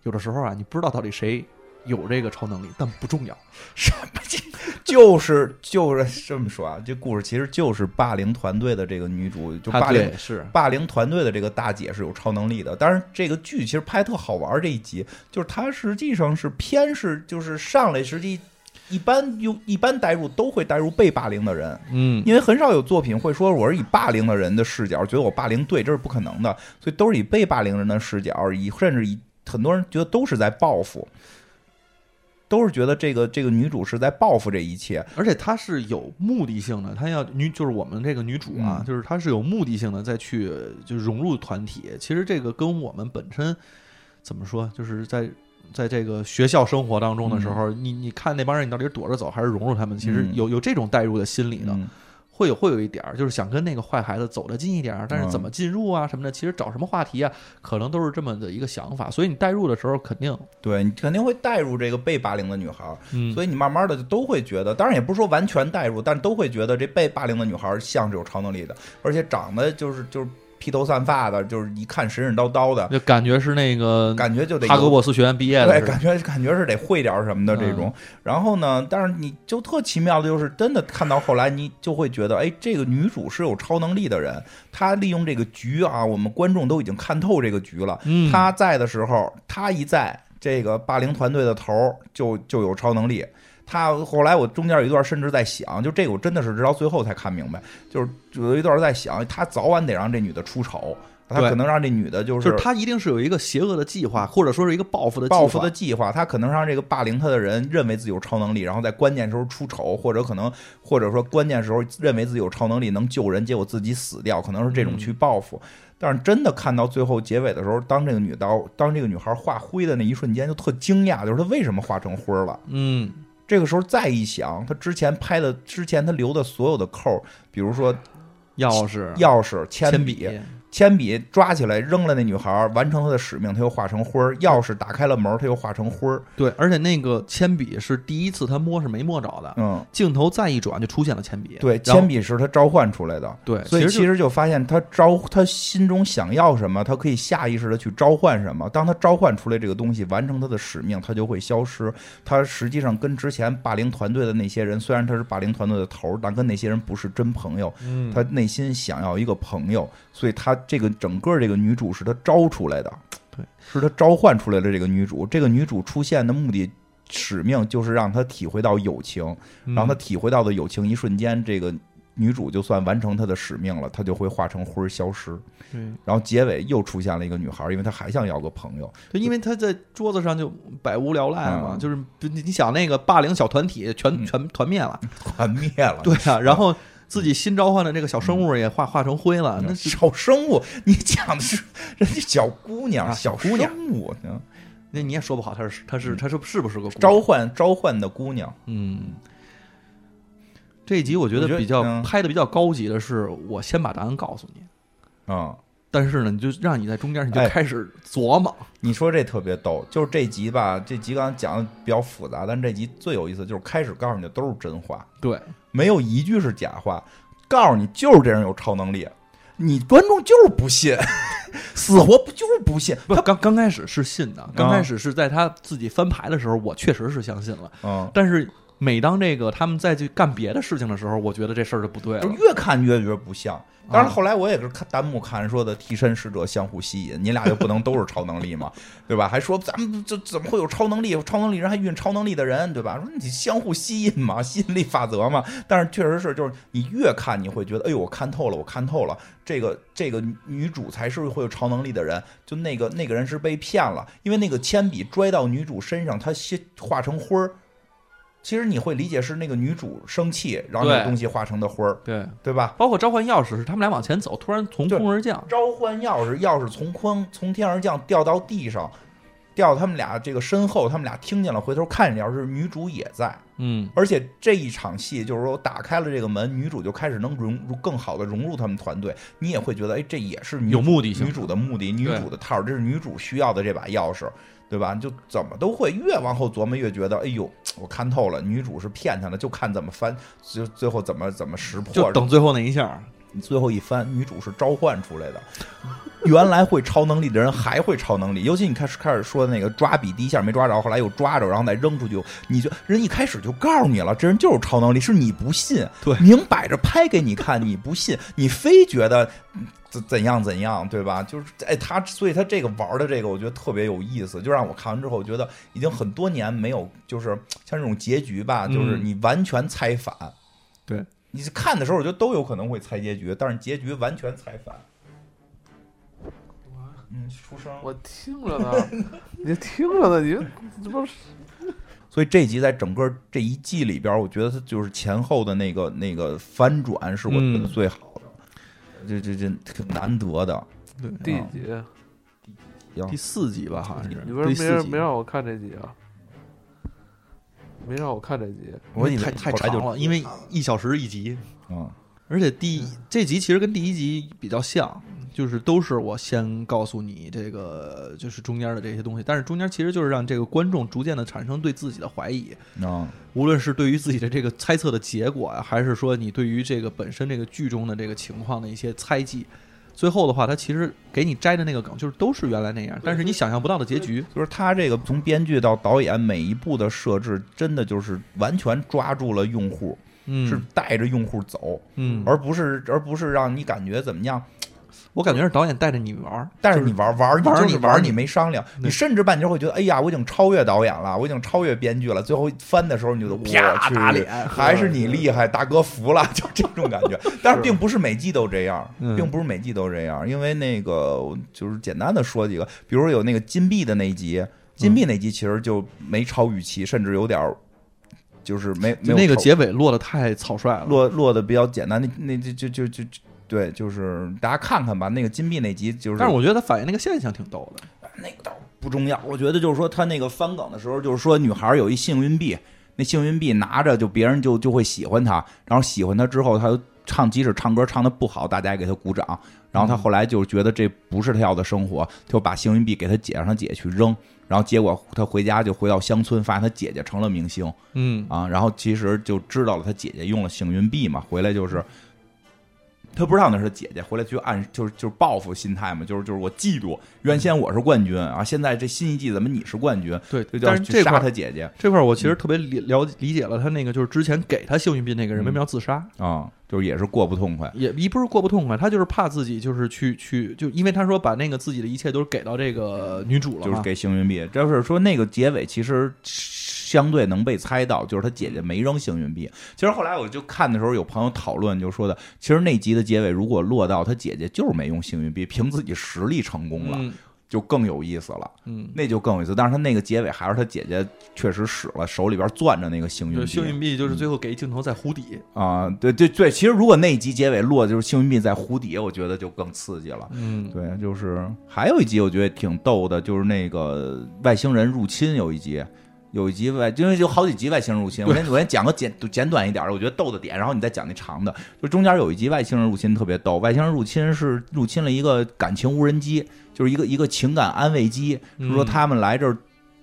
Speaker 3: 有的时候啊，你不知道到底谁有这个超能力，但不重要。
Speaker 2: 就是就是 这么说啊，这故事其实就是霸凌团队的这个女主，就
Speaker 3: 他
Speaker 2: 霸凌
Speaker 3: 对是
Speaker 2: 霸凌团队的这个大姐是有超能力的。当然，这个剧其实拍特好玩儿，这一集就是它实际上是偏是就是上来实际一般用一般代入都会代入被霸凌的人，
Speaker 3: 嗯，
Speaker 2: 因为很少有作品会说我是以霸凌的人的视角觉得我霸凌对，这是不可能的，所以都是以被霸凌人的视角，以甚至以很多人觉得都是在报复。都是觉得这个这个女主是在报复这一切，
Speaker 3: 而且她是有目的性的，她要女就是我们这个女主啊，
Speaker 2: 嗯
Speaker 3: 就是她是有目的性的再去就融入团体。其实这个跟我们本身怎么说，就是在在这个学校生活当中的时候，你你看那帮人，你到底是躲着走还是融入他们，其实
Speaker 2: 嗯
Speaker 3: 有有这种代入的心理的，会有会有一点儿，就是想跟那个坏孩子走得近一点儿，但是
Speaker 2: 嗯
Speaker 3: 怎么进入啊什么的，其实找什么话题啊，可能都是这么的一个想法。所以你代入的时候，肯定
Speaker 2: 对你肯定会带入这个被霸凌的女孩儿，
Speaker 3: 嗯
Speaker 2: 所以你慢慢的就都会觉得，当然也不是说完全代入，但是都会觉得这被霸凌的女孩儿像是有超能力的，而且长得就是就是披头散发的，就是一看神神叨叨的，
Speaker 3: 就感觉是那个
Speaker 2: 感觉就得
Speaker 3: 哈格
Speaker 2: 有
Speaker 3: 沃斯学院毕业的嗯
Speaker 2: 对，
Speaker 3: 似的，
Speaker 2: 感觉感觉是得会点儿什么的这种。然后呢，但是你就特奇妙的就是，真的看到后来，你就会觉得，哎，这个女主是有超能力的人，她利用这个局啊，我们观众都已经看透这个局了。
Speaker 3: 嗯，
Speaker 2: 她在的时候，她一在，这个霸凌团队的头儿就就有超能力。她后来，我中间有一段甚至在想，就这个我真的是直到最后才看明白，就是有一段在想，她早晚得让这女的出丑，她
Speaker 3: 对
Speaker 2: 可能让这女的就
Speaker 3: 就是是他一定是有一个邪恶的计划，或者说是一个报复的计划
Speaker 2: 报复的计划，他可能让这个霸凌他的人认为自己有超能力，然后在关键时候出丑，或者可能或者说关键时候认为自己有超能力能救人，结果自己死掉，可能是这种去报复。但是真的看到最后结尾的时候，当这个女刀当这个女孩化灰的那一瞬间，就特惊讶，就是她为什么化成灰儿了。
Speaker 3: 嗯，
Speaker 2: 这个时候再一想，她之前拍的之前她留的所有的扣儿，比如说
Speaker 3: 钥匙、
Speaker 2: 钥匙、铅
Speaker 3: 铅
Speaker 2: 笔、铅笔抓起来扔了那女孩儿，完成她的使命，她又化成灰儿；钥匙打开了门儿，她又化成灰儿。
Speaker 3: 对，而且那个铅笔是第一次他摸是没摸着的，
Speaker 2: 嗯，
Speaker 3: 镜头再一转就出现了铅笔，
Speaker 2: 对，
Speaker 3: 然后
Speaker 2: 铅笔是他召唤出来的，
Speaker 3: 对，
Speaker 2: 所以
Speaker 3: 其
Speaker 2: 其
Speaker 3: 实
Speaker 2: 实就发现他召他心中想要什么，他可以下意识的去召唤什么。当他召唤出来这个东西，完成他的使命，他就会消失。他实际上跟之前霸凌团队的那些人，虽然他是霸凌团队的头儿，但跟那些人不是真朋友。
Speaker 3: 就嗯
Speaker 2: 他内心想要一个朋友，所以他这个整个这个女主是他招出来的，
Speaker 3: 对，
Speaker 2: 是他召唤出来的这个女主。这个女主出现的目的使命就是让他体会到友情，
Speaker 3: 嗯
Speaker 2: 让他体会到的友情一瞬间，这个女主就算完成她的使命了，她就会化成灰儿消失。
Speaker 3: 对，
Speaker 2: 然后结尾又出现了一个女孩，因为她还想要个朋友。
Speaker 3: 对，因为他在桌子上就百无聊赖嘛，
Speaker 2: 嗯
Speaker 3: 就是就你你想那个霸凌小团体全
Speaker 2: 嗯
Speaker 3: 全团灭了，
Speaker 2: 团灭了。
Speaker 3: 对啊，然后自己新召唤的这个小生物也化化成灰了，啊那是
Speaker 2: 小生物，你讲的是人家小姑娘、
Speaker 3: 啊
Speaker 2: 小
Speaker 3: 姑娘
Speaker 2: 生物，嗯
Speaker 3: 那你也说不好他是他是他是是不是个
Speaker 2: 召
Speaker 3: 姑
Speaker 2: 唤召唤的姑娘，
Speaker 3: 嗯。这一集我觉
Speaker 2: 我觉
Speaker 3: 得
Speaker 2: 得
Speaker 3: 比较
Speaker 2: 嗯
Speaker 3: 拍的比较高级的是，我先把答案告诉你，
Speaker 2: 嗯，
Speaker 3: 但是呢，你就让你在中间你就
Speaker 2: 哎
Speaker 3: 开始琢磨，
Speaker 2: 你说这特别逗，就是这集吧，这集刚才讲的比较复杂，但这集最有意思就是开始告诉你的都是真话，
Speaker 3: 对，
Speaker 2: 没有一句是假话，告诉你就是这人有超能力，你观众就是不信， 死活不就是不信，
Speaker 3: 不，刚刚开始是信的，刚开始是在他自己翻牌的时候，我确实是相信了。
Speaker 2: 嗯，
Speaker 3: 但是每当这个他们再去干别的事情的时候，我觉得这事儿就不对
Speaker 2: 就
Speaker 3: 了。
Speaker 2: 越看越觉得不像。当然，
Speaker 3: 啊
Speaker 2: 后来我也是看弹幕看说的替身使者相互吸引，你俩就不能都是超能力嘛， 对吧？还说咱们这怎么会有超能力？超能力人还运超能力的人，对吧？说你相互吸引嘛，吸引力法则嘛。但是确实是，就是你越看你会觉得，哎呦，我看透了，我看透了，这个这个女主才是会有超能力的人，就那个那个人是被骗了，因为那个铅笔拽到女主身上，她先化成灰儿。其实你会理解是那个女主生气，然后那个
Speaker 3: 对
Speaker 2: 东西化成的灰儿，
Speaker 3: 对，
Speaker 2: 对吧？
Speaker 3: 包括召唤钥匙是他们俩往前走，突然从
Speaker 2: 对
Speaker 3: 空而降。
Speaker 2: 召唤钥匙，钥匙从空从天而降，掉到地上，掉到他们俩这个身后，他们俩听见了，回头看见了，是女主也在。
Speaker 3: 嗯，
Speaker 2: 而且这一场戏就是说打开了这个门，女主就开始能融入更好的融入他们团队，你也会觉得，哎，这也是女
Speaker 3: 有目的性
Speaker 2: 女主的目的，女主的套儿，这是女主需要的这把钥匙，对吧？就怎么都会，越往后琢磨越觉得，哎呦，我看透了，女主是骗他的，就看怎么翻，就最后怎么怎么识破，
Speaker 3: 就等最后那一下。
Speaker 2: 最后一翻，女主是召唤出来的。原来会超能力的人还会超能力，尤其你开始开始说的那个抓笔第一下没抓着，后来又抓着，然后再扔出去，你就人一开始就告诉你了，这人就是超能力，是你不信，
Speaker 3: 对
Speaker 2: 明摆着拍给你看，你不信，你非觉得 嗯怎怎样怎样，对吧？就是哎，他所以他这个玩的这个，我觉得特别有意思，就让我看完之后觉得已经很多年没有，就是像这种结局吧，就是
Speaker 3: 嗯
Speaker 2: 你完全猜反，
Speaker 3: 对
Speaker 2: 你看的时候，我觉得都有可能会猜结局，但是结局完全猜反。嗯，出声。
Speaker 1: 我听着呢， 你听着呢，你这不是
Speaker 2: 所以这一集在整个这一季里边，我觉得它就是前后的那个那个翻转是我觉得
Speaker 3: 嗯
Speaker 2: 最好的，这这这挺难得的。
Speaker 3: 对，
Speaker 1: 第几集？
Speaker 2: 啊
Speaker 3: 第四集吧，好像是
Speaker 1: 你为
Speaker 3: 第
Speaker 1: 什么没
Speaker 3: 四
Speaker 1: 让
Speaker 3: 集
Speaker 1: 没。让我看这集啊？没让我看这集，
Speaker 2: 我以为
Speaker 3: 太太
Speaker 2: 后来就
Speaker 3: 长了，因为一小时一集，
Speaker 2: 嗯，
Speaker 3: 而且第一这集其实跟第一集比较像，就是都是我先告诉你这个，就是中间的这些东西，但是中间其实就是让这个观众逐渐的产生对自己的怀疑，
Speaker 2: 嗯，
Speaker 3: 无论是对于自己的这个猜测的结果啊，还是说你对于这个本身这个剧中的这个情况的一些猜忌，最后的话，它其实给你摘的那个梗就是都是原来那样，但是你想象不到的结局。
Speaker 2: 就是他这个从编剧到导演每一步的设置，真的就是完全抓住了用户，
Speaker 3: 嗯，
Speaker 2: 是带着用户走，
Speaker 3: 嗯，
Speaker 2: 而不是而不是让你感觉怎么样。
Speaker 3: 我感觉是导演带着你玩儿，
Speaker 2: 但是你玩玩
Speaker 3: 玩
Speaker 2: 你
Speaker 3: 你
Speaker 2: 就是
Speaker 3: 玩
Speaker 2: 玩你
Speaker 3: 你
Speaker 2: 没商量，
Speaker 3: 对
Speaker 2: 你甚至半截会觉得，哎呀，我已经超越导演了，我已经超越编剧了。最后翻的时候，你就
Speaker 3: 啪
Speaker 2: 我去
Speaker 3: 打脸
Speaker 2: 还是你厉害，大哥服了，就这种感 觉。但是并不是每季都这样，
Speaker 3: 嗯
Speaker 2: 并不是每季都这样，因为那个就是简单的说几个，比如有那个金币的那一集，金币那集其实就没超预期，甚至有点儿就是没没
Speaker 3: 就
Speaker 2: 有
Speaker 3: 那个
Speaker 2: 超
Speaker 3: 结尾落的太草率了。
Speaker 2: 落落的比较简单，那那就就就就就对，就是大家看看吧。那个金币那集就是，
Speaker 3: 但是我觉得它反映那个现象挺逗的。
Speaker 2: 那个倒不重要。我觉得就是说，他那个翻梗的时候，就是说女孩有一幸运币，那幸运币拿着就别人就就会喜欢她，然后喜欢她之后，她唱即使唱歌唱的不好，大家也给她鼓掌。然后她后来就觉得这不是她要的生活，就把幸运币给她姐，让她姐去扔。然后结果她回家就回到乡村，发现她姐姐成了明星
Speaker 3: 嗯，
Speaker 2: 啊。然后其实就知道了她姐姐用了幸运币嘛，回来就是。她不知道那是她姐姐，回来就按就是就是报复心态嘛，就是就是我嫉妒，原先我是冠军啊，现在这新一季怎么你是冠军，
Speaker 3: 对。
Speaker 2: 就
Speaker 3: 但
Speaker 2: 叫
Speaker 3: 是
Speaker 2: 去
Speaker 3: 这块
Speaker 2: 杀
Speaker 3: 儿
Speaker 2: 她姐姐
Speaker 3: 这块儿我其实特别理了理解了他那个就是之前给他幸运币那个人为什么要自杀，
Speaker 2: 啊、就是也是过不痛快。
Speaker 3: 嗯也也不是过不痛快，他就是怕自己就是去去就，因为他说把那个自己的一切都给到这个女主了
Speaker 2: 就是
Speaker 3: 嘛，
Speaker 2: 给幸运币。这是说那个结尾其实相对能被猜到，就是他姐姐没扔幸运币。其实后来我就看的时候，有朋友讨论就说的，其实那集的结尾如果落到他姐姐就是没用幸运币，凭自己实力成功了，
Speaker 3: 嗯
Speaker 2: 就更有意思了，
Speaker 3: 嗯，
Speaker 2: 那就更有意思。但是他那个结尾还是他姐姐确实使了，手里边攥着那个幸运
Speaker 3: 就
Speaker 2: 币。
Speaker 3: 幸运币就是最后给一镜头在湖底，
Speaker 2: 啊、对对对，其实如果那一集结尾落就是幸运币在湖底，我觉得就更刺激了。
Speaker 3: 嗯，
Speaker 2: 对，就是还有一集我觉得挺逗的，就是那个外星人入侵有一集，有一集外，因为有好几集外星人入侵，我先我先讲个简简短一点儿的，我觉得逗的点，然后你再讲那长的。就中间有一集外星人入侵特别逗，外星人入侵是入侵了一个感情无人机，就是一个一个情感安慰机，是说
Speaker 3: 嗯
Speaker 2: 他们来这儿。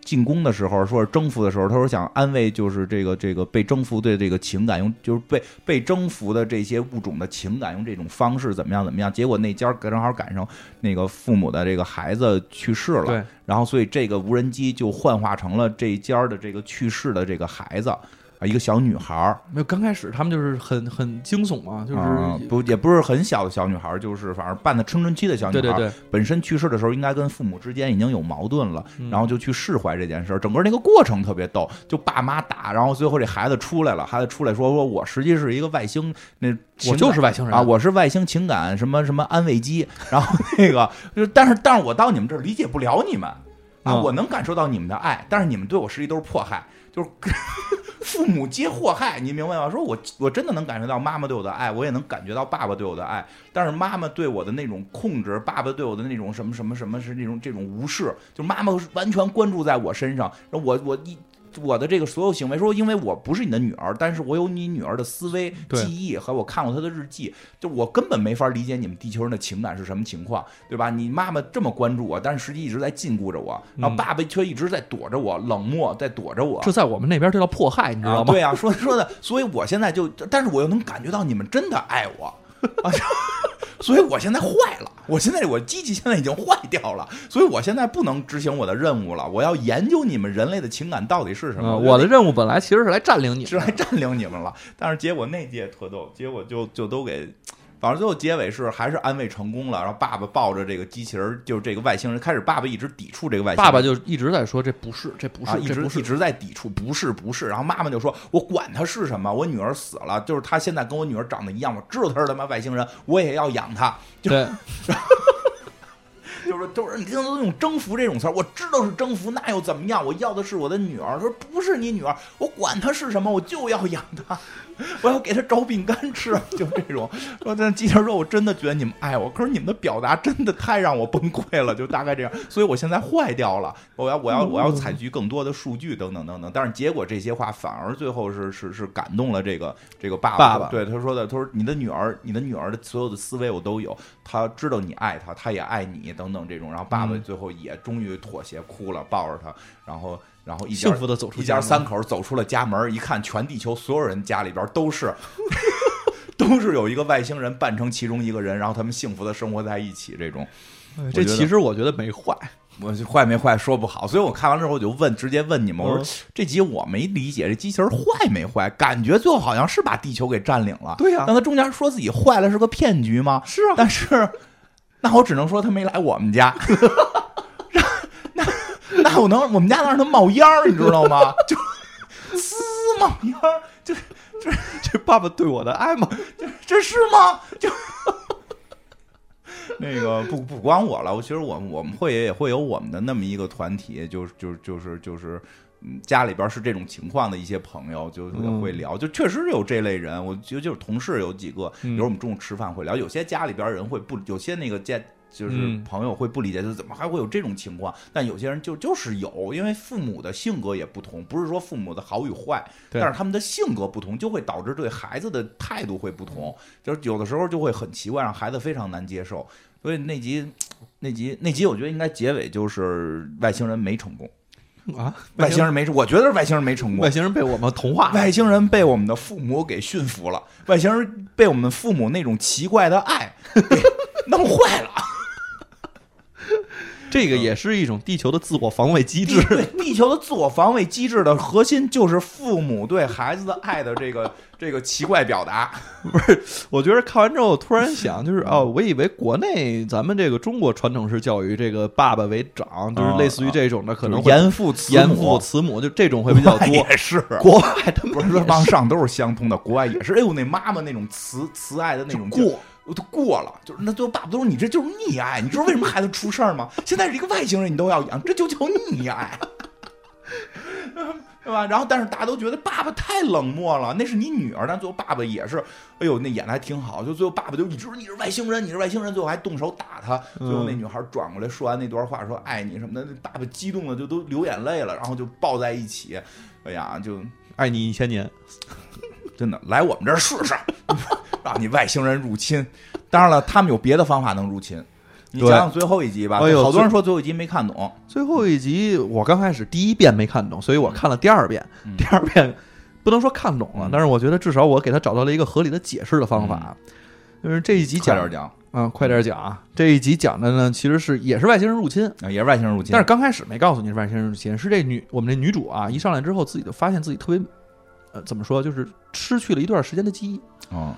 Speaker 2: 进攻的时候，说是征服的时候，他说想安慰，就是这个这个被征服的这个情感，用就是被被征服的这些物种的情感，用这种方式怎么样怎么样。结果那家儿正好赶上那个父母的这个孩子去世了，
Speaker 3: 对，
Speaker 2: 然后所以这个无人机就幻化成了这一家儿的这个去世的这个孩子。啊，一个小女孩儿，
Speaker 3: 没有刚开始他们就是很很惊悚嘛，就是、
Speaker 2: 啊不也不是很小的小女孩儿，就是反正半的青春期的小女
Speaker 3: 对
Speaker 2: 孩
Speaker 3: 对
Speaker 2: 儿，
Speaker 3: 对，
Speaker 2: 本身去世的时候应该跟父母之间已经有矛盾了，
Speaker 3: 嗯
Speaker 2: 然后就去释怀这件事儿。整个那个过程特别逗，就爸妈打，然后最后这孩子出来了，孩子出来说说我实际是一个外星，那
Speaker 3: 我
Speaker 2: 情
Speaker 3: 就
Speaker 2: 感
Speaker 3: 是外星人
Speaker 2: 啊，我是外星情感什么什么安慰机，然后那个 就是，但是但是我到你们这儿理解不了你们啊，
Speaker 3: 嗯
Speaker 2: 我能感受到你们的爱，但是你们对我实际都是迫害，就是 父母皆祸害，你明白吗？说我我真的能感觉到妈妈对我的爱，我也能感觉到爸爸对我的爱，但是妈妈对我的那种控制，爸爸对我的那种什么什么什么是那种这种无视，就妈妈完全关注在我身上，然后我我一。我的这个所有行为，说因为我不是你的女儿，但是我有你女儿的思维、
Speaker 3: 对
Speaker 2: 记忆和我看过她的日记，就我根本没法理解你们地球人的情感是什么情况，对吧？你妈妈这么关注我，但是实际一直在禁锢着我，然后
Speaker 3: 嗯
Speaker 2: 爸爸却一直在躲着我，冷漠在躲着我，
Speaker 3: 这在我们那边这叫迫害，你知道
Speaker 2: 啊，
Speaker 3: 吗？
Speaker 2: 对啊，说说的，所以我现在就，但是我又能感觉到你们真的爱我，啊，所以我现在坏了，我现在我机器现在已经坏掉了，所以我现在不能执行我的任务了，我要研究你们人类的情感到底是什么。
Speaker 3: 嗯，
Speaker 2: 觉得
Speaker 3: 我的任务本来其实是来占领你
Speaker 2: 是
Speaker 3: 们
Speaker 2: 来
Speaker 3: 的，
Speaker 2: 占领你们了。但是结果那届特逗，结果就就都给，反正最后结尾是还是安慰成功了。然后爸爸抱着这个机器人儿，就是这个外星人，开始爸爸一直抵触这个外星人，
Speaker 3: 爸爸就一直在说这不是，这不
Speaker 2: 啊
Speaker 3: 是，
Speaker 2: 一
Speaker 3: 这
Speaker 2: 直
Speaker 3: 不
Speaker 2: 一
Speaker 3: 是，
Speaker 2: 直在抵触，不是不是。然后妈妈就说：“我管他是什么，我女儿死了，就是她现在跟我女儿长得一样，我知道她是他妈外星人，我也要养她。”
Speaker 3: 对，
Speaker 2: 就是就是你听都用征服这种词儿，我知道是征服，那又怎么样？我要的是我的女儿，说不是你女儿，我管她是什么，我就要养她，我要给她找饼干吃， 就这种。我但记者说，我真的觉得你们爱我，可是你们的表达真的太让我崩溃了，就大概这样。所以我现在坏掉了，我要我要我要采集更多的数据等等等等。但是结果这些话反而最后是是是感动了这个这个爸爸。
Speaker 3: 爸爸
Speaker 2: 对他说的，他说你的女儿，你的女儿的所有的思维我都有，他知道你爱他，他也爱你，等等这种。然后爸爸最后也终于妥协，哭了，抱着他，然后然后一家
Speaker 3: 幸福的走出
Speaker 2: 一家
Speaker 3: 家
Speaker 2: 三
Speaker 3: 门
Speaker 2: 口走出了家门，一看全地球所有人家里边都是 都是有一个外星人扮成其中一个人，然后他们幸福的生活在一起。这种
Speaker 3: 哎
Speaker 2: 我
Speaker 3: 这
Speaker 2: 觉得
Speaker 3: 其实我觉得没坏，
Speaker 2: 我就坏没坏说不好，所以我看完之后我就问，直接问你们，我说
Speaker 3: 嗯
Speaker 2: 这集我没理解这机器人坏没坏，感觉最后好像是把地球给占领了。
Speaker 3: 对呀
Speaker 2: 让他中间说自己坏了是个骗局吗？
Speaker 3: 是啊，
Speaker 2: 但是，那我只能说他没来我们 家。那那我能，我们家能让他冒烟儿，你知道吗？ 就滋冒烟儿，就
Speaker 3: 这爸爸对我的爱 嘛，
Speaker 2: 这是吗？就那个不不光我了，我其实我们我们会也会有我们的那么一个团体，就是就是就是就是。嗯，家里边是这种情况的一些朋友，就是
Speaker 3: 嗯
Speaker 2: 也会聊，就确实有这类人。我觉得就是同事有几个，
Speaker 3: 嗯
Speaker 2: 比如我们中午吃饭会聊，有些家里边人会不，有些那个家就是
Speaker 3: 嗯
Speaker 2: 朋友会不理解，就是怎么还会有这种情况？但有些人就就是有，因为父母的性格也不同，不是说父母的好与坏，
Speaker 3: 对
Speaker 2: 但是他们的性格不同，就会导致对孩子的态度会不
Speaker 3: 嗯
Speaker 2: 同，就是有的时候就会很奇怪，让孩子非常难接受。所以那集，那集，那集，我觉得应该结尾就是外星人没成功，
Speaker 3: 啊，
Speaker 2: 外星人没成，我觉得是外星人没成功
Speaker 3: 外，星人被嗯我们同化了，
Speaker 2: 外星人被我们的父母给驯服了，外星人被我们父 母那种奇怪的爱给弄坏了。
Speaker 3: 这个也是一种地球的自我防卫机制。
Speaker 2: 对地球的自我防卫机制的核心就是父母对孩子的爱的这个这个奇怪表达。
Speaker 3: 我觉得看完之后，突然想，就是哦，我以为国内咱们这个中国传统式教育，这个爸爸为长，就是类似于这种的，可能
Speaker 2: 就是
Speaker 3: 会
Speaker 2: 严父慈母
Speaker 3: 啊严父慈母，哎就这种会比 较 多。
Speaker 2: 也是。
Speaker 3: 国外他们
Speaker 2: 不是说往上都是相通的，国外也是。哎呦，那妈妈那种慈慈爱的那种
Speaker 3: 过，
Speaker 2: 我都过了，就是那最后爸爸都说你这就是溺爱，你知道为什么孩子出事儿吗？现在是一个外星人，你都要养，这就叫溺爱， 对吧？然后但是大家都觉得爸爸太冷漠了，那是你女儿，但最后爸爸也是，哎呦，那演的还挺好，就最后爸爸就你知道你是外星人，你是外星人，最后还动手打他，最后那女孩转过来说完那段话说爱你什么的，那爸爸激动的就都流眼泪了，然后就抱在一起，哎呀，就
Speaker 3: 爱你一千年，
Speaker 2: 真的来我们这儿试 试，让你外星人入侵。当然了，他们有别的方法能入侵。你
Speaker 3: 对
Speaker 2: 想想最后一集吧，
Speaker 3: 哎呦
Speaker 2: 好多人说最后一集没看懂，
Speaker 3: 最后一集我刚开始第一遍没看懂，所以我看了第二遍。第二遍不能说看懂了
Speaker 2: 嗯，
Speaker 3: 但是我觉得至少我给他找到了一个合理的解释的方法。就是这一
Speaker 2: 嗯
Speaker 3: 集
Speaker 2: 快
Speaker 3: 讲
Speaker 2: 点讲
Speaker 3: 啊，快点讲啊！这一集讲的呢，其实是也是外星人入侵，
Speaker 2: 啊，也是外星人入侵。
Speaker 3: 但是刚开始没告诉你是外星人入侵，是这女我们这女主啊，一上来之后自己就发现自己特别，呃，怎么说，就是失去了一段时间的记忆，
Speaker 2: 嗯，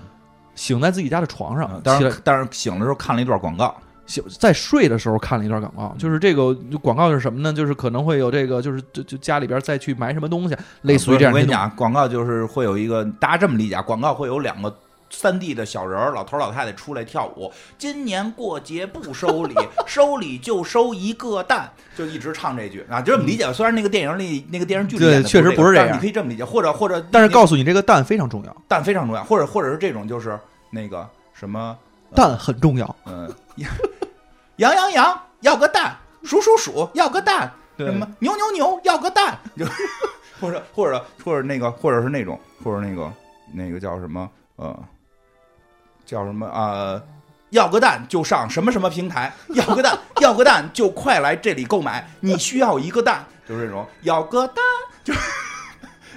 Speaker 3: 醒在自己家的床上，
Speaker 2: 但
Speaker 3: 起来
Speaker 2: 是但是醒的时候看了一段广告，
Speaker 3: 醒在睡的时候看了一段广告，
Speaker 2: 嗯
Speaker 3: 就是这个广告是什么呢？就是可能会有这个，就是就就家里边再去埋什么东西，类似于这样
Speaker 2: 我
Speaker 3: 的
Speaker 2: 跟你
Speaker 3: 东西。
Speaker 2: 讲，广告就是会有一个，大家这么理解，广告会有两个。三 D 的小人儿，老头儿老太太出来跳舞。今年过节不收礼， 收礼就收一个蛋，就一直唱这句啊，就这么理解吧。虽然那个电影里、那个电视剧里
Speaker 3: 对
Speaker 2: 演的
Speaker 3: 确实
Speaker 2: 不
Speaker 3: 不是这
Speaker 2: 但
Speaker 3: 样
Speaker 2: 你可以这么理解，或者或者，
Speaker 3: 但是
Speaker 2: 那
Speaker 3: 告诉你，这个蛋非常重要，
Speaker 2: 蛋非常重要，或者或者是这种就是那个什么，
Speaker 3: 蛋很重要。
Speaker 2: 嗯、羊羊羊要个蛋，鼠鼠鼠要个蛋，
Speaker 3: 对
Speaker 2: 什么牛牛牛要个蛋，就或者或者或者那个或者是那种或者那个那个叫什么呃叫什么啊、呃要个蛋就上什么什么平台，要个蛋要个蛋就快来这里购买，你需要一个蛋，就是这种要个蛋 就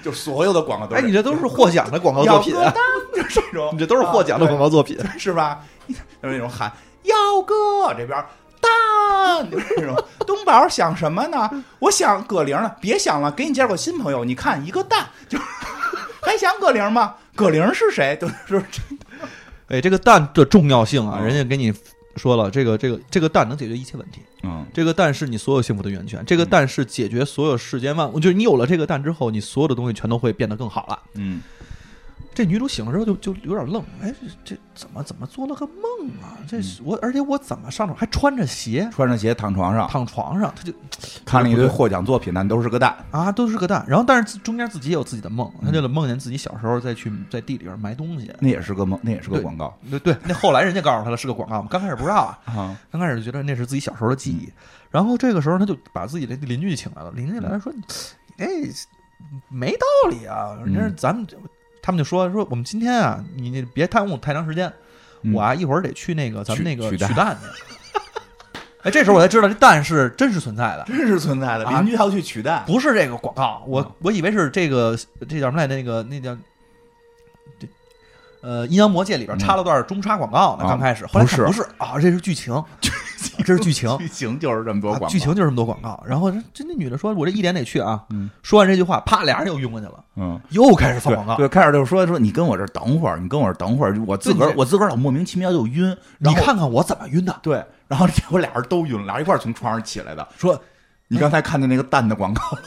Speaker 2: 就所有的广告都
Speaker 3: 哎，你这都是获奖的广告
Speaker 2: 要
Speaker 3: 作品啊
Speaker 2: 个，蛋，就是这种，
Speaker 3: 你这都是获奖的
Speaker 2: 啊
Speaker 3: 广告作品。
Speaker 2: 对是吧？ 就是那种喊耀哥这边儿当，就是那种东宝想什么呢？我想葛玲了，别想了，给你介绍个新朋友，你看一个蛋，就是 还想葛玲吗？葛玲是谁？都 是
Speaker 3: 哎，这个蛋的重要性啊，
Speaker 2: 嗯
Speaker 3: 人家给你说了，这个这个这个蛋能解决一切问题。
Speaker 2: 嗯
Speaker 3: 这个蛋是你所有幸福的源泉，这个蛋是解决所有世间万物。就是你有了这个蛋之后，你所有的东西全都会变得更好了。
Speaker 2: 嗯
Speaker 3: 这女主醒了之后就就有点愣，哎，这这怎么怎么做了个梦啊？这是我，而且我怎么上床还穿着鞋
Speaker 2: 穿上鞋躺床上，
Speaker 3: 躺床上？她就
Speaker 2: 看了一堆获奖作品，但都是个蛋。
Speaker 3: 啊，都是个蛋。然后但是自中间自己也有自己的梦，她就梦见自己小时候再去在地里边埋东西。
Speaker 2: 那也是个梦，那也是个广告
Speaker 3: 对对，那后来人家告诉她了是个广告嘛，刚开始不知道啊。
Speaker 2: 啊！
Speaker 3: 刚开始就觉得那是自己小时候的记忆，然后这个时候他就把自己的邻居请来了，邻居来了说：“哎，没道理啊！
Speaker 2: 嗯
Speaker 3: 这是咱们他们就说说我们今天啊，你你别耽误太长时间，
Speaker 2: 嗯
Speaker 3: 我啊一会儿得去那个咱们那个
Speaker 2: 取
Speaker 3: 取
Speaker 2: 蛋
Speaker 3: 蛋去。”哎，这时候我才知道这蛋是真实存在的，
Speaker 2: 真实存在的，
Speaker 3: 啊
Speaker 2: 邻居还要去取蛋，
Speaker 3: 不是这个广告，我我以为是这个这叫什么来着？那个那叫这呃《阴阳魔界》里边插了段中插广告呢，
Speaker 2: 啊
Speaker 3: 刚开始，后来看
Speaker 2: 不
Speaker 3: 不是啊，这是剧情，这是剧情。
Speaker 2: 剧情就是这么多
Speaker 3: 啊
Speaker 2: 广告。
Speaker 3: 剧情就这么多广告，然后这那女的说：“我这一点得去啊。
Speaker 2: 嗯”
Speaker 3: 说完这句话，啪，俩人又晕过去了，
Speaker 2: 嗯。
Speaker 3: 又开始放
Speaker 2: 对
Speaker 3: 广告。
Speaker 2: 对，开始就说说你跟我这儿等会儿，你跟我这儿等会儿，我自个儿
Speaker 3: 对
Speaker 2: 我自个儿老莫名其妙就晕，
Speaker 3: 你
Speaker 2: 然后
Speaker 3: 看看我怎么晕的？
Speaker 2: 对，然后结果俩人都晕了，俩人一块儿从床上起来的。
Speaker 3: 说
Speaker 2: 你刚才看见那个蛋的广告了，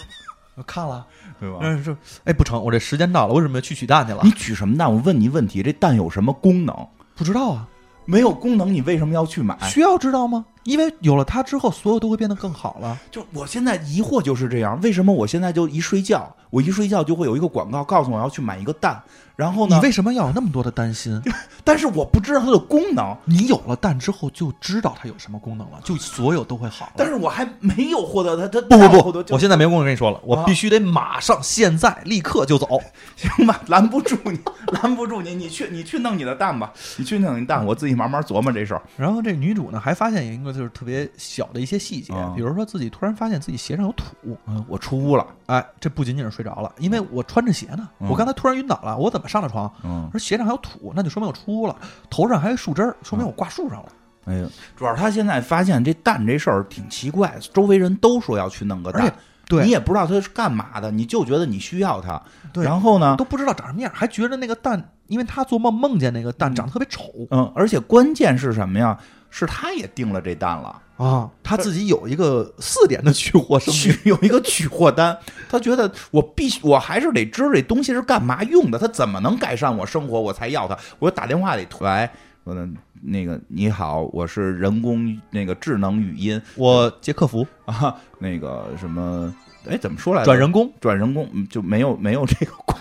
Speaker 3: 我看了，
Speaker 2: 对吧？
Speaker 3: 嗯，说哎不成，我这时间到了，为什么要去取蛋去了
Speaker 2: 你？取什么蛋？我问你问题，这蛋有什么功能？
Speaker 3: 不知道啊，
Speaker 2: 没有功能，你为什么要去买？
Speaker 3: 哎需要知道吗？因为有了它之后，所有都会变得更好了。
Speaker 2: 就我现在疑惑就是这样，为什么我现在就一睡觉，我一睡觉就会有一个广告告诉我要去买一个蛋，然后
Speaker 3: 你
Speaker 2: 呢？
Speaker 3: 为什么哦要有那么多的担心？
Speaker 2: 但是我不知道它的功能，
Speaker 3: 你有了蛋之后就知道它有什么功能了，就所有都会好了。
Speaker 2: 但是我还没有获得它，它
Speaker 3: 不
Speaker 2: 它让我
Speaker 3: 不
Speaker 2: 获得
Speaker 3: 不，
Speaker 2: 就
Speaker 3: 我现在没工夫跟你说了，
Speaker 2: 啊
Speaker 3: 我必须得马上现在立刻就走。
Speaker 2: 行吧，拦不住你，拦不住你，你去你去弄你的蛋吧，你去弄你蛋，我自己慢慢琢磨这事儿。
Speaker 3: 然后这女主呢，还发现一个就是特别小的一些细节
Speaker 2: 啊，
Speaker 3: 比如说自己突然发现自己鞋上有土，
Speaker 2: 嗯，我出屋了，
Speaker 3: 哎，这不仅仅是睡着了，因为我穿着鞋呢，
Speaker 2: 嗯
Speaker 3: 我刚才突然晕倒了，我怎么上的床？
Speaker 2: 嗯嗯
Speaker 3: 而鞋上还有土，那就说明我出屋了，头上还有树枝儿，说明我挂树上了。
Speaker 2: 哎呦，主要是他现在发现这蛋这事儿挺奇怪，周围人都说要去弄个
Speaker 3: 而
Speaker 2: 蛋
Speaker 3: 且，对
Speaker 2: 你也不知道它是干嘛的，你就觉得你需要它。
Speaker 3: 对
Speaker 2: 然后呢，
Speaker 3: 都不知道长什么样，还觉得那个蛋，因为他做梦梦见那个蛋长得特别丑
Speaker 2: 嗯，而且关键是什么呀？是他也订了这蛋了，
Speaker 3: 啊，他自己有一个四点的取货声明，
Speaker 2: 取 有一个取货单，他觉得我必须，我还是得知道这东西是干嘛用的，它怎么能改善我生活，我才要它。我打电话给喂，我的那个你好，我是人工那个智能语音
Speaker 3: 我接客服
Speaker 2: 啊，那个什么，哎，怎么说来着？
Speaker 3: 转人工，
Speaker 2: 转人工嗯就没有没有这个工，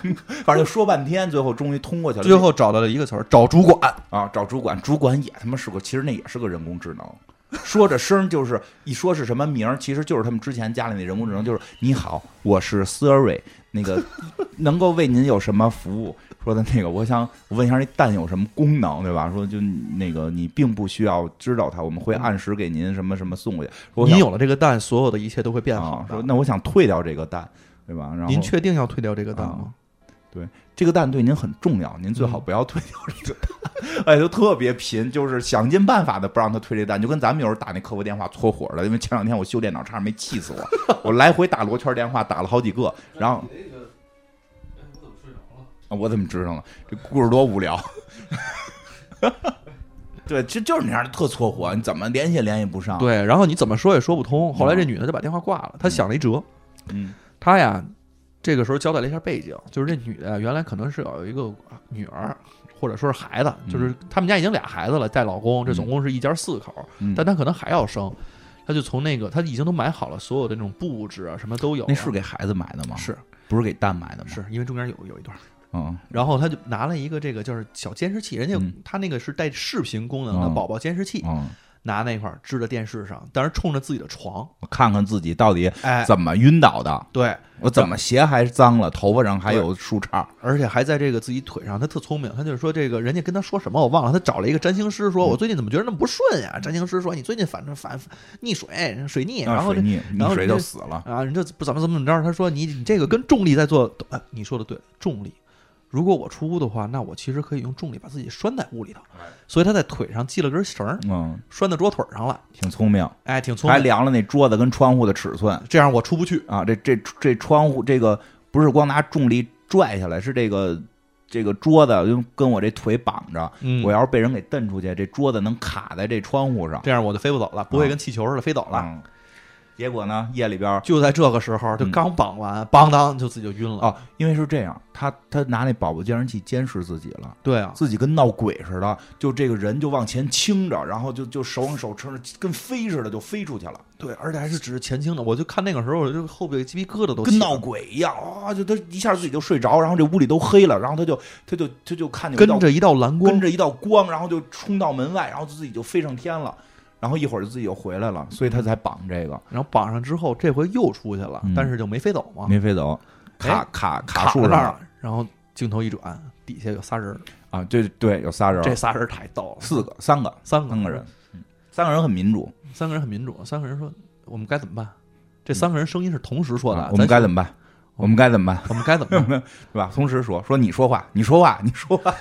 Speaker 2: 反正就说半天，最后终于通过去了。
Speaker 3: 最后找到了一个词儿，找主管，
Speaker 2: 啊，找主管，主管也他妈是个，其实那也是个人工智能。说着声儿就是一说是什么名儿，其实就是他们之前家里那人工智能，就是你好，我是 Siri，那个能够为您有什么服务？说的那个，我想问一下那蛋有什么功能，对吧？说就那个你并不需要知道它，我们会按时给您什么什么送过去。说我
Speaker 3: 您
Speaker 2: 想
Speaker 3: 有了这个蛋，所有的一切都会变好
Speaker 2: 啊，
Speaker 3: 的
Speaker 2: 说那我想退掉这个蛋，对吧？然后
Speaker 3: 您确定要退掉这个蛋吗？
Speaker 2: 这个蛋对您很重要，您最好不要退掉这个蛋。 哎，就特别贫，就是想尽办法的不让他退这蛋，就跟咱们有时候打那客服电话搓火了。因为前两天我修电脑，差点没气死我， 我来回打罗圈电话打了好几 个，然后
Speaker 1: 那个，哎，我怎么睡着了？
Speaker 2: 啊我怎么知道了？这故事多无聊。 对，这就是那样特搓火，你怎么联系也联系不上。，
Speaker 3: 对，然后你怎么说也说不通。后来这女的就把电话挂了，她想了一辙，
Speaker 2: 嗯
Speaker 3: 她呀，这个时候交代了一下背景，就是这女的原来可能是有一个女儿，或者说是孩子，就是他们家已经俩孩子了，带老公，这总共是一家四口，
Speaker 2: 嗯，
Speaker 3: 但她可能还要生，她就从那个她已经都买好了所有的那种布置啊，什么都有了，
Speaker 2: 那是给孩子买的吗？，
Speaker 3: 是
Speaker 2: 不是给蛋买的吗？，
Speaker 3: 是因为中间有有一段。
Speaker 2: 嗯
Speaker 3: 然后她就拿了一个这个就是小监视器，人家
Speaker 2: 嗯
Speaker 3: 她那个是带视频功能的
Speaker 2: 嗯
Speaker 3: 宝宝监视器，
Speaker 2: 嗯，
Speaker 3: 拿那块儿支在电视上，但是冲着自己的床，
Speaker 2: 我看看自己到底
Speaker 3: 哎，
Speaker 2: 怎么晕倒的。
Speaker 3: 对，
Speaker 2: 我怎么鞋还脏了，头发上还有树杈，
Speaker 3: 而且还在这个自己腿上，他特聪明，他就是说这个人家跟他说什么我忘了，他找了一个占星师说，我最近怎么觉得那么不顺呀？占星师说你最近反正反溺水啊水逆，然后
Speaker 2: 水
Speaker 3: 这
Speaker 2: 逆，
Speaker 3: 然
Speaker 2: 溺
Speaker 3: 后
Speaker 2: 水
Speaker 3: 这
Speaker 2: 就死了。
Speaker 3: 啊人就不怎么怎么怎么着，他说你你这个跟重力在做，哎你说的对，重力。如果我出屋的话，那我其实可以用重力把自己拴在屋里头，所以他在腿上系了根绳儿，
Speaker 2: 嗯，
Speaker 3: 拴在桌腿上了，
Speaker 2: 挺聪明，
Speaker 3: 哎，挺聪
Speaker 2: 还
Speaker 3: 明。
Speaker 2: 量了那桌子跟窗户的尺寸
Speaker 3: 这样我出不去，
Speaker 2: 啊。这这这窗户这个不是光拿重力拽下来，是这个这个桌子用跟我这腿绑着，
Speaker 3: 嗯
Speaker 2: 我要是被人给蹬出去，这桌子能卡在这窗户上。
Speaker 3: 这样我就飞不走了，不会跟气球似的飞走了。
Speaker 2: 嗯，结果呢，夜里边儿
Speaker 3: 就在这个时候，就刚绑完，邦当就自己就晕了。
Speaker 2: 哦，因为是这样，他他拿那宝宝监视器监视自己了。
Speaker 3: 对啊，
Speaker 2: 自己跟闹鬼似的，就这个人就往前倾着，然后就就手往手撑着，跟飞似的就飞出去了，
Speaker 3: 对，而且还是指着前倾的。我就看那个时候，我就后背鸡皮疙瘩都起
Speaker 2: 跟
Speaker 3: 来
Speaker 2: 闹
Speaker 3: 了
Speaker 2: 鬼一样啊！就他一下自己就睡着，然后这屋里都黑了，然后他就他就他就看见有一道
Speaker 3: 跟着一道蓝光，
Speaker 2: 跟着一道光，然后就冲到门外，然后自己就飞上天了，然后一会儿就自己又回来了，所以他才绑这个，
Speaker 3: 然后绑上之后，这回又出去了，
Speaker 2: 嗯
Speaker 3: 但是就没飞走嘛，
Speaker 2: 没飞走，卡
Speaker 3: 啊哎
Speaker 2: 卡
Speaker 3: 卡
Speaker 2: 树
Speaker 3: 在
Speaker 2: 上
Speaker 3: 那儿了。然后镜头一转，底下有仨人儿，
Speaker 2: 啊！对对，有仨人，
Speaker 3: 这仨人太逗了，
Speaker 2: 四个三个
Speaker 3: 三个
Speaker 2: 三个人，，嗯三个人很民主，
Speaker 3: 三个人很民主，三个人说我们该怎么办？这三个人声音是同时说
Speaker 2: 嗯
Speaker 3: 的，
Speaker 2: 啊我们该
Speaker 3: 咱
Speaker 2: 怎么办？我们该怎么办？
Speaker 3: 我们该怎么办？
Speaker 2: 对吧？同时说说你说话，你说话，你说话，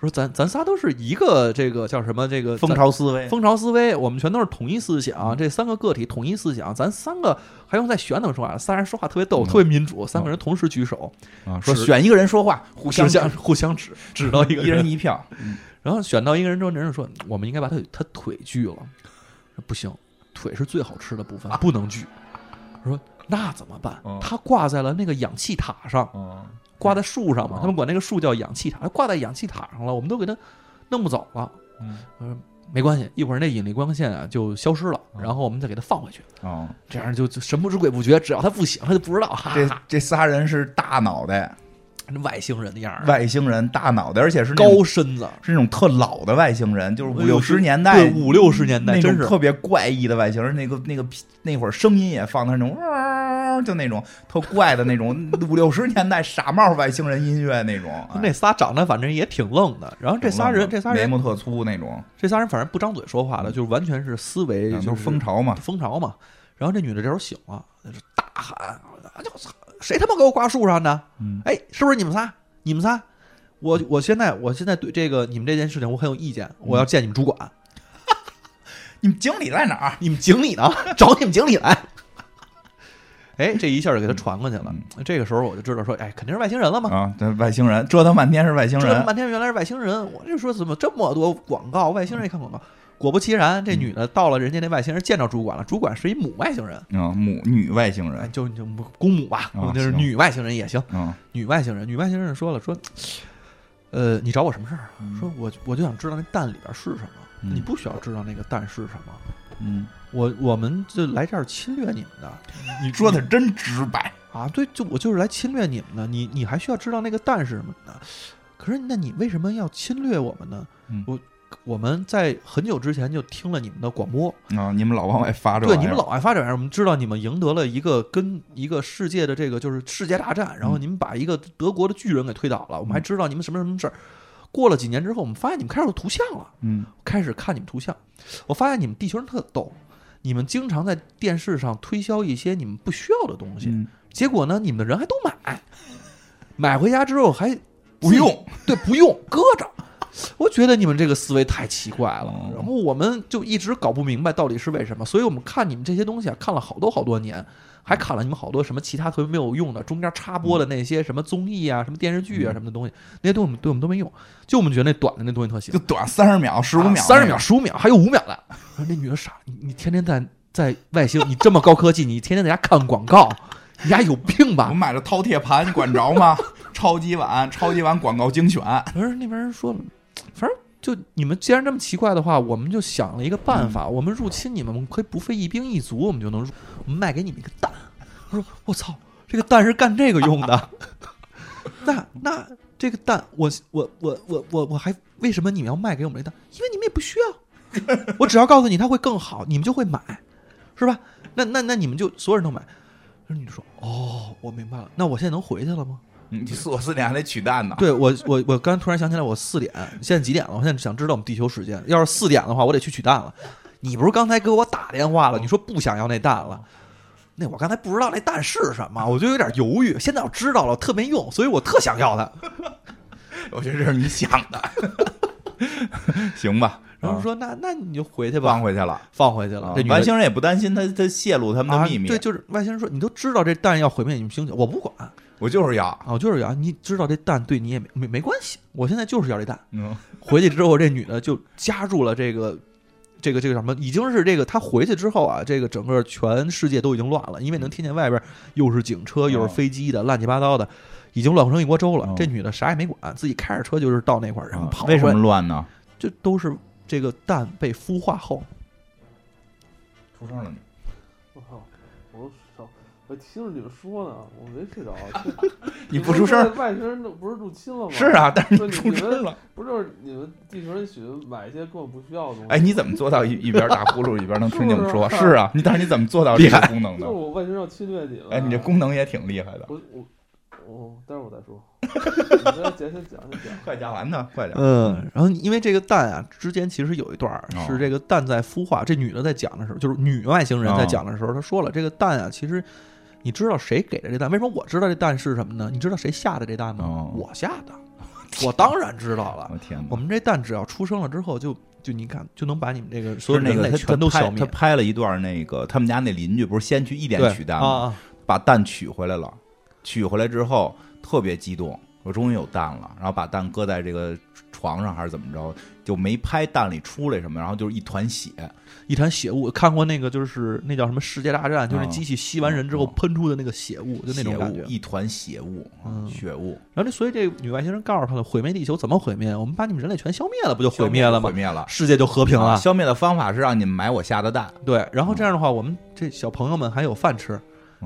Speaker 3: 说咱咱仨都是一个这个叫什么这个
Speaker 2: 风
Speaker 3: 呃咱
Speaker 2: 潮思维，
Speaker 3: 蜂巢思维，我们全都是统一思想，这三个个体统一思想，咱三个还用再选怎么说话？仨人说话特别逗，
Speaker 2: 嗯
Speaker 3: 特别民主，三个人同时举手，
Speaker 2: 啊，说
Speaker 3: 是
Speaker 2: 选一个人说话，互相
Speaker 3: 指向互相 指指到一个
Speaker 2: 一人
Speaker 3: 人，嗯
Speaker 2: 一票，
Speaker 3: 然后选到一个人之后，那人说我们应该把他他腿锯了，说不行，腿是最好吃的部分，不能锯。我说那怎么办
Speaker 2: 嗯？
Speaker 3: 他挂在了那个氧气塔上，
Speaker 2: 嗯，
Speaker 3: 挂在树上嘛
Speaker 2: 哦，
Speaker 3: 他们管那个树叫氧气塔，它挂在氧气塔上了，我们都给它弄不走了。
Speaker 2: 嗯
Speaker 3: 我说没关系，一会儿那引力光线啊就消失了，然后我们再给它放回去，
Speaker 2: 哦，
Speaker 3: 这样就就神不知鬼不觉，只要它不醒，它就不知道，哈
Speaker 2: 这
Speaker 3: 哈，
Speaker 2: 这仨人是大脑袋，
Speaker 3: 那外星人的样儿，
Speaker 2: 外星人大脑袋，而且是那种
Speaker 3: 嗯高身子，
Speaker 2: 是那种特老的外星人，就是五
Speaker 3: 哎呦
Speaker 2: 六十年代，
Speaker 3: 对五六十年代
Speaker 2: 那种
Speaker 3: 真是
Speaker 2: 特别怪异的外星人，那个那个那会儿声音也放的那种，哇就那种特怪的那种五六十年代傻帽外星人音乐那种，哎
Speaker 3: 那仨长得反正也挺愣的，然后这仨人，这仨
Speaker 2: 眉
Speaker 3: 人，
Speaker 2: 毛特粗那种，
Speaker 3: 这仨人反正不张嘴说话的，就是完全是思维
Speaker 2: 就
Speaker 3: 就是是
Speaker 2: 蜂巢嘛，
Speaker 3: 蜂巢嘛。然后这女的这时候醒了，就是大喊：“啊就操，谁他妈给我挂树上的？
Speaker 2: 嗯
Speaker 3: 哎，是不是你们仨？你们仨？
Speaker 2: 嗯
Speaker 3: 我我现在我现在对这个你们这件事情我很有意见，我要见你们主管。
Speaker 2: 你们经理在哪儿？啊
Speaker 3: 你们经理呢？找你们经理来。哎，这一下就给他传过去了。
Speaker 2: 嗯
Speaker 3: 这个时候我就知道说，哎，肯定是外星人了嘛。
Speaker 2: 啊，这外星人折腾半天是外星
Speaker 3: 折
Speaker 2: 人
Speaker 3: 腾，半天原来是外星人，我就说怎么这么多广告，外星人也看广告。果不其然，
Speaker 2: 嗯
Speaker 3: 这女的到了人家那外星人见着主管了，主管是一母外星人，
Speaker 2: 嗯，母女外星
Speaker 3: 哎，
Speaker 2: 人，
Speaker 3: 就就公母吧，
Speaker 2: 啊
Speaker 3: 就是
Speaker 2: 行
Speaker 3: 女外星人也行。
Speaker 2: 嗯
Speaker 3: 女外星人，女外星人说了说，呃，你找我什么事儿啊？说我我就想知道那蛋里边是什么，
Speaker 2: 嗯
Speaker 3: 你不需要知道那个蛋是什么，
Speaker 2: 嗯，
Speaker 3: 我我们就来这儿侵略你们的，你
Speaker 2: 说的真直白，
Speaker 3: 啊，对，就我就是来侵略你们的，你你还需要知道那个蛋是什么呢？可是那你为什么要侵略我们呢？
Speaker 2: 嗯
Speaker 3: 我我们在很久之前就听了你们的广播，
Speaker 2: 啊，你们老往外发这玩
Speaker 3: 对
Speaker 2: 意儿，
Speaker 3: 你们老爱发展，我们知道你们赢得了一个跟一个世界的这个就是世界大战，然后
Speaker 2: 嗯
Speaker 3: 你们把一个德国的巨人给推倒了，我们还知道你们什么什么事儿。过了几年之后，我们发现你们开始有图像了，
Speaker 2: 嗯
Speaker 3: 开始看你们图像，我发现你们地球人特逗，你们经常在电视上推销一些你们不需要的东西，
Speaker 2: 嗯，
Speaker 3: 结果呢，你们的人还都买，买回家之后还
Speaker 2: 不用，
Speaker 3: 对，不用搁着。我觉得你们这个思维太奇怪了
Speaker 2: 哦，
Speaker 3: 然后我们就一直搞不明白到底是为什么，所以我们看你们这些东西啊，看了好多好多年，还看了你们好多什么其他特别没有用的，中间插播的那些什么综艺啊、什么电视
Speaker 2: 嗯
Speaker 3: 剧啊、什么的东西，那些东西我们对我们都没用，就我们觉得那短的那东西特行
Speaker 2: 就，短三十秒、十五秒、
Speaker 3: 啊三十秒、，十五秒，还有五秒的。然后那女的傻，你你天天在在外星，你这么高科技，你天天在家看广告，你家有病吧
Speaker 2: 我？买了饕餮盘，你管着吗？超级碗，超级碗广告精选，
Speaker 3: 可是那边人说了，反正就你们既然这么奇怪的话，我们就想了一个办法，我们入侵你们，我们可以不费一兵一卒，我们就能入，我们卖给你们一个蛋。我说我操，这个蛋是干这个用的。 那那这个蛋，我我我我我我还为什么你们要卖给我们这蛋？因为你们也不需要，我只要告诉你它会更好，你们就会买，是吧？那那那你们就所有人都买。那你说哦，我明白了。那我现在能回去了吗？
Speaker 2: 嗯你四我四点还得取蛋呢，
Speaker 3: 对我，我我刚才突然想起来，我四点，现在几点了？我现在想知道我们地球时间。要是四点的话，我得去取蛋了。你不是刚才给我打电话了？你说不想要那蛋了？那我刚才不知道那蛋是什么，我就有点犹豫。现在我知道了，特没用，所以我特想要它。
Speaker 2: 我觉得这是你想的， 行吧？
Speaker 3: 然后
Speaker 2: 啊
Speaker 3: 说，那那你就回去
Speaker 2: 放
Speaker 3: 吧，
Speaker 2: 回去了，
Speaker 3: 放回去
Speaker 2: 啊
Speaker 3: 了。这女的
Speaker 2: 外星人也不担心他他泄露他们
Speaker 3: 啊
Speaker 2: 的秘密，
Speaker 3: 对，就是外星人说，你都知道这蛋要毁灭你们星球，我不管啊，
Speaker 2: 我就是要，
Speaker 3: 我就是要。你知道这蛋对你也没没没关系，我现在就是要这蛋。
Speaker 2: 嗯
Speaker 3: 回去之后，这女的就加入了这个这个这个什么，已经是这个她回去之后啊，这个整个全世界都已经乱了，因为
Speaker 2: 嗯
Speaker 3: 能听见外边又是警车又是飞机的，乱七八糟的，已经乱成一锅粥了
Speaker 2: 哦。
Speaker 3: 这女的啥也没管，自己开着车就是到那块儿，然后跑
Speaker 2: 啊为什么
Speaker 3: 回来
Speaker 2: 乱呢？
Speaker 3: 就都是这个蛋被孵化后，
Speaker 2: 出声了你，
Speaker 1: 我操！我都少，我听着你们说呢，我没睡着。
Speaker 2: 你不出声儿，。
Speaker 1: 外星人都不是入侵了吗？
Speaker 2: 是啊，但是
Speaker 1: 不
Speaker 2: 你
Speaker 1: 是
Speaker 2: 出
Speaker 1: 你
Speaker 2: 声
Speaker 1: 们
Speaker 2: 了。
Speaker 1: 不就是你们地球人喜欢买一些根本不需要的东西？
Speaker 2: 哎，你怎么做到一一边打呼噜一边能听见我说？
Speaker 1: 是不是
Speaker 2: 是啊，你但是你怎么做到这个功能
Speaker 1: 就是
Speaker 2: 的？
Speaker 1: 我外星人要侵略你了。
Speaker 2: 哎，你这功能也挺厉害的。
Speaker 1: 我我我，待会儿我再 说。你先讲，先讲，先讲。
Speaker 2: 快讲完呢，快点。
Speaker 3: 嗯，然后因为这个蛋啊之间其实有一段儿
Speaker 2: 哦
Speaker 3: 是这个蛋在孵化，这女的在讲的时候，就是女外星人在
Speaker 2: 哦
Speaker 3: 讲的时候，她说了这个蛋啊，其实你知道谁给的这蛋？为什么我知道这蛋是什么呢？你知道谁下的这蛋吗？
Speaker 2: 哦
Speaker 3: 嗯我下的，我当然知道了
Speaker 2: 我。天
Speaker 3: 我
Speaker 2: 哪！
Speaker 3: 们这蛋只要出生了之后就，就你看就能把你们这个所
Speaker 2: 就
Speaker 3: 有
Speaker 2: 是那
Speaker 3: 人
Speaker 2: 个
Speaker 3: 类
Speaker 2: 他
Speaker 3: 全都
Speaker 2: 他
Speaker 3: 消
Speaker 2: 拍他
Speaker 3: 灭。
Speaker 2: 拍了一段那个他们家那邻居不是先去一点
Speaker 3: 对
Speaker 2: 取蛋
Speaker 3: 啊
Speaker 2: 吗？
Speaker 3: 啊，
Speaker 2: 把蛋取回来了，取回来之后特别激动，我终于有蛋了，然后把蛋搁在这个床上还是怎么着，就没拍蛋里出来什么，然后就是一团血，
Speaker 3: 一滩血雾，看过那个就是那叫什么《世界大战》，就是
Speaker 2: 哦
Speaker 3: 机器吸完人之后
Speaker 2: 哦
Speaker 3: 喷出的那个血雾，就那种
Speaker 2: 血
Speaker 3: 感
Speaker 2: 雾
Speaker 3: 觉。
Speaker 2: 一团血雾，
Speaker 3: 嗯
Speaker 2: 血雾
Speaker 3: 然后这所以这女外星人告诉他了，毁灭地球怎么毁灭？我们把你们人类全消灭了，不就毁灭了吗
Speaker 2: 毁？灭了，
Speaker 3: 世界就和平
Speaker 2: 啊
Speaker 3: 了。
Speaker 2: 消灭的方法是让你们买我下的蛋，
Speaker 3: 对，然后这样的话，我们这小朋友们还有饭吃，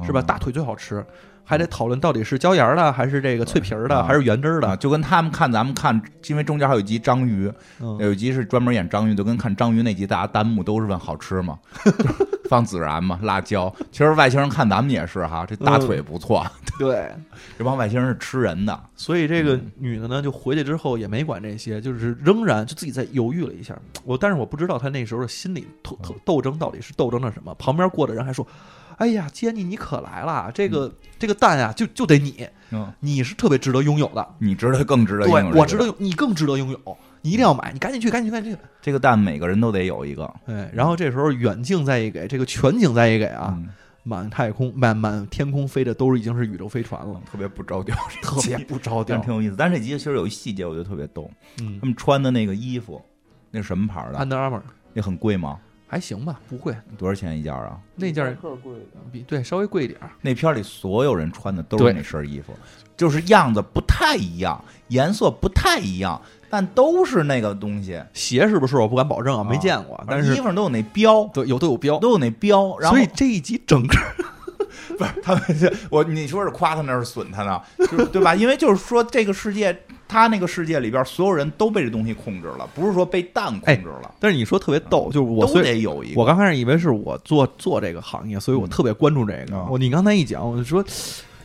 Speaker 3: 是吧？
Speaker 2: 嗯
Speaker 3: 大腿最好吃，还得讨论到底是椒盐儿的，还是这个脆皮儿的，
Speaker 2: 啊
Speaker 3: 还是原汁儿
Speaker 2: 啊，
Speaker 3: 的。
Speaker 2: 就跟他们看咱们看，因为中间还有一集章鱼，
Speaker 3: 嗯，
Speaker 2: 有一集是专门演章鱼，就跟看章鱼那集，大家弹幕都是问好吃 吗？就是放孜然吗？辣椒？其实外星人看咱们也是哈，这大腿不 错，
Speaker 3: 对。
Speaker 2: 这帮外星人是吃人的，
Speaker 3: 所以这个女的呢，就回去之后也没管这些，就是仍然就自己在犹豫了一下。我，但是我不知道她那时候的心理斗斗斗争到底是斗争的什么。旁边过的人还说：“哎呀，杰尼，你可来了！这个这个蛋啊，就就得你，
Speaker 2: 嗯，
Speaker 3: 你是特别值得拥有的。”
Speaker 2: 你值得更值得
Speaker 3: 对
Speaker 2: 应，
Speaker 3: 我值得，用，你更值得拥有。你一定要买，你赶紧去，赶紧去，赶紧去。
Speaker 2: 这个蛋每个人都得有一个
Speaker 3: 哎，然后这时候远镜再一给，这个全景再一给啊，
Speaker 2: 嗯
Speaker 3: 满太空、满满天空飞的都是已经是宇宙飞船 了，
Speaker 2: 特别不着调，
Speaker 3: 特别不
Speaker 2: 但
Speaker 3: 着调
Speaker 2: 是。挺有意思。但是这集其实有一细节，我觉得特别逗，
Speaker 3: 嗯
Speaker 2: 他们穿的那个衣服，那是什么牌儿的？
Speaker 3: ，Under Armour
Speaker 2: 那很贵吗？
Speaker 3: 还行吧，不贵，
Speaker 2: 多少钱一件啊？
Speaker 3: 那件儿
Speaker 1: 特贵的，
Speaker 3: 比对稍微贵一点儿。
Speaker 2: 那片儿里所有人穿的都是那身衣服，就是样子不太一样，颜色不太一样，但都是那个东西。
Speaker 3: 鞋是不是我不敢保证啊，没见过
Speaker 2: 而，
Speaker 3: 但
Speaker 2: 衣
Speaker 3: 是
Speaker 2: 服上都有那标，
Speaker 3: 都有都有标，
Speaker 2: 都有那标。然后
Speaker 3: 所以这一集整个
Speaker 2: 他们是我你说是夸他那是损他呢，就是对吧？因为就是说这个世界，他那个世界里边所有人都被这东西控制了，不是说被蛋控制了，
Speaker 3: 但是你说特别逗，就是哎我
Speaker 2: 都
Speaker 3: 虽然
Speaker 2: 得有一个。
Speaker 3: 我刚开始以为是我做做这个行业，所以我特别关注这个。
Speaker 2: 嗯
Speaker 3: 我你刚才一讲，我就说，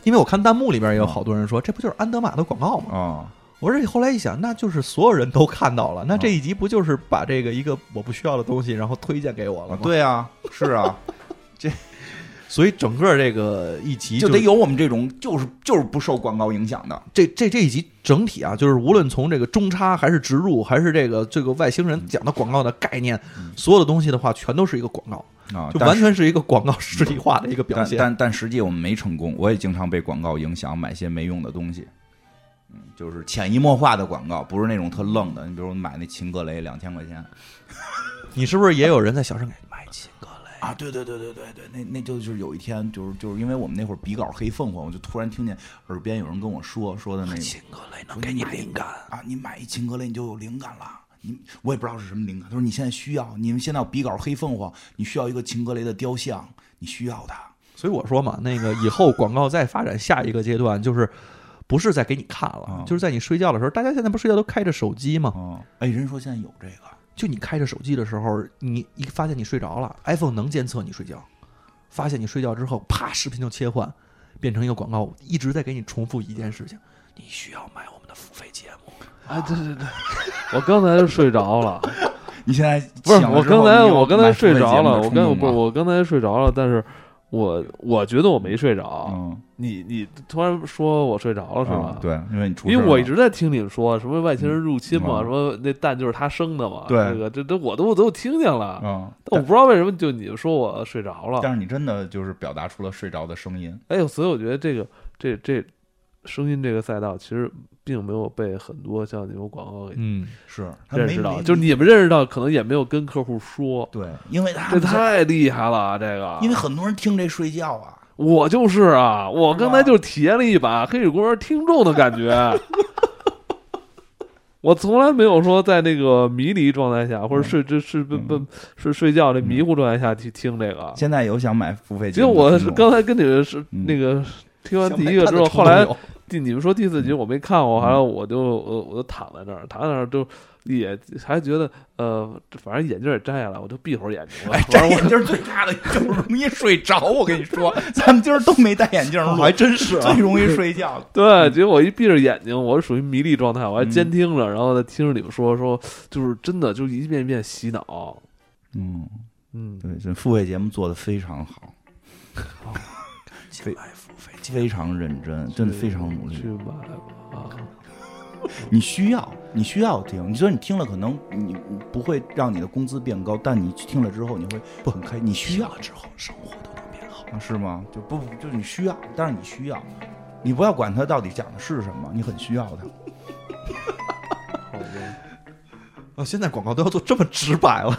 Speaker 3: 因为我看弹幕里边也有好多人说，这不就是安德玛的广告吗？
Speaker 2: 啊、
Speaker 3: 我说后来一想，那就是所有人都看到了，那这一集不就是把这个一个我不需要的东西，然后推荐给我了吗？，
Speaker 2: 对啊，是啊，
Speaker 3: 所以整个这个 一集
Speaker 2: 就是得有我们这种就是就是不受广告影响的。
Speaker 3: 这这这一集整体啊，就是无论从这个中插还是植入，还是这个这个外星人
Speaker 2: 嗯
Speaker 3: 讲的广告的概念，所有的东西的话，全都是一个广告，
Speaker 2: 啊，
Speaker 3: 就
Speaker 2: 但
Speaker 3: 完
Speaker 2: 是
Speaker 3: 全是一个广告实体化的一个表
Speaker 2: 但
Speaker 3: 现。
Speaker 2: 但但实际我们没成功，我也经常被广告影响，买些没用的东西。嗯，就是潜移默化的广告，不是那种特愣的。你比如我买那秦格雷两千块钱
Speaker 3: 你是不是也有人在小声给买琴格雷？
Speaker 2: 啊，对对对对对对，那那就就是有一天，就是就是因为我们那会儿比稿黑凤凰，我就突然听见耳边有人跟我说说的那个
Speaker 3: 琴格雷能给你灵感。
Speaker 2: 啊，你买一秦格雷你就有灵感了。你我也不知道是什么灵感，他说你现在需要，你们现在有比稿黑凤凰，你需要一个秦格雷的雕像，你需要它。
Speaker 3: 所以我说嘛，那个以后广告再发展下一个阶段，就是不是在给你看了
Speaker 2: 啊，
Speaker 3: 就是在你睡觉的时候，大家现在不睡觉都开着手机嘛？
Speaker 2: 哦，哎，人说现在有这个，
Speaker 3: 就你开着手机的时候，你一发现你睡着了，iPhone 能监测你睡觉，发现你睡觉之后，啪，视频就切换，变成一个广告，一直在给你重复一件事情。你需要买我们的付费节目，
Speaker 1: 哎，对对对，我刚才就睡着了，
Speaker 2: 你现在
Speaker 1: 不是
Speaker 2: 醒了
Speaker 1: 我
Speaker 2: 之后
Speaker 1: 刚才
Speaker 2: 你有
Speaker 1: 我刚才
Speaker 2: 买付费
Speaker 1: 睡着
Speaker 2: 节目
Speaker 1: 了，
Speaker 2: 的
Speaker 1: 我
Speaker 2: 冲
Speaker 1: 刚
Speaker 2: 动
Speaker 1: 不是
Speaker 2: 吗
Speaker 1: 我刚才睡着了，但是我我觉得我没睡着，
Speaker 2: 嗯
Speaker 1: 你你突然说我睡着了是吧
Speaker 2: 嗯？。对，因为你出
Speaker 1: 因为
Speaker 2: 事儿
Speaker 1: 我
Speaker 2: 了
Speaker 1: 一直在听你们说什么外星人入侵嘛，
Speaker 2: 嗯
Speaker 1: 什么那蛋就是他生的嘛，
Speaker 2: 对
Speaker 1: 这个这这我都我都听见了，
Speaker 2: 嗯，
Speaker 1: 啊但我啊不知道为什么就你们说我睡着了，
Speaker 2: 但是你真的就是表达出了睡着的声音，
Speaker 1: 哎呦，所以我觉得这个这这声音这个赛道其实并没有被很多像你们广告给
Speaker 3: 嗯，
Speaker 2: 是他
Speaker 1: 认
Speaker 2: 没
Speaker 1: 识到，
Speaker 2: 没
Speaker 1: 就是你们认识到，可能也没有跟客户说，
Speaker 2: 对，因为他
Speaker 1: 这太厉害了，啊这个，
Speaker 2: 因为很多人听这睡觉啊，
Speaker 1: 我就是啊，我刚才
Speaker 2: 是吧
Speaker 1: 就体验了一把黑水公园听众的感觉。 我从来没有说在那个迷离状态下，或者
Speaker 2: 嗯
Speaker 1: 睡这睡不不睡睡觉这迷糊状态下去听这个。
Speaker 2: 现在有想买付费
Speaker 1: 其
Speaker 2: 节
Speaker 1: 实
Speaker 2: 目的
Speaker 1: 啊我
Speaker 2: 听
Speaker 1: 是
Speaker 2: 众，
Speaker 1: 刚才跟你们是
Speaker 2: 嗯
Speaker 1: 那个听完
Speaker 3: 想
Speaker 1: 第
Speaker 3: 买
Speaker 1: 一个
Speaker 3: 它
Speaker 1: 之
Speaker 3: 的
Speaker 1: 后，后
Speaker 3: 冲
Speaker 1: 来
Speaker 3: 动有
Speaker 1: 第你们说第四集我没看
Speaker 2: 嗯
Speaker 1: 过，后来我就呃我我就躺在那儿，躺在那儿就也还觉得呃，反正眼镜也摘下来，我就闭会儿眼睛了。
Speaker 2: 哎，
Speaker 1: 反
Speaker 2: 摘
Speaker 1: 正我
Speaker 2: 眼镜最大的就是容易睡着，我跟你说，咱们今儿都没戴眼
Speaker 1: 哦
Speaker 2: 镜录，
Speaker 3: 还真是啊
Speaker 2: 最。容易睡觉。
Speaker 1: 对，结果我一闭着眼睛，我是属于迷离状态，我还
Speaker 2: 嗯
Speaker 1: 监听着，然后呢听着你们说说，就是真的就是一遍一遍洗脑。
Speaker 2: 嗯，
Speaker 1: 嗯，
Speaker 2: 对，这付费节目做的非常 好，
Speaker 3: 请买付费节目
Speaker 2: 非常认真，真的非常努力
Speaker 1: 去。买吧啊！
Speaker 2: 你需要，你需要听。你说你听了，可能你你不会让你的工资变高，但你听了之后，你会不很开。你需要
Speaker 3: 之后，生活都能变好。
Speaker 2: 啊是吗？就不不就是你需要，但是你需要，你不要管它到底讲的是什么，你很需要它。
Speaker 1: 好的，
Speaker 3: 呃啊，现在广告都要做这么直白了，